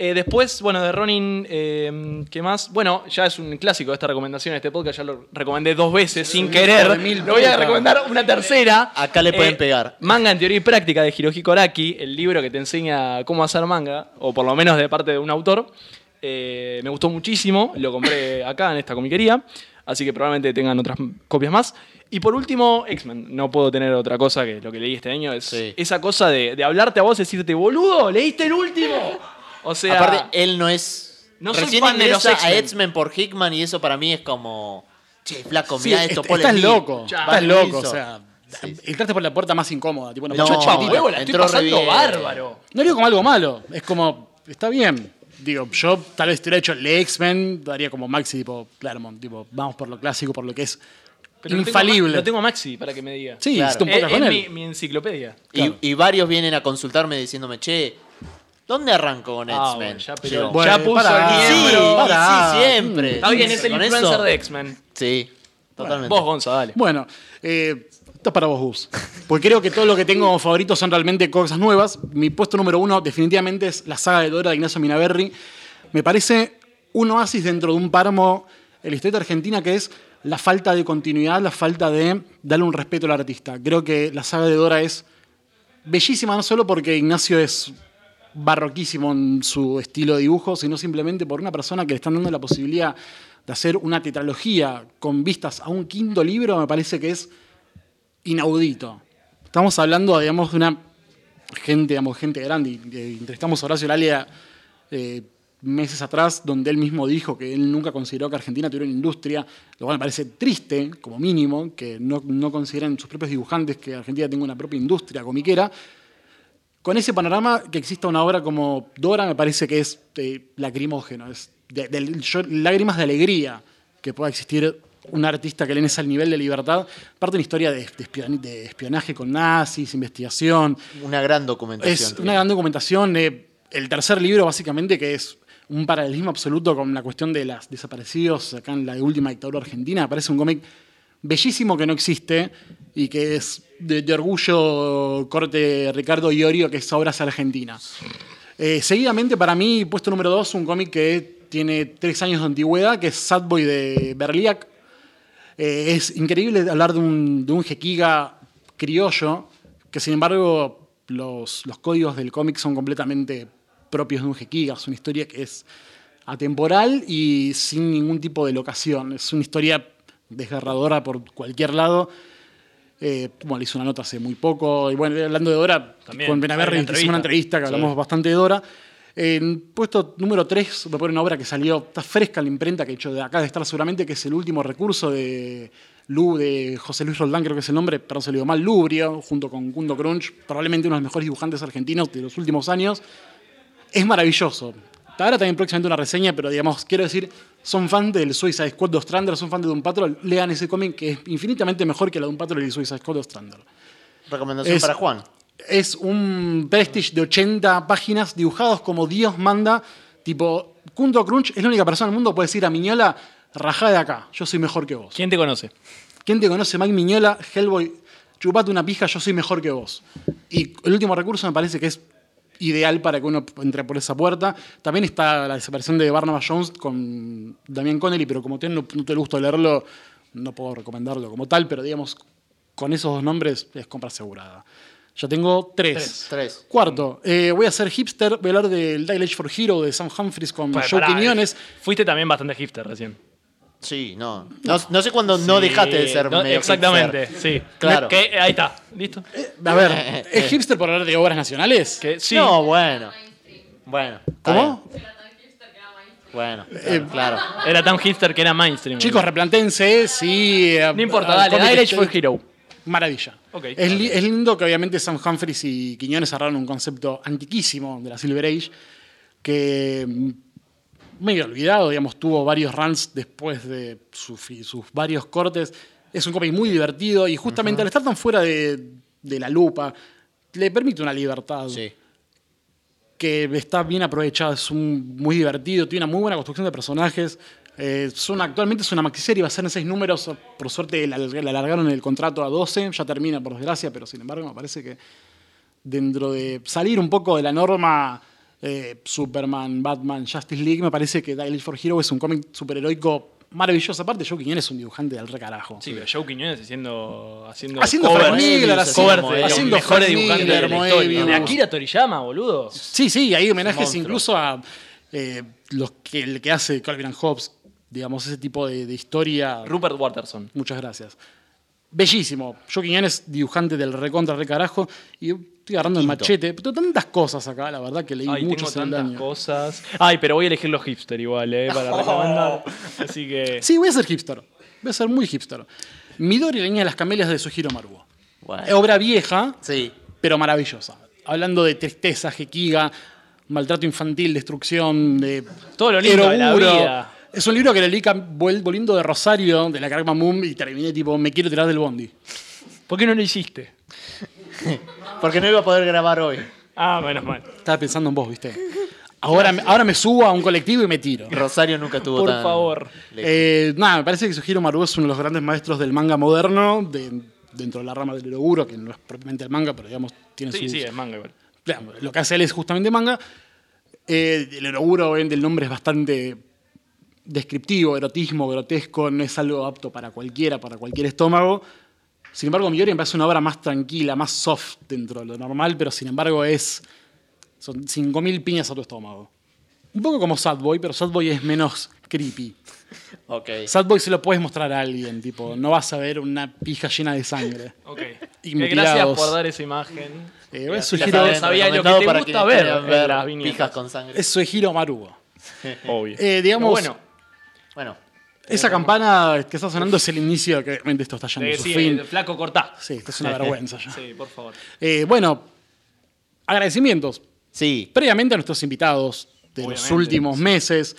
Speaker 2: Eh, después, bueno, de Ronin, eh, ¿qué más? Bueno, ya es un clásico esta recomendación, este podcast ya lo recomendé dos veces sin querer. Lo voy a recomendar una tercera.
Speaker 3: Acá le pueden pegar.
Speaker 2: Manga en teoría y práctica de Hirohiko Araki, el libro que te enseña cómo hacer manga, o por lo menos de parte de un autor. Eh, me gustó muchísimo,
Speaker 3: <coughs>
Speaker 2: lo compré acá en esta comiquería, así que probablemente tengan otras m- copias más. Y por último, X-Men. No puedo tener otra cosa que lo que leí este año. Es
Speaker 3: Sí.
Speaker 2: esa cosa de, de hablarte a vos y decirte, boludo, leíste el último. O sea,
Speaker 3: Aparte, él no es.
Speaker 2: No soy
Speaker 3: recién
Speaker 2: fan de los
Speaker 3: ingresa a
Speaker 2: X-Men.
Speaker 3: X-Men por Hickman y eso para mí es como. Che, flaco,
Speaker 1: Sí,
Speaker 3: mirá
Speaker 1: est-
Speaker 3: esto. Paul
Speaker 1: estás
Speaker 3: Smith,
Speaker 1: loco.
Speaker 3: Van
Speaker 1: Estás loco, o
Speaker 3: Wilson.
Speaker 1: sea. Entraste por la puerta más incómoda. Tipo, no,
Speaker 3: No,
Speaker 1: yo,
Speaker 2: chupa
Speaker 1: chiquitito.
Speaker 2: huevo, la estoy
Speaker 3: entró re
Speaker 2: pasando
Speaker 3: bien.
Speaker 2: bárbaro.
Speaker 1: No digo como algo malo. Es como, está bien. Digo, yo tal vez hubiera hecho el X-Men, daría como Maxi, tipo, Claremont, tipo, vamos por lo clásico, por lo que es
Speaker 2: Pero lo tengo a Ma-
Speaker 1: infalible.
Speaker 2: Lo tengo a Maxi para que me diga.
Speaker 1: sí,
Speaker 3: Claro.
Speaker 1: hiciste un
Speaker 2: Es,
Speaker 1: podcast con
Speaker 2: es
Speaker 1: él.
Speaker 2: mi, mi enciclopedia.
Speaker 3: Y, y varios vienen a consultarme diciéndome, che, ¿dónde arranco con
Speaker 2: Ah,
Speaker 3: X-Men?
Speaker 2: bueno, ya,
Speaker 3: Y
Speaker 2: pero-
Speaker 3: yo,
Speaker 2: ya
Speaker 1: Bueno,
Speaker 2: puso
Speaker 1: pará.
Speaker 3: y
Speaker 2: el
Speaker 3: sí,
Speaker 2: miembro.
Speaker 3: y
Speaker 1: pará. Mm.
Speaker 3: sí, siempre.
Speaker 2: Está bien, es el
Speaker 3: Con
Speaker 2: influencer
Speaker 3: eso-
Speaker 2: de X-Men.
Speaker 3: Sí, totalmente.
Speaker 2: Vos, Gonza, dale.
Speaker 1: Bueno, eh, esto es para vos, Gus. Porque creo que todo lo que tengo como favorito son realmente cosas nuevas. Mi puesto número uno definitivamente es la saga de Dora de Ignacio Minaberri. Me parece un oasis dentro de un páramo en la historieta argentina que es la falta de continuidad, la falta de darle un respeto al artista. Creo que la saga de Dora es bellísima no solo porque Ignacio es barroquísimo en su estilo de dibujo, sino simplemente por una persona que le están dando la posibilidad de hacer una tetralogía con vistas a un quinto libro, me parece que es inaudito. Estamos hablando, digamos, de una gente, digamos, gente grande. Y, eh, Entrevistamos a Horacio Lalia eh, meses atrás, donde él mismo dijo que él nunca consideró que Argentina tuviera una industria, lo cual me parece triste, como mínimo, que no, no consideren sus propios dibujantes que Argentina tenga una propia industria comiquera. Con ese panorama, que exista una obra como Dora me parece que es eh, lacrimógeno, es de- del- yo- lágrimas de alegría que pueda existir un artista que le des al nivel de libertad. Parte de una historia de, de espion- de espionaje con nazis, investigación,
Speaker 3: Una gran
Speaker 1: es
Speaker 3: documentación.
Speaker 1: una gran documentación. eh, el tercer libro, básicamente, que es un paralelismo absoluto con la cuestión de las desaparecidos acá en la última dictadura argentina. Aparece un cómic bellísimo que no existe y que es de, de orgullo corte Ricardo Iorio, que es Obras Argentinas. Eh, seguidamente, para mí, puesto número dos, un cómic que tiene tres años de antigüedad, que es Sad Boy de Berliac. Eh, es increíble hablar de un, de un jequiga criollo, que sin embargo los, los códigos del cómic son completamente propios de un jequiga. Es una historia que es atemporal y sin ningún tipo de locación. Es una historia desgarradora por cualquier lado. Eh, bueno, le hice una nota hace muy poco. Y bueno, hablando de Dora,
Speaker 2: También,
Speaker 1: con
Speaker 2: hay
Speaker 1: Benaverri
Speaker 2: una
Speaker 1: hicimos una
Speaker 2: entrevista.
Speaker 1: entrevista que hablamos bastante de Dora. En puesto número 3, voy a poner una obra que salió, está fresca en la imprenta, que hecho de acá de estar seguramente, que es el último recurso de Lu, de José Luis Roldán, creo que es el nombre, perdón, se lo digo mal, Lubrio, junto con Kundo Crunch, probablemente uno de los mejores dibujantes argentinos de los últimos años. Es maravilloso. Ahora también próximamente una reseña, pero digamos, quiero decir, son fan del Suicide Squad de Ostrander, son fan de Doom Patrol, lean ese cómic que es infinitamente mejor que la Doom Patrol y el Suicide Squad de Ostrander.
Speaker 3: Recomendación
Speaker 1: Es-
Speaker 3: para Juan.
Speaker 1: Es un Prestige de 80 páginas dibujados como Dios manda. Tipo, Kunto Crunch es la única persona en el mundo que puede decir a Miñola, rajá de acá, yo soy mejor que vos.
Speaker 2: ¿Quién te conoce?
Speaker 1: ¿Quién te conoce? Mike Miñola, Hellboy, chupate una pija, yo soy mejor que vos. Y el último recurso me parece que es ideal para que uno entre por esa puerta. También está la desaparición de Barnabas Jones con Damián Connelly, pero como te, no, no te gusta leerlo, no puedo recomendarlo como tal, pero digamos, con esos dos nombres es compra asegurada. Yo tengo tres.
Speaker 3: Tres.
Speaker 1: Cuarto, eh, voy a ser hipster, voy a hablar del Dial Age for Hero de Sam Humphries con
Speaker 2: Pará,
Speaker 1: Joe
Speaker 2: pará,
Speaker 1: Quiñones.
Speaker 2: eh, Fuiste también bastante hipster recién.
Speaker 3: Sí, no. No, no sé cuándo no dejaste de ser
Speaker 2: No,
Speaker 3: medio
Speaker 2: Exactamente,
Speaker 3: hipster.
Speaker 2: sí.
Speaker 3: Claro. Eh,
Speaker 2: Que- ahí está. ¿Listo?
Speaker 1: A
Speaker 2: <laughs>
Speaker 1: ver, ¿es hipster por hablar de obras nacionales?
Speaker 2: Que, sí.
Speaker 3: No, bueno. Bueno. está
Speaker 1: ¿Cómo?
Speaker 3: bien. Bueno,
Speaker 1: Eh,
Speaker 3: claro.
Speaker 2: Era tan hipster que era mainstream.
Speaker 1: Chicos, replantense, sí. eh,
Speaker 2: no importa, dale. Dale Age for Hero.
Speaker 1: Maravilla.
Speaker 2: Ok.
Speaker 1: Es, li- es lindo que obviamente Sam Humphries y Quiñones cerraron un concepto antiquísimo de la Silver Age que mm, medio olvidado, digamos, tuvo varios runs después de su fi- sus varios cortes. Es un cómic muy divertido y justamente al estar tan fuera de, de la lupa le permite una libertad
Speaker 3: Sí.
Speaker 1: que está bien aprovechada, es un- muy divertido, tiene una muy buena construcción de personajes. Eh, son, actualmente es una maxiserie, va a ser en seis números, por suerte la, la alargaron el contrato a 12, ya termina por desgracia, pero sin embargo me parece que dentro de salir un poco de la norma eh, Superman, Batman, Justice League, me parece que Dial Age for Hero es un cómic superheroico maravilloso. Aparte, Joe Quiñones es un dibujante del recarajo.
Speaker 2: Sí, pero Joe Quiñones haciendo. Haciendo,
Speaker 1: Haciendo
Speaker 2: covers,
Speaker 1: Frank Miller,
Speaker 2: haciendo covers
Speaker 1: haciendo-
Speaker 2: de los
Speaker 1: haciendo
Speaker 2: mejores
Speaker 1: Frank
Speaker 2: dibujantes de
Speaker 1: Miller,
Speaker 2: la historia. De
Speaker 1: Moebius.
Speaker 2: Akira Toriyama, boludo.
Speaker 1: Sí, sí, hay homenajes
Speaker 3: Monstruo.
Speaker 1: incluso a eh, los que, el que hace Calvin and Hobbes, digamos, ese tipo de, de historia.
Speaker 2: Rupert Waterson.
Speaker 1: Muchas gracias. Bellísimo. Yo Quiñones, dibujante del recontra re carajo, y estoy agarrando el machete. Pero tantas cosas acá, la verdad que leí
Speaker 2: Ay, tengo
Speaker 1: muchos en el
Speaker 2: tantas
Speaker 1: año.
Speaker 2: cosas. Ay, pero voy a elegir los hipster igual, eh,
Speaker 1: <laughs>
Speaker 2: para recomendar. Así que.
Speaker 1: Sí, voy a ser hipster. Voy a ser muy hipster. Midori leña de las camelias de Sujiro Maruo.
Speaker 3: Bueno.
Speaker 1: Obra vieja,
Speaker 3: Sí.
Speaker 1: pero maravillosa. Hablando de tristeza, jequiga, maltrato infantil, destrucción, de
Speaker 2: Todo lo lindo de la
Speaker 1: eroburo.
Speaker 2: vida.
Speaker 1: Es un libro que le leí cam- vol- volviendo de Rosario, de la Carma Moon, y terminé tipo, me quiero tirar del bondi.
Speaker 2: ¿Por qué no lo hiciste?
Speaker 3: <laughs> Porque no iba a poder grabar hoy.
Speaker 2: Ah, menos mal.
Speaker 1: Estaba pensando en vos, viste. Ahora, me- ahora me subo a un colectivo y me tiro.
Speaker 3: Rosario nunca tuvo
Speaker 2: Por
Speaker 3: tan-
Speaker 2: favor.
Speaker 1: Eh, nada, me parece que Sugiro Maru es uno de los grandes maestros del manga moderno, de- dentro de la rama del eroguro, que no es propiamente el manga, pero digamos, tiene
Speaker 2: Sí,
Speaker 1: sus,
Speaker 2: sí, es manga igual.
Speaker 1: Claro, lo que hace él es justamente manga. Eh, el eroguro, obviamente, el nombre es bastante descriptivo, erotismo, grotesco, no es algo apto para cualquiera, para cualquier estómago. Sin embargo, Miori me parece una obra más tranquila, más soft dentro de lo normal, pero sin embargo es. Son 5.000 piñas a tu estómago. Un poco como Sad Boy, pero Sad Boy es menos creepy.
Speaker 3: Ok.
Speaker 1: Sad Boy se lo puedes mostrar a alguien, tipo, no vas a ver una pija llena de sangre. <laughs>
Speaker 2: Ok.
Speaker 1: Y
Speaker 2: Que
Speaker 1: mutilados.
Speaker 2: Eh, gracias por dar esa imagen.
Speaker 1: Eh, es
Speaker 3: Ya
Speaker 1: Sugiro-
Speaker 3: saben,
Speaker 2: sabía lo que
Speaker 3: recomendado
Speaker 2: te
Speaker 3: para
Speaker 2: gusta
Speaker 3: quienes
Speaker 2: ver
Speaker 3: quieran
Speaker 2: en las viñetas.
Speaker 3: Pijas con sangre.
Speaker 1: es
Speaker 3: <laughs>
Speaker 1: Sugiro Marugo.
Speaker 2: Obvio.
Speaker 1: Eh, digamos,
Speaker 2: Pero bueno, eh,
Speaker 3: Bueno.
Speaker 1: Esa campana que está sonando es el inicio, que obviamente esto está
Speaker 2: te
Speaker 1: yendo a su
Speaker 2: decía,
Speaker 1: fin.
Speaker 2: el flaco cortá.
Speaker 1: Sí, esto es una vergüenza ya.
Speaker 2: Sí,
Speaker 1: <laughs>
Speaker 2: por favor.
Speaker 1: Eh, bueno, agradecimientos
Speaker 3: Sí.
Speaker 1: previamente a nuestros invitados de los
Speaker 2: Obviamente,
Speaker 1: últimos
Speaker 2: sí.
Speaker 1: meses.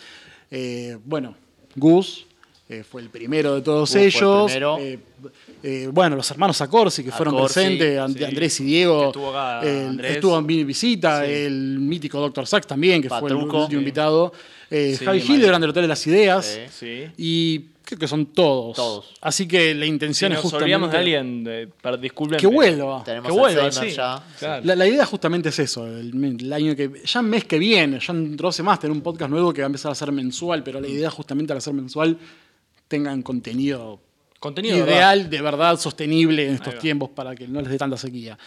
Speaker 1: Eh, bueno, Gus eh, fue el primero de todos
Speaker 3: Gus fue el
Speaker 1: ellos.
Speaker 3: primero.
Speaker 1: Eh, eh, bueno, los hermanos Acorsi que fueron
Speaker 3: Acorsi,
Speaker 1: presentes, And-
Speaker 2: sí.
Speaker 1: Andrés y Diego.
Speaker 2: Que estuvo acá,
Speaker 1: eh, El-
Speaker 2: Andrés.
Speaker 1: estuvo en mi visita, el mítico Dr. Sachs también, que fue el
Speaker 3: Patruco.
Speaker 1: último
Speaker 3: Sí.
Speaker 1: invitado. Eh,
Speaker 2: Sí,
Speaker 1: Javi
Speaker 2: Mario.
Speaker 1: Hildebrand del Hotel de las Ideas.
Speaker 3: Sí.
Speaker 2: Sí.
Speaker 1: Y creo que son todos.
Speaker 3: Todos.
Speaker 1: Así que la
Speaker 2: Si
Speaker 1: intención es
Speaker 2: nos
Speaker 1: justamente.
Speaker 2: olvidamos de alguien, eh, per- disculpen.
Speaker 1: Que vuelva.
Speaker 3: Tenemos
Speaker 2: Que vuelva,
Speaker 3: Alzheimer
Speaker 2: sí.
Speaker 3: ya.
Speaker 2: Claro.
Speaker 1: La, la idea justamente es eso. El, el año que. Ya mes que viene, ya en 12 más, tener un podcast nuevo que va a empezar a ser mensual, pero la idea justamente al ser mensual tengan contenido
Speaker 2: Contenido de verdad.
Speaker 1: ideal, de verdad, sostenible en estos
Speaker 2: va.
Speaker 1: tiempos para que no les dé tanta sequía.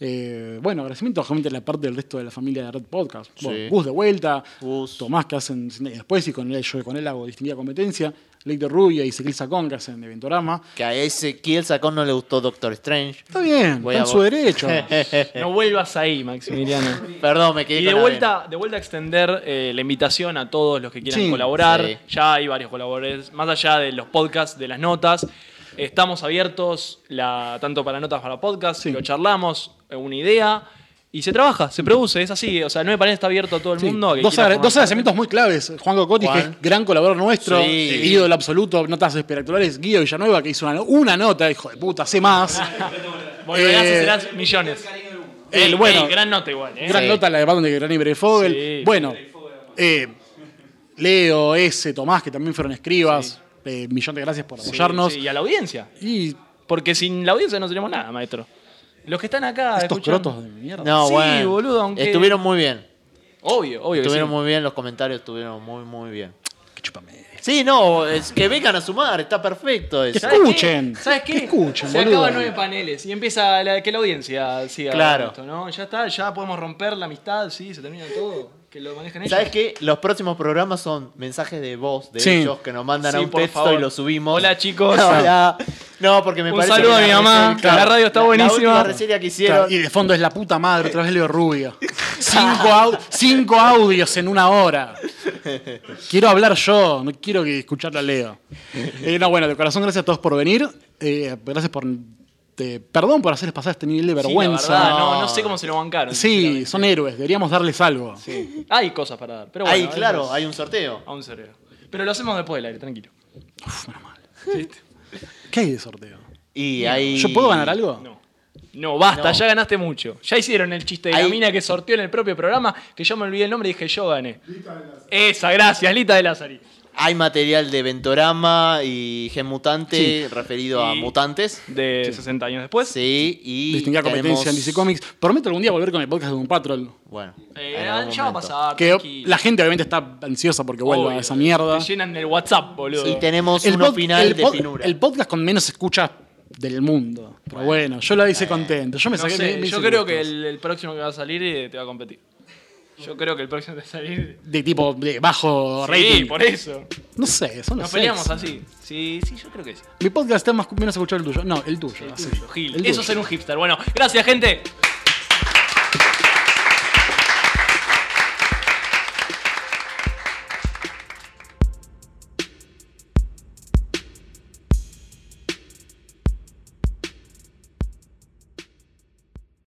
Speaker 1: Eh, bueno, agradecimiento obviamente a la parte del resto de la familia de Red Podcast. Bueno,
Speaker 3: Sí.
Speaker 1: Gus de vuelta,
Speaker 3: Gus.
Speaker 1: Tomás que hacen Cine y después y con él, yo con él hago distinguida competencia, Leite Rubia y Ezequiel Sacón que hacen Eventorama.
Speaker 3: Que a ese Kiel Sacón no le gustó Doctor Strange.
Speaker 1: Está bien,
Speaker 3: Voy
Speaker 1: está en
Speaker 3: a
Speaker 1: su
Speaker 3: vo-
Speaker 1: derecho.
Speaker 2: No vuelvas ahí, Maximiliano.
Speaker 3: Perdón, me quedé
Speaker 2: Y
Speaker 3: con
Speaker 2: de
Speaker 3: la
Speaker 2: vuelta, de vuelta a extender eh, la invitación a todos los que quieran
Speaker 1: Sí.
Speaker 2: colaborar.
Speaker 3: Sí.
Speaker 2: Ya hay varios colaboradores, más allá de los podcasts, de las notas. Estamos abiertos la- tanto para notas para podcast,
Speaker 1: Sí.
Speaker 2: lo charlamos, eh, una idea. Y se trabaja, se produce, es así. O sea, no me parece está abierto a todo el
Speaker 1: Sí,
Speaker 2: mundo. a que
Speaker 1: dos,
Speaker 2: quiera
Speaker 1: agra-
Speaker 2: formar
Speaker 1: dos
Speaker 2: parte.
Speaker 1: agradecimientos muy claves. Juan Cocotti, que es
Speaker 3: Juan.
Speaker 1: gran colaborador nuestro,
Speaker 3: Sí.
Speaker 1: ídolo absoluto, notas espectaculares. Guido Villanueva, que hizo una, una nota, hijo de puta, sé más.
Speaker 2: <laughs> Volverás
Speaker 1: Eh,
Speaker 2: y serás millones.
Speaker 1: el
Speaker 2: Ey,
Speaker 1: bueno.
Speaker 2: ey, gran nota igual, ¿eh?
Speaker 1: gran
Speaker 3: Sí.
Speaker 1: nota la de Batman de Granny Brefogel.
Speaker 2: Sí.
Speaker 1: bueno, eh, Leo, S, Tomás, que también fueron escribas. Eh, millón de gracias por
Speaker 2: Sí,
Speaker 1: apoyarnos.
Speaker 2: sí, y a la audiencia.
Speaker 1: Y
Speaker 2: Porque sin la audiencia no tenemos nada, maestro. Los que están acá.
Speaker 1: estos
Speaker 2: escuchando-
Speaker 1: crotos de mierda.
Speaker 3: No,
Speaker 2: Sí,
Speaker 3: bueno.
Speaker 2: boludo, aunque-
Speaker 3: Estuvieron muy bien.
Speaker 2: Obvio, obvio. que
Speaker 3: Estuvieron
Speaker 2: sí.
Speaker 3: muy bien, los comentarios estuvieron muy, muy bien.
Speaker 1: Que chúpame.
Speaker 3: Sí, no, es que vengan a sumar, está perfecto eso.
Speaker 2: ¿Sabes qué?
Speaker 1: Escuchen.
Speaker 2: ¿Sabes qué?
Speaker 1: Que escuchen,
Speaker 2: Se
Speaker 1: boludo.
Speaker 2: acaban nueve paneles y empieza la, que la audiencia siga.
Speaker 3: Claro.
Speaker 2: esto, ¿no? Ya está, ya podemos romper la amistad, sí, se termina todo. Que lo manejen ellos.
Speaker 3: ¿Sabes qué? Los próximos programas son mensajes de voz de
Speaker 1: Sí.
Speaker 3: ellos que nos mandan
Speaker 2: Sí,
Speaker 3: a un
Speaker 2: por
Speaker 3: texto y
Speaker 2: favor.
Speaker 3: lo subimos.
Speaker 2: Hola, chicos.
Speaker 3: <laughs> Hola. No, porque me
Speaker 2: Un
Speaker 3: parece.
Speaker 2: saludo
Speaker 3: que
Speaker 2: a mi
Speaker 3: la
Speaker 2: mamá,
Speaker 3: reseña-
Speaker 2: que la radio está buenísima.
Speaker 3: La última reseña que hicieron.
Speaker 1: Claro, y de fondo es la puta madre, otra vez
Speaker 3: <laughs>
Speaker 1: Leo Rubio. Cinco, au- cinco audios en una hora. Quiero hablar yo, no quiero que escucharla Leo. Eh, no, bueno, de corazón, gracias a todos por venir. Eh, gracias por. te- perdón por hacerles pasar este nivel de
Speaker 2: Sí, la verdad,
Speaker 1: vergüenza.
Speaker 2: no, no sé cómo se lo bancaron.
Speaker 1: Sí,
Speaker 2: sinceramente.
Speaker 1: son héroes, deberíamos darles algo.
Speaker 2: Hay cosas para dar, pero bueno.
Speaker 3: Ahí,
Speaker 2: a
Speaker 3: claro,
Speaker 2: veces-
Speaker 3: hay un sorteo.
Speaker 2: A un cerebro. Pero lo hacemos después del aire, tranquilo.
Speaker 1: ¿Qué hay de sorteo?
Speaker 3: Y hay.
Speaker 1: ¿Yo puedo ganar algo?
Speaker 2: No. No,
Speaker 3: No.
Speaker 2: basta, ya ganaste mucho. Ya hicieron el chiste de la
Speaker 3: Ahí-
Speaker 2: mina que sortió en el propio programa, que yo me olvidé el nombre y dije yo gané. Esa, gracias, Lita de
Speaker 3: Eh,
Speaker 2: Lázari.
Speaker 3: <laughs> Hay material de Ventorama y Gen Mutante
Speaker 1: Sí.
Speaker 3: referido a
Speaker 2: Y-
Speaker 3: mutantes.
Speaker 2: De 60 años después.
Speaker 3: Sí, y.
Speaker 1: Distinguida competencia en
Speaker 3: tenemos-
Speaker 1: DC Comics. Prometo algún día volver con el podcast de un Patrol.
Speaker 3: Bueno.
Speaker 2: Eh,
Speaker 3: en algún
Speaker 2: ya va a
Speaker 3: momento.
Speaker 2: pasar.
Speaker 1: Que
Speaker 2: tranquilo.
Speaker 1: la gente obviamente está ansiosa porque vuelva
Speaker 2: Obvio,
Speaker 1: a esa mierda.
Speaker 2: Te llenan el WhatsApp, boludo.
Speaker 3: Y tenemos uno
Speaker 1: pod-
Speaker 3: final
Speaker 1: el
Speaker 3: de
Speaker 1: pod-
Speaker 3: finura.
Speaker 1: el podcast con menos escuchas del mundo. Pero bueno, yo lo hice contento. Yo me
Speaker 2: No
Speaker 1: saqué
Speaker 2: sé,
Speaker 1: mil- mil
Speaker 2: yo creo
Speaker 1: gustos.
Speaker 2: que el, el próximo que va a salir eh, te va a competir. Yo creo que el próximo que va a salir.
Speaker 1: De tipo de bajo
Speaker 2: Sí,
Speaker 1: rating.
Speaker 2: por eso.
Speaker 1: No sé, son los
Speaker 2: Nos peleamos
Speaker 1: seis.
Speaker 2: así. Sí, sí, yo creo que sí.
Speaker 1: Mi podcast está más, menos escuchado el tuyo. No, el tuyo. así.
Speaker 2: Gil.
Speaker 1: Ah, El
Speaker 2: Eso
Speaker 1: tuyo.
Speaker 2: es ser un hipster. Bueno, gracias, gente.